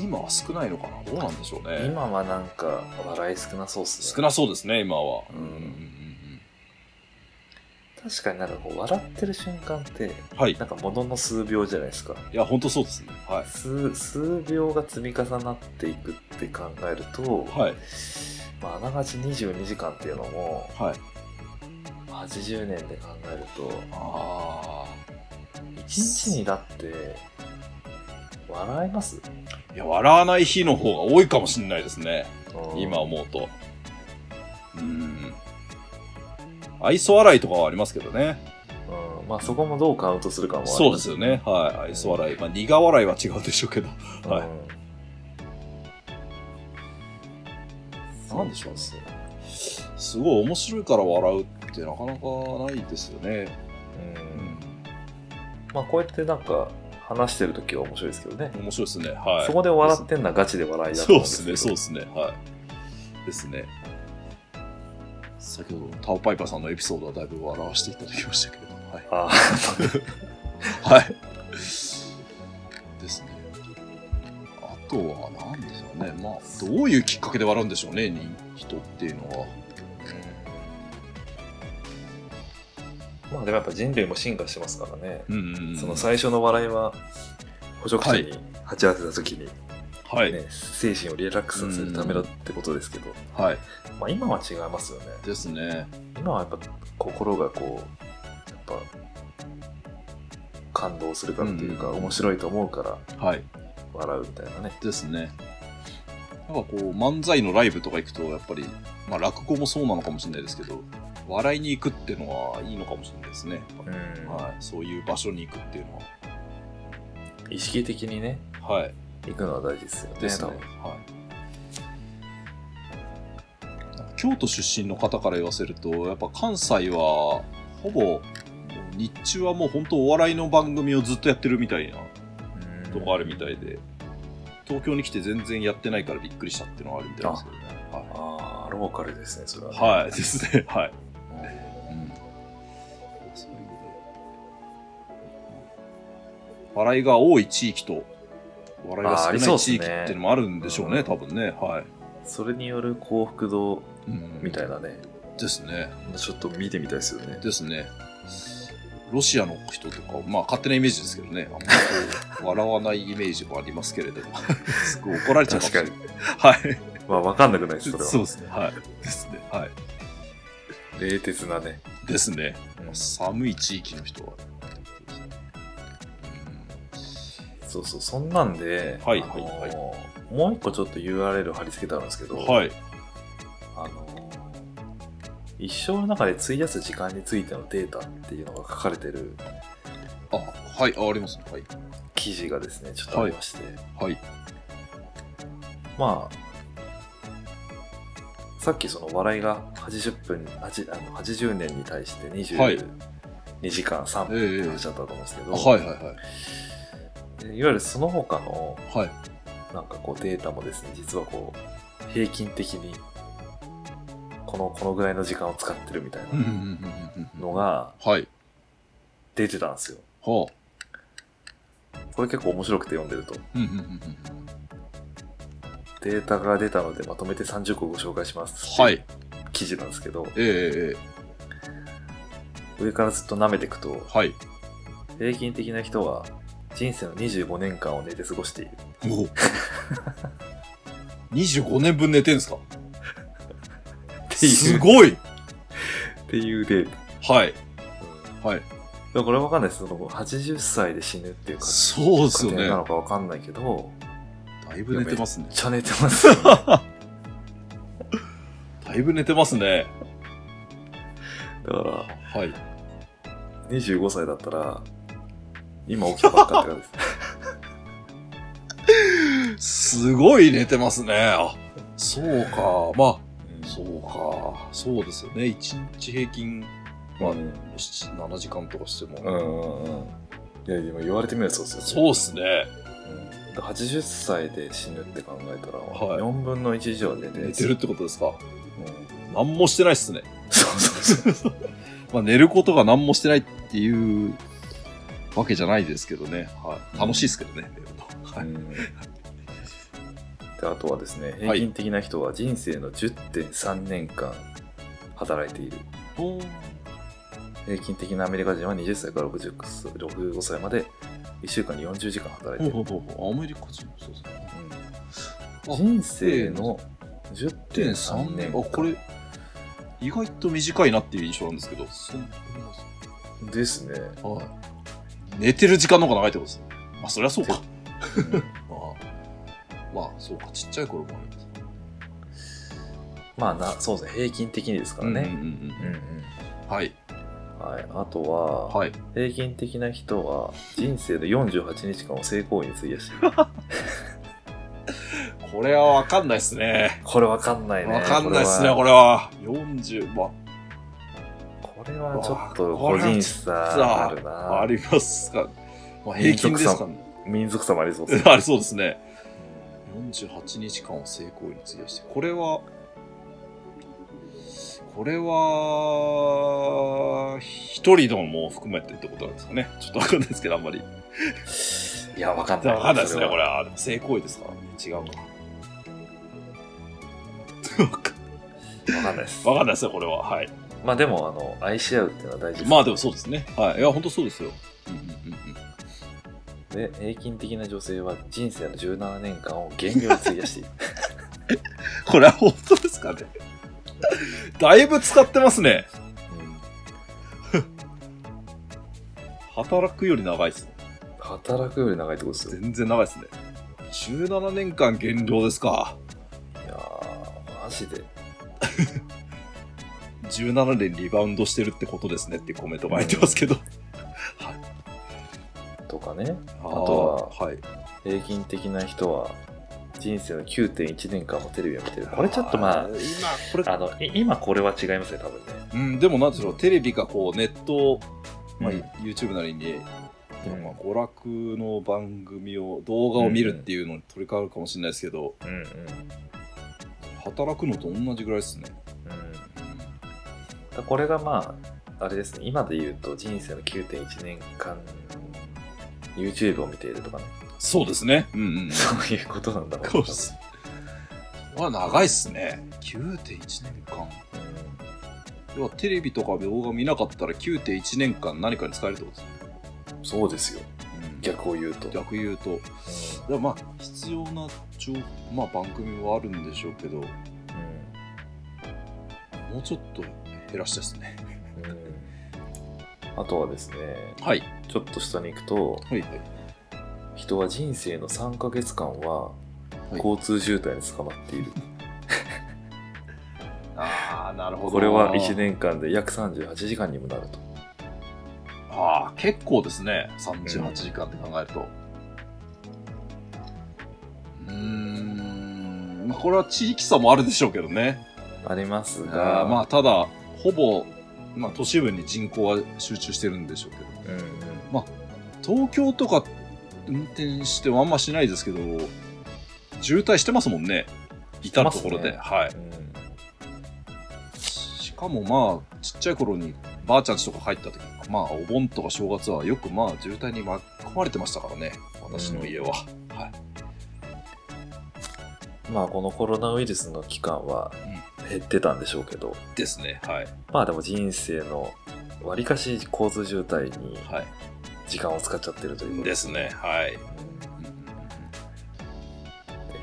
S1: 今は少ないのかなどうなんでしょうね。
S2: 今はなんか笑い少なそうっすね
S1: 少なそうですね、今は。
S2: うん
S1: ん
S2: 確かになんかこう笑ってる瞬間って
S1: うん。はい。い
S2: なんかものの数秒じゃないですか
S1: や、本当そうですね。は
S2: 数数秒が積み重なっていくって考えると、
S1: い。はい。
S2: まあ、あながち22時間っていうのも
S1: はい。
S2: 80年で考えると
S1: あ
S2: 1日にだって笑います、
S1: あ。いや、笑わない日の方が多いかもしれないですね。
S2: うん
S1: 今思うと。うん。愛想笑いとかはありますけどね。
S2: うんまあそこもどうカウントするかもあります
S1: そうですよね。はい。愛想笑い。まあ、苦笑いは違うでしょうけど。はい
S2: うん
S1: なんでしょうねすごい面白いから笑うってなかなかないですよね。
S2: うんまあこうやってなんか話してる時は面白いですけどね、
S1: 面白いですね。はい。
S2: そこで笑ってんのはガチで笑いだと
S1: そう
S2: 思ん
S1: ですね、そう
S2: けど
S1: ですね。はい。ですね。先ほどのタオパイパーさんのエピソードはだいぶ笑わせていただきましたけれども。はい。
S2: あ
S1: はい。ですね。あとは何でしょうね。まあ、どういうきっかけで笑うんでしょうね、人人っていうのは。
S2: あまあでもやっぱ人類も進化してますからね、
S1: うんうんうん。
S2: その最初の笑いは捕食者に鉢合わせた時に、ね
S1: はい、
S2: 精神をリラックスさせるためだってことですけど、
S1: はい。
S2: まあ今は違いますよね
S1: ですね。
S2: 今はやっぱ心がこうやっぱ感動するからというか、
S1: うん
S2: 面白いと思うから
S1: はい。
S2: 笑うみたいなね。
S1: ですね。なんかこう、漫才のライブとか行くと、やっぱり、まあ落語もそうなのかもしれないですけど、笑いに行くっていうのはいいのかもしれないですね。やっぱり
S2: うん
S1: はい。そういう場所に行くっていうの
S2: 意識的にね、
S1: は。はい。
S2: 行くのは大事ですよね。
S1: ですね。
S2: 多分
S1: はい。京都出身の方から言わせると、やっぱ関西は、ほぼ、日中はもう本当お笑いの番組をずっとやってるみたいなとこあるみたいで、東京に来て全然やってないからびっくりしたっていうのはあるみたいですけどね。はい
S2: ああ、ローカルですね、それは、ね。
S1: はい、ですね。はい。笑いが多い地域と、笑いが
S2: あーあ
S1: 少
S2: り
S1: な
S2: そうっ
S1: い
S2: す
S1: 地域
S2: ね
S1: っていうのもあるんでしょうね、多分ね。はい。
S2: それによる幸福度
S1: うん
S2: みたいなね、
S1: ですね。
S2: ちょっと見てみたいですよね。
S1: ですね。ロシアの人とか、まあ勝手なイメージですけどね、あんまりこう笑わないイメージもありますけれ ども、すごい怒られちゃう
S2: 確かに
S1: もし。れない。はい。
S2: まあ、わかんなくないです、それは。
S1: そうですね。はい。ですね。はい。
S2: 冷徹なね。
S1: ですね。
S2: うん
S1: 寒い地域の人は。
S2: そうそう、そんなんで、
S1: はい
S2: あの
S1: はいはい
S2: もう一個ちょっと URL 貼り付けてあるんですけど、
S1: はい。
S2: あの一生の中で費やす時間についてのデータっていうのが書かれてる
S1: あ、はい。あ、ありますね。はい。
S2: 記事がですね、ちょっとありまして、
S1: はい。
S2: まあ、さっきその笑いが80分、8あの80年に対して
S1: はい
S2: 22時間3
S1: えええ
S2: 分
S1: え
S2: って話だったと思うんですけど、
S1: あはいはいはい。
S2: でいわゆるその他の
S1: はい。
S2: なんかこうデータもですね、実はこう、平均的にこの、このぐらいの時間を使ってるみたい
S1: うんうんう
S2: なん
S1: うんうんうん
S2: のが
S1: はい。
S2: 出てたんですよ。
S1: は
S2: これ結構面白くて読んでると。
S1: あ。うんうんうんうん
S2: データが出たのでまとめて30個ご紹介します。
S1: はい。。
S2: 記事なんですけど、
S1: えええええ
S2: 上からずっと舐めていくと
S1: え、はい。
S2: 平均的な人は人生の25年間を寝て過ごしている。
S1: お お。25年分寝てんすか
S2: ってい
S1: す
S2: う、
S1: ごい
S2: っていうデー
S1: はい。
S2: タ。
S1: はい。
S2: うん、これわかんないです。その80歳で死ぬっていうか、
S1: そうですよ
S2: 家
S1: ね
S2: 庭な。のかわかんないけど、
S1: だいぶ寝てますね
S2: めっ。ちゃ寝て ます。
S1: だいぶ寝てますね。
S2: だから、
S1: はい。
S2: 25歳だったら、今起きたばっかって感じです。
S1: すごい寝てますね。あ、そうか。まあ、 そうか。そうですよね。1日平均、まあ、
S2: うん
S1: 7 7時間とかしても。
S2: うんうんうん。いや、でも言われてみればそうです
S1: そ
S2: よ
S1: う
S2: ね。
S1: っすね。
S2: うんだから80歳で死ぬって考えたら、
S1: はい
S2: 4分の1以上寝て
S1: 寝てるっ、てことですか。
S2: うん
S1: 何もしてないっすね。
S2: そうそうそう。
S1: まあ、寝ることが何もしてないっていうわけじゃないですけどね。はい、楽しいですけどね。寝るとは
S2: う
S1: い、
S2: んであとはですね、平均的な人は人生の10.3年間働いている。平均的なアメリカ人は20歳から60 65歳まで1週間に40時間働いている。
S1: ほうほうほう。アメリカ人もそうですね。あ
S2: 人生の10.3
S1: 1.3
S2: 年
S1: 年。あ、これ、意外と短いなっていう印象なんですけど。そう
S2: ですね。
S1: はい、寝てる時間の方が長いってことです。まあ、そりゃそうか。あまあ、そうか。ちっちゃい頃もあります。
S2: まあな、そうですね、平均的にですから
S1: うんう
S2: ね。
S1: ん
S2: うんう
S1: う
S2: ん
S1: ん。はい。
S2: はい、あとは、
S1: はい。
S2: 平均的な人は人生の48日間を性行為に費やして いる
S1: これはわかんないっすね。
S2: これわかんないね
S1: わかんないっすね、こ
S2: こ
S1: れは。40、まあ、
S2: れはこれはちょっ
S1: う
S2: と
S1: わこ
S2: 個
S1: れは
S2: 人差あるな
S1: ありますか。まあ、平均ですかね。
S2: 民族差もありそうですね
S1: ありそうですね。48日間を成功に費やして、これは、これは、一人のも含めてってことなんですかね。ちょっとわかんないですけど、あんまり。
S2: いやわかんない
S1: わかんないですね、
S2: そ
S1: こ
S2: は
S1: れは。でも性行為ですからね。違うか。
S2: わかんないです
S1: わかんないですね、これは。はい。
S2: まあでもあの愛し合うっていうのは大事です
S1: まあでもそうですね。はい。いや、本当そうですよ。うんうんうんうん。
S2: で平均的な女性は人生の17年間を減量に費やしている
S1: これは本当ですかね。だいぶ使ってますね。
S2: うん
S1: 働くより長いですね。
S2: 働くより長いってことですよ
S1: 全然長いですね。 17年間減量ですか。
S2: いやー、マジで。
S1: 17年リバウンドしてるってことですねっていうコメントが入ってますけど。
S2: とかね、
S1: あ
S2: と
S1: は、はい。
S2: 平均的な人は、人生の9.1年間もテレビを見てる。これちょっとまあ
S1: ー、今、これ、
S2: あの、い今これは違いますね、多分ね。
S1: うん、でもなんでしょう、テレビがこう、ネット、まあ、
S2: うん
S1: YouTube なりに、
S2: うん
S1: まあ、娯楽の番組を、動画を見るっていうのに取り替わるかもしれないですけど、
S2: うんうん。
S1: 働くのと同じぐらいですね。
S2: うんだこれがまああれですね今で言うと人生の9.1年間 YouTube を見ているとかね
S1: そうですね。うんうん。
S2: そういうことなんだろうな
S1: そうです。は長いっすね。9.1年間。要はテレビとか動画見なかったら9.1年間何かに使えるってことです。
S2: うんそうですよ
S1: うん
S2: 逆を言うと、
S1: 逆言うと。でもまあ、必要な情報、まあ番組はあるんでしょうけど、もうちょっと減らしたいですね。
S2: うんうんあとはですね
S1: はい。
S2: ちょっと下に行くと
S1: はいはい。
S2: 人は人生の3ヶ月間は
S1: はい
S2: 交通渋滞に捕まって いる、
S1: ああ、なるほど。
S2: これは1。年間で約38時間にもなると
S1: ああ、結構ですね。38時間って考えると。うーん、まあこれは地域差もあるでしょうけどね。
S2: あります
S1: あ
S2: が
S1: ーまあただ、ほぼ、まあ都市部に人口は集中してるんでしょうけど。
S2: うんうん
S1: 東京とか運転してはあんましないですけど、渋滞してますもんね。至るところで。
S2: して
S1: はい。
S2: うん
S1: しかもまあ、ちっちゃい頃にばあちゃんちとか入った時まあ、お盆とか正月はよくまあ、渋滞に巻き込まれてましたからね。私の家は。はい。
S2: まあこのコロナウイルスの期間は減ってたんでしょうけど、
S1: ですね。はい。
S2: まあでも人生のわりかし交通渋滞に
S1: は
S2: 時間を使っちゃってるというこ
S1: い。
S2: と
S1: ですね。はい。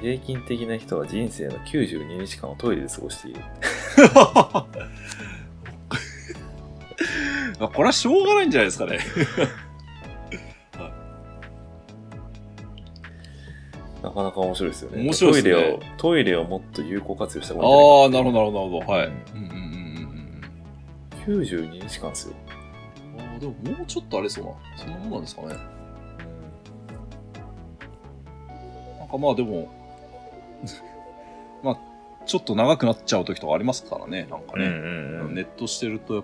S2: 平均的な人は人生の92日間をトイレで過ごしている。
S1: まあこれはしょうがないんじゃないですかね。
S2: なかなか面白いですよね。
S1: 面白いですね
S2: トイレを、トイレをもっと有効活用した方がいいんじ
S1: ああ、なるほど、なるほど、なるほど。はい。うんうんうんうんうん。
S2: ゃないか。92日間ですよ。
S1: あーでももうちょっとあれそうな、そんなもんなんですかね。なんかまあでも、 まあ、ちょっと長くなっちゃう時とかありますからね、なんか
S2: うんう
S1: ね。
S2: んうん。
S1: ネットしてるとやっ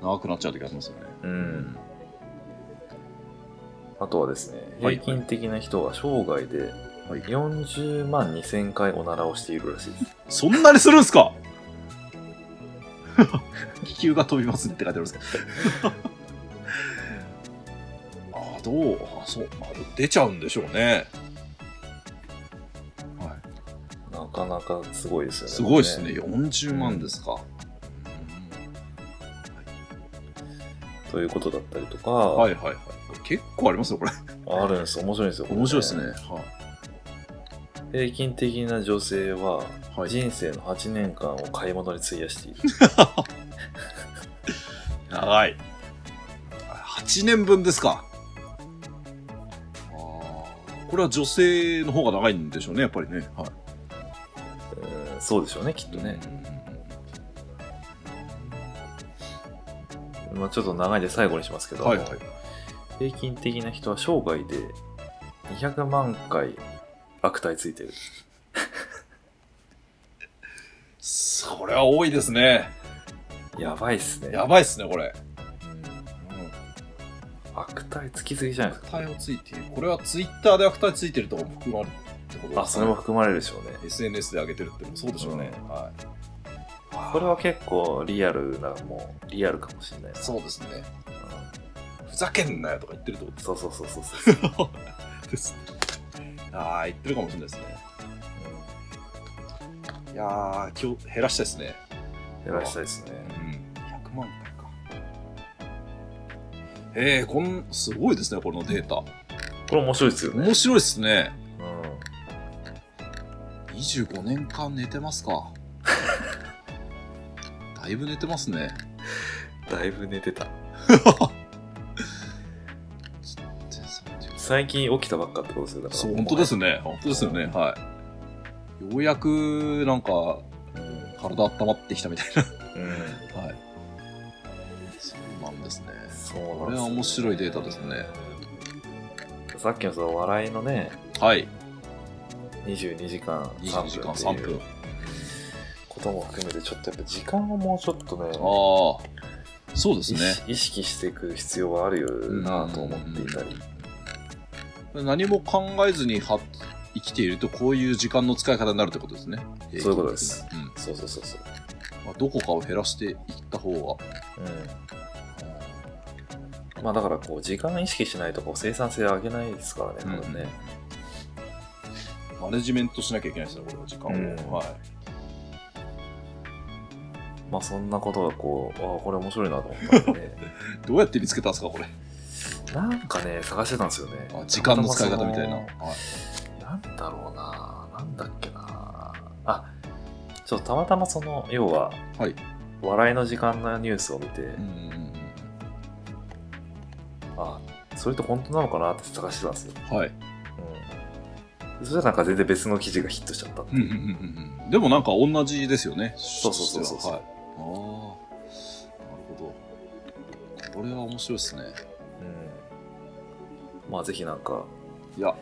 S1: ぱ、長くなっちゃう時ありますよね。
S2: うん。あとはですね、
S1: は
S2: 平
S1: い
S2: 均的な人は生涯で40万2000回おならをしているらしいです。
S1: そんなにするんすか 気球が飛びますねって書いてあるんですけど。 ああ、どうあそう、まあ、出ちゃうんでしょうね。はい。
S2: なかなかすごいですよね。
S1: すごいですね。40万ですか。
S2: ということだったりとか、
S1: うんはいはいはい。結構ありますよ、これ。
S2: あるんです。面白いんですよ。これ
S1: 面白いですね。。は
S2: 平均的な女性は、
S1: い。はい、
S2: 人生の8年間を買い物に費やしてい る。
S1: 長い。8年分ですか。あーこれは女性の方が長いんでしょうね、やっぱりね。は
S2: うんそうでしょうね、きっ
S1: い。
S2: とね。まあ、ちょっと長いんで最後にしますけど、
S1: はいはい。
S2: 平均的な人は生涯で200万回悪態ついてる。
S1: それは多いですね。
S2: やばいっすね。
S1: やばいですね、これ。
S2: 悪態つきすぎじゃないです
S1: 悪態をついている。これはツイッターで悪態ついてるとかも含まれるってことです
S2: か。
S1: か
S2: あ、それも含まれるでしょうね。
S1: SNS で上げてるってのもそうでしょうね、はい
S2: これは結構リアルな、もうリアルかもしれないです。
S1: そうですね
S2: うん
S1: ふざけんなよとか言ってるってこ
S2: そうそうそうそうそう。
S1: とですああ言ってるかもしれないですねいやー今日減らしたいですね
S2: 減らしたいですね。
S1: うん100万回かえー、こんすごいですねこのデータ
S2: これ面白いですよね。
S1: 面白いですね
S2: うん
S1: 25年間寝てます かだいぶ寝てますね
S2: だいぶ寝てた。最近起きたばっかってことですよだから
S1: そう、本当です
S2: ね
S1: ね。本当ですよね。はい。ようやく、なんか、体温まってきたみたい
S2: うん
S1: な。はい。そうなんですね。
S2: そうなんですね
S1: これは面白いデータですね。
S2: さっきのその笑いのね
S1: はい。
S2: 22時間
S1: 22時間
S2: 3
S1: 3
S2: 分ってい
S1: 分
S2: う。ことも含めてちょっとやっぱ時間をもうちょっとね
S1: ああ。そうです
S2: 意
S1: ね。
S2: 識意識していく必要はあるよなと思っていたり
S1: 何も考えずには生きていると、こういう時間の使い方になるってことですね。
S2: そういうことです
S1: 平均的な。うん
S2: そうそうそうそう
S1: まあ、どこかを減らしていった方が、
S2: うんまあだからこう時間意識しないとこう生産性上げないですからね多分ね、
S1: マネジメントしなきゃいけないですね、これは時間を。
S2: うん
S1: はい。
S2: まあそんなことがこうああこれ面白いなと思ったんで、ね、
S1: どうやって見つけたんですか、これ。
S2: なんかね探してたんですよね
S1: あ時間の使い方みたいな。
S2: た
S1: はい
S2: またまそのなんだろうななんだっけなあちょっとたまたまその要は、
S1: はい
S2: 笑いの時間のニュースを見て、
S1: うんうんうん
S2: あそれって本当なのかなって探してたんですよ、
S1: うんはい。
S2: うん、そしたらなんか全然別の記事がヒットしちゃったって
S1: うんうんうんうんでもなんか同じですよね。
S2: そうそうそうそう
S1: はい、ああー。なるほど。これは面白いですね。
S2: うん、まあぜひなんか、
S1: いや、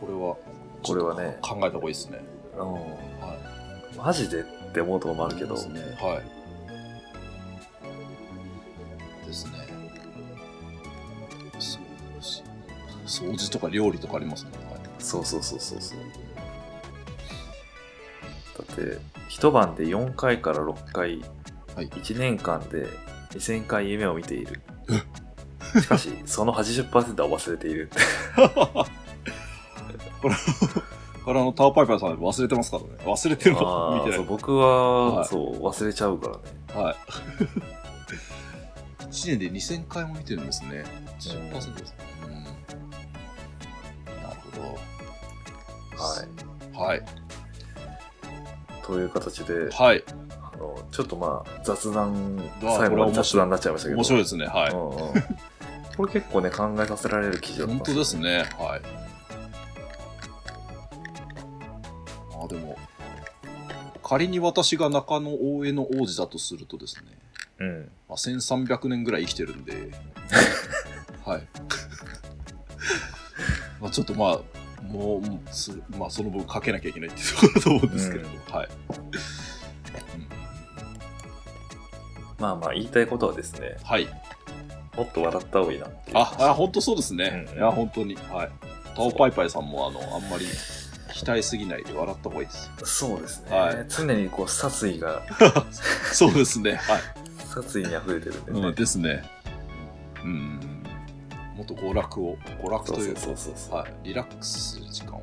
S1: これは、
S2: これはね
S1: ちょっと考えた方がいいですね。
S2: う
S1: は
S2: ん、マジでって思うとこもあ
S1: い。
S2: るけど、
S1: ですね。はい。ですね。そうし掃除とか料理とかありますね。はい
S2: そうそうそうそうそうだって一晩で4回から6回、
S1: はい
S2: 1年間で2000回夢を見ているしかしその80%は忘れている
S1: これあの、タワーパイパーさん忘れてますからね。忘れてるの
S2: あ
S1: 見
S2: ー
S1: て
S2: そう
S1: ない。
S2: 僕は、
S1: はい
S2: そう忘れちゃうから ね
S1: はい。1年で2000回も見てるんですね。10%です。うん。なるほ
S2: はい
S1: ど。はい。
S2: という形で
S1: はい。
S2: あのちょっとまあ雑談
S1: うわ
S2: 最後
S1: これ面白
S2: の
S1: い
S2: 雑談になっちゃいましたけど
S1: 面白いですね。はい。
S2: うんうんこれ結構ね考えさせられる記事だったん
S1: 本当
S2: よ
S1: ですね。はい。あーでも、仮に私が中野大江の王子だとするとですね、
S2: うん
S1: まあ、1300年ぐらい生きてるんで、はい。 まあちょっとまあ、もうもう、すまあその分かけなきゃいけないっていうところだと思うんですけれど、はい。うん
S2: まあまあ言いたいことはですね
S1: はい。
S2: もっと笑った方がいいなっていう
S1: あ、あ本当そうですね。
S2: うん
S1: いや、本当に。はい。タオパイパイさんも、あの、あんまり鍛えすぎないで笑った方がいいです。
S2: そうですね、
S1: はい
S2: 常にこう殺意が
S1: そうですね。はい。
S2: 殺意に溢れてるんで、ね
S1: うん、ですね。うん。もっと娯楽を、娯楽
S2: そう
S1: とい
S2: そうう
S1: か、
S2: そうそうそう、
S1: はい。リラックスする時間を。う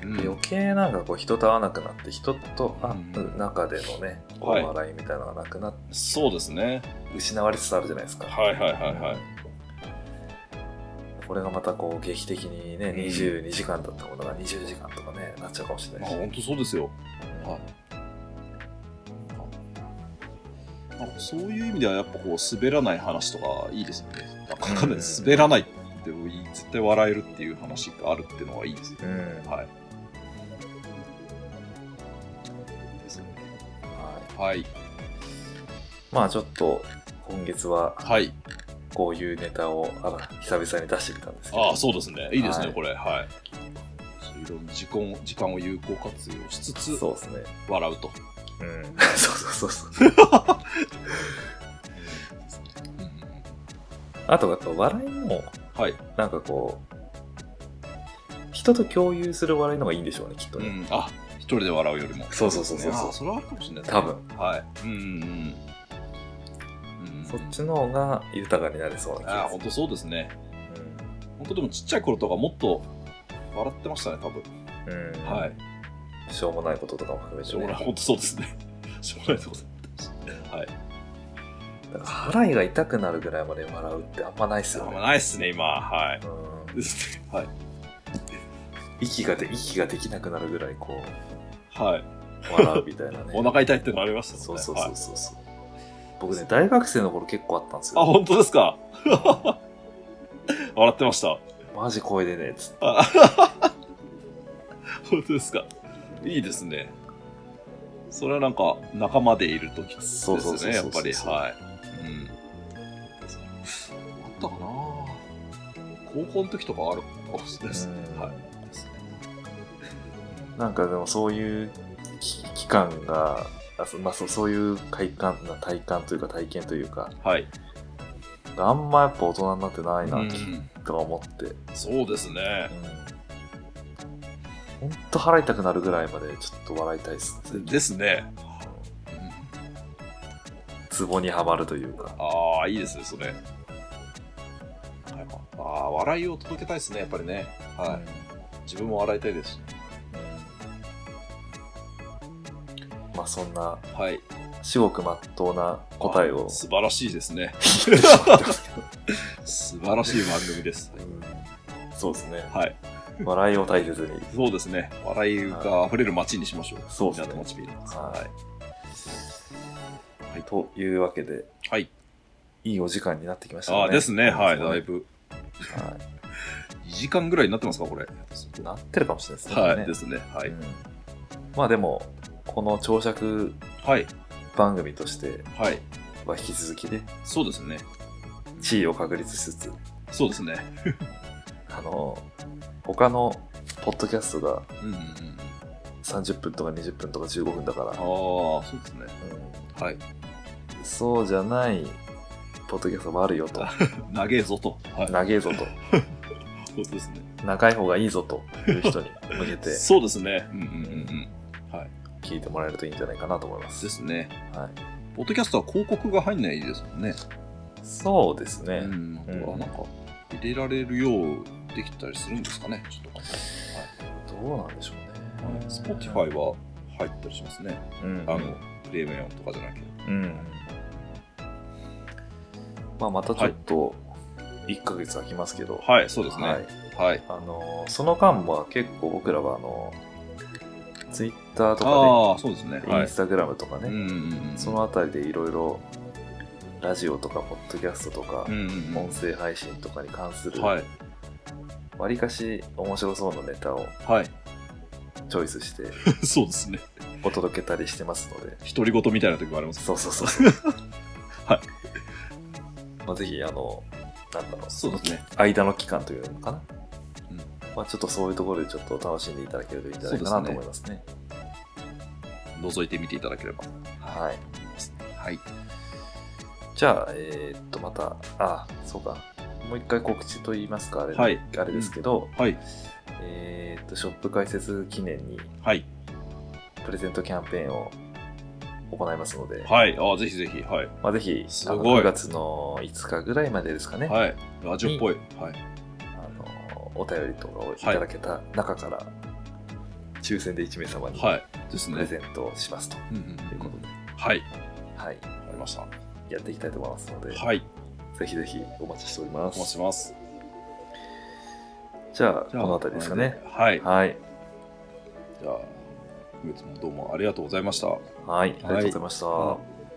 S2: で
S1: ん
S2: 余、計なんかこう人と会わなくなって人と会
S1: うん
S2: う中でのね、お
S1: はい
S2: 笑いみたいなのがなくなっ
S1: そうですね。
S2: 失われつつあるじゃないですか、
S1: はいはいはいはい。
S2: これがまたこう劇的にね
S1: うん
S2: 22時間だったものが20時間とかねなっちゃうかもしれ
S1: ま
S2: な
S1: あ、
S2: いし、
S1: 本当そうですよ。
S2: うん
S1: はいまあそういう意味ではやっぱこう滑らない話とかいいですよね。なんかわかんないです
S2: うん
S1: 滑らないって絶対笑えるっていう話があるっていうのはいいですね。
S2: うん
S1: はい。ですよね
S2: は
S1: は
S2: い
S1: い。
S2: まあちょっと今月は
S1: はい。
S2: こういうネタをあら久々に出してみたんですけど
S1: ああ、そうですね。いいですね、
S2: はい
S1: これ。はい。そういろんな時間を時間を有効活用しつつ
S2: そうですね
S1: 笑うと。
S2: うん そうそうそうそうあとやっぱ笑いも
S1: はい。
S2: なんかこう人と共有する笑いの方がいいんでしょうねきっと
S1: う
S2: ね、
S1: ん。あ、一人で笑うよりも。
S2: そうそうそうそう
S1: ああそれはあるかもしれないですね
S2: 多分
S1: はい。うんうんうん。うん
S2: そっちの方が豊かになれそうな気
S1: ああ、
S2: がす
S1: 本
S2: る
S1: 当そうですね。本当でもちっちゃい頃とかもっと笑ってましたね、多分。
S2: うん、うん
S1: はい。
S2: しょうもないこととかも含めて、
S1: しょう
S2: ね、
S1: もない、
S2: だ
S1: 本当そうですね。 しょうもないとこだ。はい。
S2: から払いが痛くなるぐらいまで笑うってあんまないっすよ
S1: あん
S2: ね
S1: ま、ないっすね、今。はい。
S2: うん、
S1: ですね。はい。
S2: 息がで息ができなくなるぐらいこ
S1: はい。
S2: う笑うみたいなね
S1: お腹痛いってのありましたもんね。
S2: そうそうそ
S1: はいう
S2: そうそう、僕ね大学生の頃結構あったんですよ
S1: あ、本当ですか。 笑ってました。
S2: マジ声でね、つって。
S1: あ本当ですか。いいですね。それはなんか仲間でいるときです
S2: そうそうそうそうそう
S1: ね、やっぱり。はい。うん。あったかな高校の時とかあるかもしれないですね
S2: うん
S1: はい。ですね
S2: なんかでもそういうき期間が、あそまあ、そうそういう快感な体感というか体験というか、
S1: はい。
S2: あんまやっぱ大人になってないなって、
S1: うん
S2: とは思って、うん
S1: そうですね。
S2: ほんと払いたくなるぐらいまでちょっと笑いたいですね。
S1: ですね。うん
S2: ツボにはまるというか。
S1: ああ、いいですね、それ。はい、ああ、笑いを届けたいですね、やっぱりね。はい。自分も笑いたいです。
S2: まあそんな
S1: はい。
S2: 至極まっとうな答えを
S1: あ素晴らしいですね。
S2: 言ってしまってますけど
S1: 素晴らしい番組です。
S2: そうですね。
S1: はい。
S2: 笑いを大切に。
S1: そうですね。笑いが溢れる街にしましょう。
S2: そうですね
S1: 港町ビールです
S2: は
S1: はい。はい。
S2: というわけで、
S1: はい。
S2: いいお時間になってきましたね。
S1: ああ、ですね。はい。だいぶ。
S2: ぶ。は
S1: 2時間ぐらいになってますか、これ。
S2: いなってるかもしれないですね。
S1: はい。で
S2: ね
S1: すね。はい。
S2: うんまあでも、この朝食
S1: はい。
S2: 番組として
S1: はい。
S2: は引き続きね、
S1: そうですね。
S2: 地位を確立しつつ、
S1: そうですね。
S2: あの、他のポッドキャストが
S1: うんうんうん。
S2: 30分とか20分とか15分だから
S1: ああ、、そうですね。はい。
S2: うんそうじゃないポッドキャストもあ るよと。
S1: 長えぞと。はい。
S2: 長えぞと。
S1: そうですね。
S2: 長い方がいいぞという人に向けて
S1: そうですね。うんうんうんうん。はい。
S2: 聞いてもらえるといいんじゃないかなと思いま。
S1: ですすね。
S2: はい、
S1: ポッドキャストは広告が入んないですもんね。
S2: そうです
S1: う
S2: ね。
S1: ん。なんか
S2: うん
S1: なんか入れられるようできたりするんですかね。ちょっとわかん
S2: どうなんでしょう
S1: ない
S2: ね
S1: は。い。スポティファイは入ったりしますね。
S2: うん、
S1: あの、プレミアムとかじゃなくて。
S2: うん。まあ、またちょっと、1ヶ月空きますけど、
S1: はい、そうですね。
S2: はい
S1: はい。
S2: あのその間は結構僕らはあの、ツイッターと
S1: ああ、
S2: か
S1: そうですね。
S2: で、イ
S1: は
S2: ン
S1: い
S2: ス。タグラムとかね、
S1: うんうんうん。
S2: そのあたりでいろいろ、ラジオとか、ポッドキャストとか
S1: う、んうん
S2: 音声配信とかに関す
S1: うん。
S2: る、
S1: はい。
S2: わりかし面白そうなネタを
S1: はい。
S2: チョイスして
S1: そうですね。
S2: お届けたりしてますので
S1: 独り言みたいな時もあります。
S2: そうそうそうそう
S1: はい
S2: まあぜひあのなんだろう
S1: そうですね。
S2: 間の期間というのかな、
S1: うん
S2: まあ、ちょっとそういうところでちょっと楽しんでいただけるといいんじゃないかなと思いますね
S1: 覗いてみていただければ。
S2: はい
S1: はい。
S2: じゃあえーっとまたあそうかもう一回告知と言いますかあれ,、
S1: はい
S2: あれですけど、
S1: はい。
S2: えーっとショップ開設記念に
S1: はい。
S2: プレゼントキャンペーンを行いますので、
S1: はい。ああ、ぜひぜひ。はい。
S2: まあ、ぜひ、
S1: す
S2: あの
S1: ごい
S2: 9月の5日ぐらいまでですかね、
S1: はい。ラジオっぽい。はい。
S2: あのお便りとかをいただけた中から、抽選で1名様に
S1: はい。です
S2: プ
S1: ね。
S2: レゼントをしますと
S1: うんうん
S2: いうことで、
S1: はい。
S2: はい、
S1: わかりました。
S2: やっていきたいと思いますので、
S1: はい。
S2: ぜひぜひお待ちしておりま
S1: お待ちし
S2: す。
S1: ます。
S2: じゃあ、この辺りですかね。。
S1: はい。
S2: はい、
S1: じゃあ、いつもどうもありがとうございました。
S2: はい、ありがとうございました。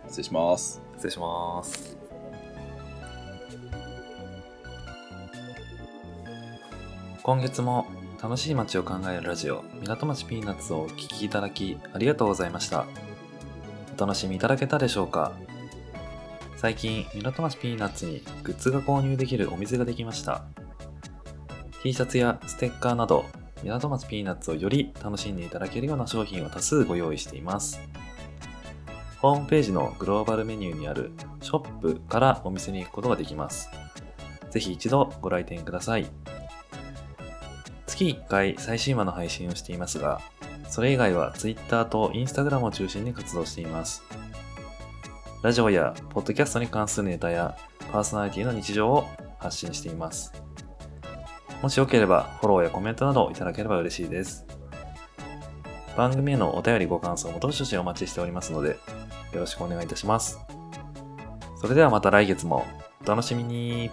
S1: 失礼します。
S2: 失礼します。今月も楽しい街を考えるラジオ港町ピーナッツをお聞きいただきありがとうございましたお楽しみいただけたでしょうか最近港町ピーナッツにグッズが購入できるお店ができました T シャツやステッカーなど港町ピーナッツをより楽しんでいただけるような商品を多数ご用意していますホームページのグローバルメニューにあるショップからお店に行くことができますぜひ一度ご来店ください月1回最新話の配信をしていますが、それ以外は Twitter と Instagram を中心に活動しています。ラジオやポッドキャストに関するネタやパーソナリティの日常を発信しています。もしよければフォローやコメントなどいただければ嬉しいです。番組へのお便りご感想もどしどしお待ちしておりますので、よろしくお願いいたします。それではまた来月もお楽しみに